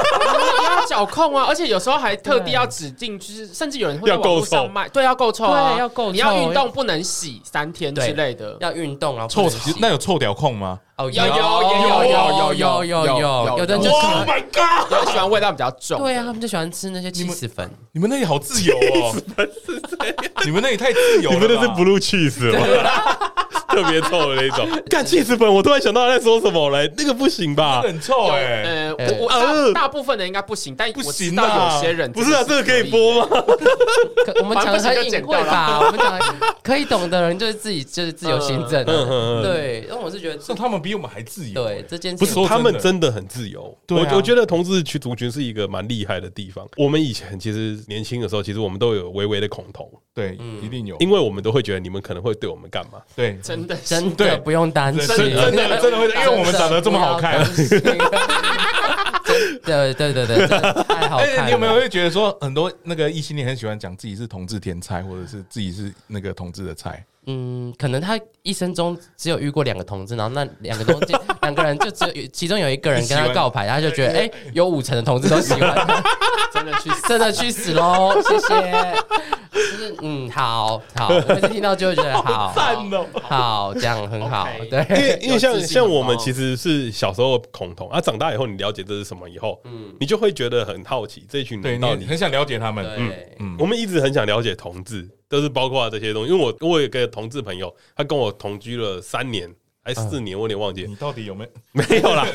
Speaker 2: 要脚控啊，而且有时候还特地要指定，就是甚至有人会在
Speaker 3: 要够
Speaker 2: 网络上
Speaker 3: 臭
Speaker 2: 卖，对，要够臭啊，
Speaker 1: 对要够臭，
Speaker 2: 你要运动不能洗三天之类的
Speaker 1: 要运动，然后
Speaker 4: 臭
Speaker 1: 不能
Speaker 4: 死
Speaker 1: 洗
Speaker 4: 那有臭屌控吗
Speaker 1: 哦
Speaker 2: 有
Speaker 1: 有
Speaker 2: 有有有有
Speaker 1: 有有
Speaker 2: 有有
Speaker 1: 有的人就
Speaker 3: 哦
Speaker 2: 有
Speaker 1: 是
Speaker 2: Oh
Speaker 4: my god！
Speaker 2: 有人喜欢味道比较重。
Speaker 1: 对啊，他，们就喜欢吃那些起司粉，
Speaker 4: [LAUGHS] 你们那里好自 [LAUGHS] 由哦，你们那里太自由了
Speaker 3: 你
Speaker 4: 吧，
Speaker 3: 们那是 blue cheese 吗？ [LAUGHS] 特别臭的那种。干气死粉，我突然想到他在说什么来，那个不行吧？
Speaker 4: 很臭哎，
Speaker 2: 呃，
Speaker 1: 呃
Speaker 2: 我
Speaker 3: 呃
Speaker 2: 大大部分人应该不行，但
Speaker 4: 不
Speaker 2: 我知
Speaker 4: 行
Speaker 2: 道
Speaker 4: 啊
Speaker 2: 有些人
Speaker 3: 不是啊，这
Speaker 2: 真的
Speaker 3: 个可以
Speaker 2: 以。
Speaker 3: 播吗？
Speaker 1: 可我们讲的很隐晦吧，我们讲得可以懂的人就是自己就是自由心证
Speaker 3: 嗯嗯
Speaker 1: 啊，
Speaker 3: 嗯嗯
Speaker 1: 对，因为我是觉得
Speaker 4: 是他们比我们还自由
Speaker 1: 对
Speaker 4: 欸，
Speaker 1: 这件
Speaker 3: 不
Speaker 1: 事
Speaker 3: 是
Speaker 1: 情，
Speaker 3: 他们真的很自由。
Speaker 4: 对啊
Speaker 3: 我我觉得同志群族群是一个蛮厉害的地方。我们以前其实年轻的时候，其实我们都有微微的恐同，
Speaker 4: 对，
Speaker 2: 嗯
Speaker 4: 一定有
Speaker 3: 因为我们都会觉得你们可能会对我们干嘛。
Speaker 4: 对。
Speaker 2: 真的是
Speaker 1: 真的
Speaker 4: 对
Speaker 1: 不用担心，
Speaker 4: 真的真的真的会因为我们长得这么好看
Speaker 1: [LAUGHS] 真的不要
Speaker 4: [LAUGHS]
Speaker 1: 担心。对对对对，真的太好看哦
Speaker 4: 而且
Speaker 1: 了。
Speaker 4: 哎你有没有会觉得说，很多那个异性恋很喜欢讲自己是同志天才，或者是自己是那个同志的菜？
Speaker 1: 嗯，可能他一生中只有遇过两个同志，然后那两个
Speaker 2: [LAUGHS]
Speaker 1: 同志两个人就只有其中有一个人跟他告白，他就觉得哎、有五成的同志都喜欢他，
Speaker 2: [LAUGHS] 真的去死，
Speaker 1: 真的去死喽！谢谢。就是嗯，好
Speaker 2: [LAUGHS]
Speaker 1: 好，我每次听到就会觉得好，
Speaker 4: 哦！
Speaker 1: 好，这样很好
Speaker 2: OK
Speaker 1: 对。
Speaker 3: 因为因为像
Speaker 2: 有自信
Speaker 3: 像我们
Speaker 2: 哦
Speaker 3: 其实是小时候恐同啊，长大以后你了解这是什么以后，
Speaker 2: 嗯
Speaker 3: 你就会觉得很好奇这一群
Speaker 4: 对
Speaker 3: 人
Speaker 4: 你
Speaker 3: 到底
Speaker 4: 很想了解他们，嗯
Speaker 1: 对，
Speaker 4: 嗯，
Speaker 3: 我们一直很想了解同志，就是包括这些东西。因为我我有一个同志朋友，他跟我同居了三年还四年，我有点忘记，
Speaker 4: 嗯你到底有没有？
Speaker 3: [LAUGHS] 没有啦，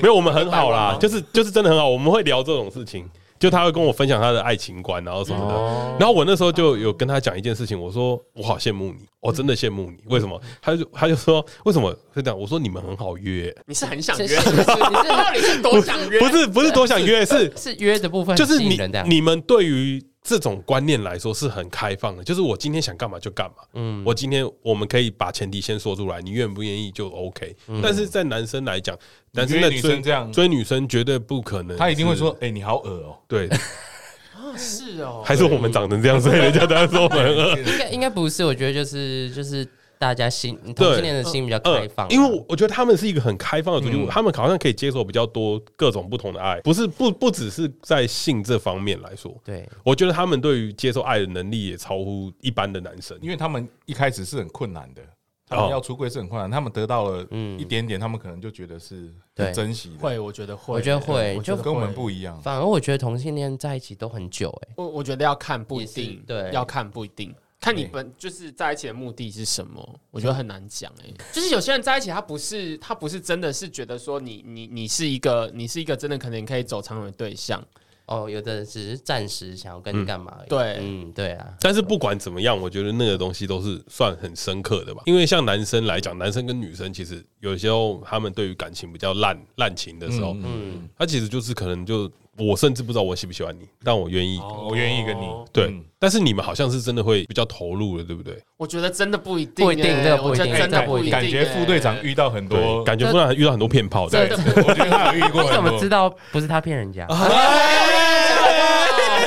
Speaker 3: 没有，我们很好
Speaker 2: 拜拜 [LAUGHS]
Speaker 3: 啦
Speaker 2: 吗，
Speaker 3: 就是就是真的很好，我们会聊这种事情。就他会跟我分享他的爱情观，啊然后什么的。
Speaker 2: 哦
Speaker 3: 然后我那时候就有跟他讲一件事情，我说我好羡慕你，我真的羡慕你。为什么？他就他就说为什么会这样？我说你们很好约，
Speaker 2: 你是很想
Speaker 1: 是
Speaker 2: 约
Speaker 1: 是，是
Speaker 2: 到底是多想约？
Speaker 3: 不是不是多
Speaker 1: [LAUGHS]
Speaker 3: 想约，是
Speaker 1: 是约的部分很
Speaker 3: 就是
Speaker 1: 吸引
Speaker 3: 你
Speaker 1: 人这样，
Speaker 3: 你们对于这种观念来说是很开放的，就是我今天想干嘛就干嘛。嗯，我今天我们可以把前提先说出来，你愿不愿意就 OK。但
Speaker 1: 嗯
Speaker 3: 是在男生来讲，男生在
Speaker 4: 你约女
Speaker 3: 追
Speaker 4: 生这样
Speaker 3: 追女生绝对不可能，
Speaker 4: 他一定会说：“哎，你好恶哦。
Speaker 3: 对，
Speaker 2: 啊是哦，
Speaker 3: 还是我们长成这样，所以人家才说我们很
Speaker 4: [LAUGHS]
Speaker 3: 恶。
Speaker 1: 应该应该不是，我觉得就是就是大家心同
Speaker 3: 对
Speaker 1: 性恋的心比较开
Speaker 3: 嗯
Speaker 1: 放啊，
Speaker 3: 因为我我觉得他们是一个很开放的族群，
Speaker 4: 嗯
Speaker 3: 他们好像可以接受比较多各种不同的爱，不是不不只是在性这方面来说，
Speaker 1: 对
Speaker 3: 我觉得他们对于接受爱的能力也超乎一般的男生”。
Speaker 4: 因为他们一开始是很困难的，他们
Speaker 3: 哦
Speaker 4: 要出柜是很困难，他们得到了
Speaker 1: 嗯
Speaker 4: 一点点，他们可能就觉得是
Speaker 1: 对
Speaker 4: 很珍惜的，
Speaker 2: 会，我觉得会，
Speaker 1: 我觉得会
Speaker 2: 我
Speaker 1: 就
Speaker 2: 觉得
Speaker 4: 跟我们
Speaker 2: 会
Speaker 4: 不一样。
Speaker 1: 反而我觉得同性恋在一起都很久哎、
Speaker 2: 我我觉得要看不一
Speaker 1: 也
Speaker 2: 定
Speaker 1: 是，对
Speaker 2: 要看不一定。看你
Speaker 4: 对
Speaker 2: 本就是在一起的目的是什么，我觉得很难讲哎、就是有些人在一起，他不是他不是真的是觉得说你你你是一个你是一个真的可能可以走长远的对象，
Speaker 1: 哦，有的人只是暂时想要跟你干嘛而已、
Speaker 2: 对
Speaker 1: 嗯，对啊，
Speaker 3: 但是不管怎么样，我觉得那个东西都是算很深刻的吧。因为像男生来讲，男生跟女生其实有时候他们对于感情比较烂滥情的时候，
Speaker 1: 嗯，
Speaker 3: 他其实就是可能就我甚至不知道我喜不喜欢你，但我愿意。
Speaker 4: 我愿意跟你
Speaker 3: 对，
Speaker 4: 哦嗯
Speaker 3: 但是你们好像是真的会比较投入了，对不对？
Speaker 2: 我觉得真的不一定、欸，
Speaker 1: 不一定这个不一定
Speaker 2: 我觉得真的
Speaker 1: 这个不
Speaker 2: 不
Speaker 1: 一定
Speaker 2: 一定、
Speaker 4: 哎感觉副队长
Speaker 2: 欸
Speaker 4: 遇到很
Speaker 3: 对，
Speaker 4: 多，
Speaker 3: 感觉不然遇到很多骗炮
Speaker 4: 对
Speaker 3: 的。
Speaker 4: 我觉得他有遇
Speaker 1: [LAUGHS]
Speaker 4: 过
Speaker 1: 你怎
Speaker 4: 很
Speaker 1: 么知
Speaker 4: 多。
Speaker 1: 道不是他骗人家？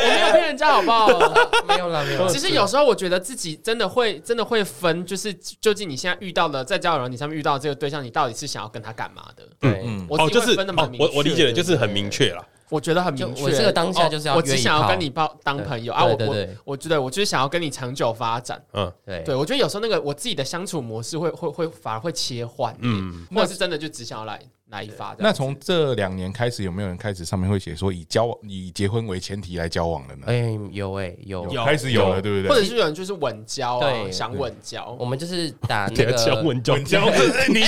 Speaker 2: 没有骗人家好不好？
Speaker 1: [LAUGHS] 没有啦，没有啦。
Speaker 2: 其实有时候我觉得自己真的会真的会分，就是究竟你现在遇到的在交友软件上面遇到的这个对象，你到底是想要跟他干嘛的？
Speaker 1: 对，
Speaker 4: 嗯
Speaker 2: 我
Speaker 3: 哦，
Speaker 2: 自己
Speaker 3: 就
Speaker 2: 会
Speaker 3: 是
Speaker 2: 分得蛮
Speaker 3: 哦，
Speaker 2: 明
Speaker 3: 我我
Speaker 2: 确
Speaker 3: 理解的
Speaker 2: 的
Speaker 3: 就是很明确啦。
Speaker 2: 我觉得很明
Speaker 1: 就
Speaker 2: 确，
Speaker 1: 我这个当下就是要
Speaker 2: 哦我只
Speaker 1: 约一
Speaker 2: 想要
Speaker 1: 炮
Speaker 2: 跟你当当朋友啊，
Speaker 1: 对
Speaker 2: 我
Speaker 1: 对
Speaker 2: 我
Speaker 1: 对
Speaker 2: 我觉得我就是想要跟你长久发展。
Speaker 3: 嗯，
Speaker 1: 对
Speaker 2: 对，我觉得有时候那个我自己的相处模式会会会反而会切换，嗯
Speaker 3: 嗯，
Speaker 2: 或者是真的就只想要来来一发这样子。
Speaker 4: 那从这两年开始，有没有人开始上面会写说以交往以结婚为前提来交往了呢
Speaker 1: 哎、？有哎、有。
Speaker 2: 有
Speaker 4: 开始有了，
Speaker 3: 有
Speaker 4: 对不
Speaker 2: 或
Speaker 4: 对？
Speaker 2: 者
Speaker 4: [LAUGHS]
Speaker 2: 是有人就是稳交啊，
Speaker 1: 对
Speaker 2: 想稳交
Speaker 1: 我，们就是打那
Speaker 3: 等一
Speaker 1: 个
Speaker 3: 下交稳交，
Speaker 4: 稳交
Speaker 3: [LAUGHS]
Speaker 4: 这你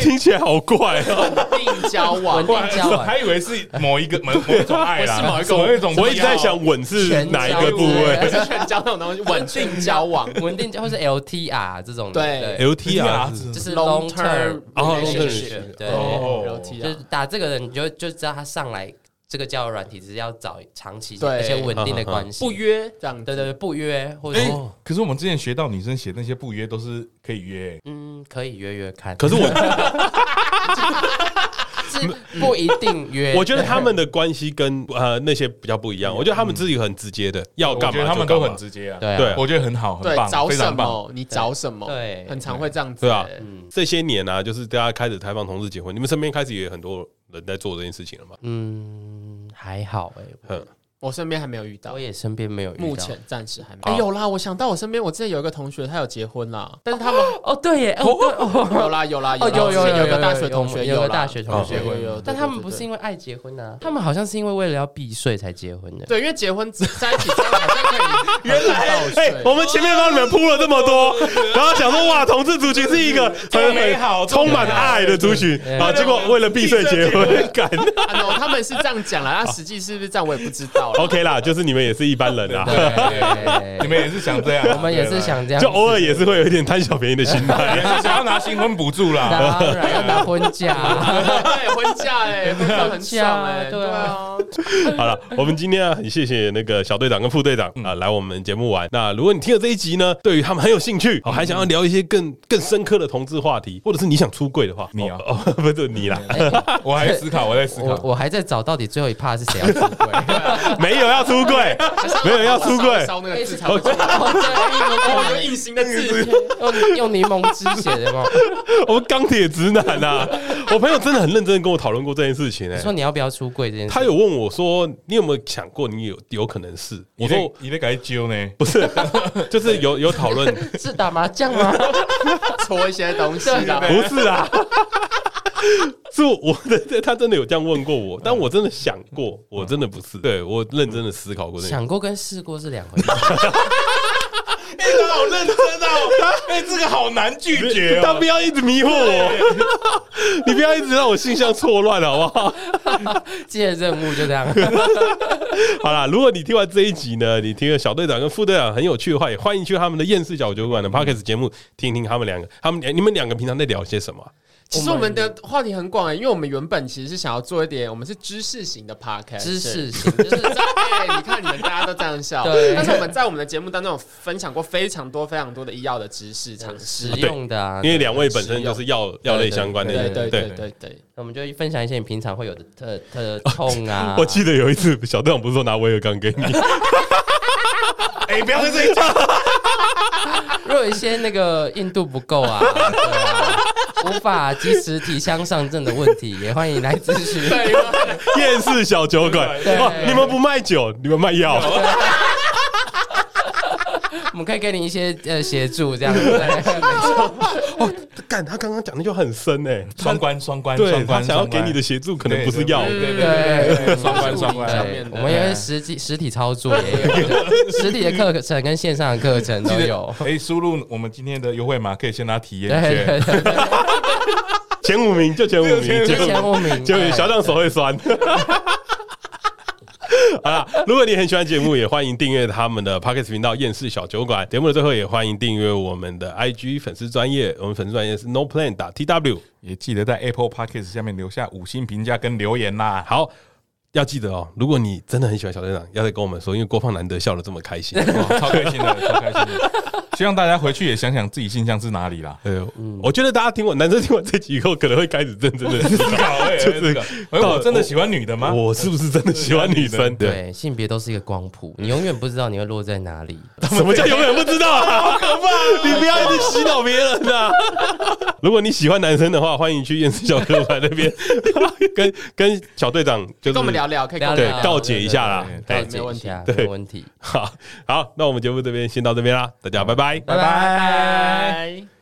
Speaker 3: 听起来好怪哦。
Speaker 2: 稳定交
Speaker 3: [LAUGHS]
Speaker 2: 往
Speaker 1: 稳，定交
Speaker 4: 我
Speaker 1: 往
Speaker 4: 还以为是某一个某某一种爱啦，
Speaker 2: 不是
Speaker 4: 某一种，
Speaker 3: 我一直在想吻是
Speaker 1: 全
Speaker 3: 哪一
Speaker 1: 交
Speaker 3: 个部位
Speaker 2: 还是全交那种东西，稳定交往
Speaker 1: 稳定交，或是 LTR 这种的，
Speaker 2: 对
Speaker 3: ？LTR 是
Speaker 1: 就
Speaker 4: 子
Speaker 1: 是 long
Speaker 2: Long term
Speaker 1: term
Speaker 3: 哦 long term
Speaker 1: relationship，对，
Speaker 4: 哦
Speaker 1: 就是
Speaker 2: ，LTR。
Speaker 1: 打这个的，你就就知道他上来这个交友软体只是要找长期
Speaker 2: 对
Speaker 1: 而且稳
Speaker 3: 嗯
Speaker 1: 定的关系，
Speaker 2: 不，约这样，
Speaker 1: 对对对，不约或者
Speaker 4: 哎
Speaker 1: 是
Speaker 3: 哦，
Speaker 4: 可是我们之前学到女生写那些不约都是可以约，
Speaker 1: 嗯，可以约约看，
Speaker 3: 可是我
Speaker 1: 是不一定约，
Speaker 3: 我觉得他们的关系跟呃那些比较不一样，我觉得他们自己很直接的，要
Speaker 4: 嗯我
Speaker 3: 干
Speaker 4: 觉
Speaker 3: 嘛
Speaker 4: 得他们
Speaker 3: 就
Speaker 4: 都
Speaker 3: 干嘛
Speaker 4: 很直接啊。
Speaker 1: [LAUGHS] 对啊
Speaker 3: 对
Speaker 4: 我觉得很好，很
Speaker 2: 对，哦
Speaker 4: 棒，
Speaker 2: 找
Speaker 4: 非
Speaker 2: 什
Speaker 4: 常棒。
Speaker 2: 么你找什么，
Speaker 1: 对
Speaker 2: 很常会这样子，
Speaker 3: 对啊
Speaker 1: 嗯
Speaker 3: 这些年啊，就是大家开始开放同志结婚，你们身边开始也有很多人在做这件事情了嘛？
Speaker 1: 嗯还好哎，
Speaker 3: 嗯，
Speaker 2: 我身边还没有遇到
Speaker 1: 我。也身边没有遇到。
Speaker 2: 目前暂时还没、
Speaker 1: 好
Speaker 2: 哎有啦，我想到我身边，我之前有一个同学，他有结婚啦，但是他们
Speaker 1: 哦，对耶，哦 [LAUGHS] 对哦
Speaker 2: 有啦有啦
Speaker 1: 哦，有
Speaker 2: 有
Speaker 1: 有
Speaker 2: 有
Speaker 1: 有
Speaker 2: 有个大学同学，
Speaker 1: 有
Speaker 2: 啦
Speaker 1: 个大学同学
Speaker 2: 有有有，
Speaker 1: 但他们不是因为爱结婚啊，他们好像是因为为了要避税才结婚啊的。
Speaker 2: 对，因为结婚在一起之后好像可以原来
Speaker 3: 哎、我们前面帮你们铺了这么多，然后想说哇，同志族群是一个很
Speaker 4: 美好
Speaker 3: 充满爱的族群
Speaker 1: 对
Speaker 3: 啊，结果为了避税结婚，感
Speaker 2: 啊，no，他们是这样讲啦，那实际是不是这样我也不知道了。
Speaker 3: OK 啦，就是你们也是一般人啊，
Speaker 1: 对
Speaker 4: 你们也是想这样，啊
Speaker 1: 我们也是想这样，
Speaker 3: 就偶尔也是会有一点贪小便宜的心态。
Speaker 4: 对吧，也是想要拿新婚补助啦。
Speaker 1: [LAUGHS]
Speaker 4: [LAUGHS]
Speaker 1: 当然要拿婚啊假。
Speaker 2: 对，婚嫁哎，婚嫁很爽
Speaker 1: 婚嫁
Speaker 2: 哎，
Speaker 1: 对
Speaker 2: 对啊
Speaker 1: 啊，
Speaker 3: 好了，我们今天啊，很谢谢那个小队长跟副队长啊，来我们节目玩。那如果你听了这一集呢，对于他们很有兴趣，哦，还想要聊一些更更深刻的同志话题，或者是你想出柜的话，
Speaker 4: 你啊
Speaker 3: 哦， [LAUGHS] 哦不是
Speaker 4: [LAUGHS]
Speaker 3: 你啦，
Speaker 4: 我还在思考，我在
Speaker 1: [LAUGHS]
Speaker 4: 思
Speaker 1: 我
Speaker 4: 考。
Speaker 1: 我还在找到底最后一趴是谁啊要 [LAUGHS] 出轨。
Speaker 3: 没有要出柜，没有要出柜。
Speaker 2: 烧那个字才会
Speaker 1: 哦
Speaker 2: 出来。
Speaker 1: 对
Speaker 2: 哦，有隐形的字，
Speaker 1: [LAUGHS] 用用柠檬汁写的吗？
Speaker 3: 我们钢铁直男啊！我朋友真的很认真地跟我讨论过这件事情、
Speaker 1: 你
Speaker 3: 欸，
Speaker 1: 说你要不要出柜这件事？
Speaker 3: 他有问我说：“你有没有想过你有有可能是？”我
Speaker 4: 你在
Speaker 3: 说
Speaker 4: 你在改揪呢？：“
Speaker 3: 不是， [LAUGHS] 就是有有讨论，
Speaker 1: [LAUGHS] 是打麻将吗？
Speaker 2: 戳一些东西啦。
Speaker 3: [LAUGHS] 不是啊。”是我的，他真的有这样问过我，但我真的想过，
Speaker 2: 嗯
Speaker 3: 我真的不是，对我认真的思考过这个。
Speaker 1: 想过跟试过是两回事。
Speaker 4: [LAUGHS] 哎，他好认真哦！哎，这个好难拒绝
Speaker 3: 他
Speaker 4: 哦
Speaker 3: 不。要一直迷惑我，
Speaker 2: [LAUGHS]
Speaker 3: 你不要一直让我性向错乱，好不好？ [LAUGHS]
Speaker 1: 接任务就这样。
Speaker 3: 好啦，如果你听完这一集呢，你听了小队长跟副队长很有趣的话，也欢迎去他们的厌世小酒馆的 podcast 节目听一听他们两个，他们你们两个平常在聊些什么啊？
Speaker 2: 其实我们的话题很广哎，因为我们原本其实是想要做一点，我们是知识型的 podcast，
Speaker 1: 知识型就
Speaker 2: [LAUGHS] 就是
Speaker 1: 是
Speaker 2: 在哎，你看你们大家都这样笑，
Speaker 1: 对
Speaker 2: 但是我们在我们的节目当中有分享过非常多非常多的医药的知识常识
Speaker 1: 实，用的啊，
Speaker 3: 因为两位本身就是药药类相关的
Speaker 2: 对
Speaker 3: 人，
Speaker 2: 对对对对，
Speaker 1: 我们就分享一些你平常会有的特特痛啊
Speaker 3: [LAUGHS] 。我记得有一次小队长不是说拿威尔刚给你，
Speaker 4: [LAUGHS] 哎，不要在这里讲。
Speaker 1: 如果有一些那个硬度不够啊，对啊无法及时提枪上阵的问题，也欢迎来咨询。
Speaker 2: [LAUGHS] 对，
Speaker 3: [LAUGHS] 厌世小酒馆，
Speaker 1: 对
Speaker 3: 哦，你们不卖酒，你们卖药，
Speaker 1: 我们可以给你一些呃协助，这样子。对
Speaker 3: 哦，干他刚刚讲的就很深哎，
Speaker 4: 双关，双关，
Speaker 3: 对
Speaker 4: 双
Speaker 3: 他
Speaker 4: 关。
Speaker 3: 想要
Speaker 4: 双
Speaker 3: 给
Speaker 4: 关
Speaker 3: 你的协助可能不是药，
Speaker 4: 对对
Speaker 1: 对
Speaker 4: 对对，双关，双
Speaker 2: 上
Speaker 4: 关。
Speaker 2: 面
Speaker 1: 对我
Speaker 2: 的，
Speaker 1: 们有实际实体操作也有，实体的课程跟线上的课程都有。
Speaker 4: 哎，输入我们今天的优惠码，可以先拿体验
Speaker 1: 对对
Speaker 4: [LAUGHS]
Speaker 1: 对
Speaker 4: 券。
Speaker 1: 对，
Speaker 3: 前五名 [LAUGHS] 就前五名，
Speaker 4: 对
Speaker 1: 之前我明
Speaker 3: 就小亮手会 [LAUGHS] 酸。好啦，如果你很喜欢节目，也欢迎订阅他们的 Pockets 频道“厌世小酒馆”。节目的最后，也欢迎订阅我们的 IG 粉丝专业，我们粉丝专业是 No Plan 打 TW。
Speaker 4: 也记得在 Apple Podcast 下面留下五星评价跟留言啦。
Speaker 3: 好，要记得哦，如果你真的很喜欢小队长，要再跟我们说，因为郭胖难得笑得这么开心。
Speaker 4: 哇超开心的，超开心 [LAUGHS] 的。希望大家回去也想想自己性向是哪里啦。
Speaker 3: 哎呦，我觉得大家听完男生听完这集以后，可能会开始认真的思考， [LAUGHS] 就是
Speaker 4: 哎，我真的喜欢女的吗？
Speaker 3: 我是不是真的喜欢女生？对，
Speaker 1: 对性别都是一个光谱，你永远不知道你会落在哪里。
Speaker 3: 什么叫永远不知道啊？好可怕！ [LAUGHS] 你不要一直洗脑别人啊！ [LAUGHS] 如果你喜欢男生的话，欢迎去验尸小队馆那边跟跟小队长就是
Speaker 2: 跟我们聊聊，可以跟我们
Speaker 3: 对
Speaker 2: 聊聊
Speaker 3: 告解一下啦。
Speaker 1: 对，
Speaker 3: 哎
Speaker 1: 对对告解一下，
Speaker 3: 对
Speaker 1: 没有问题。
Speaker 3: 好好，那我们节目这边先到这边啦，大家拜拜。
Speaker 1: 拜拜。
Speaker 2: 拜。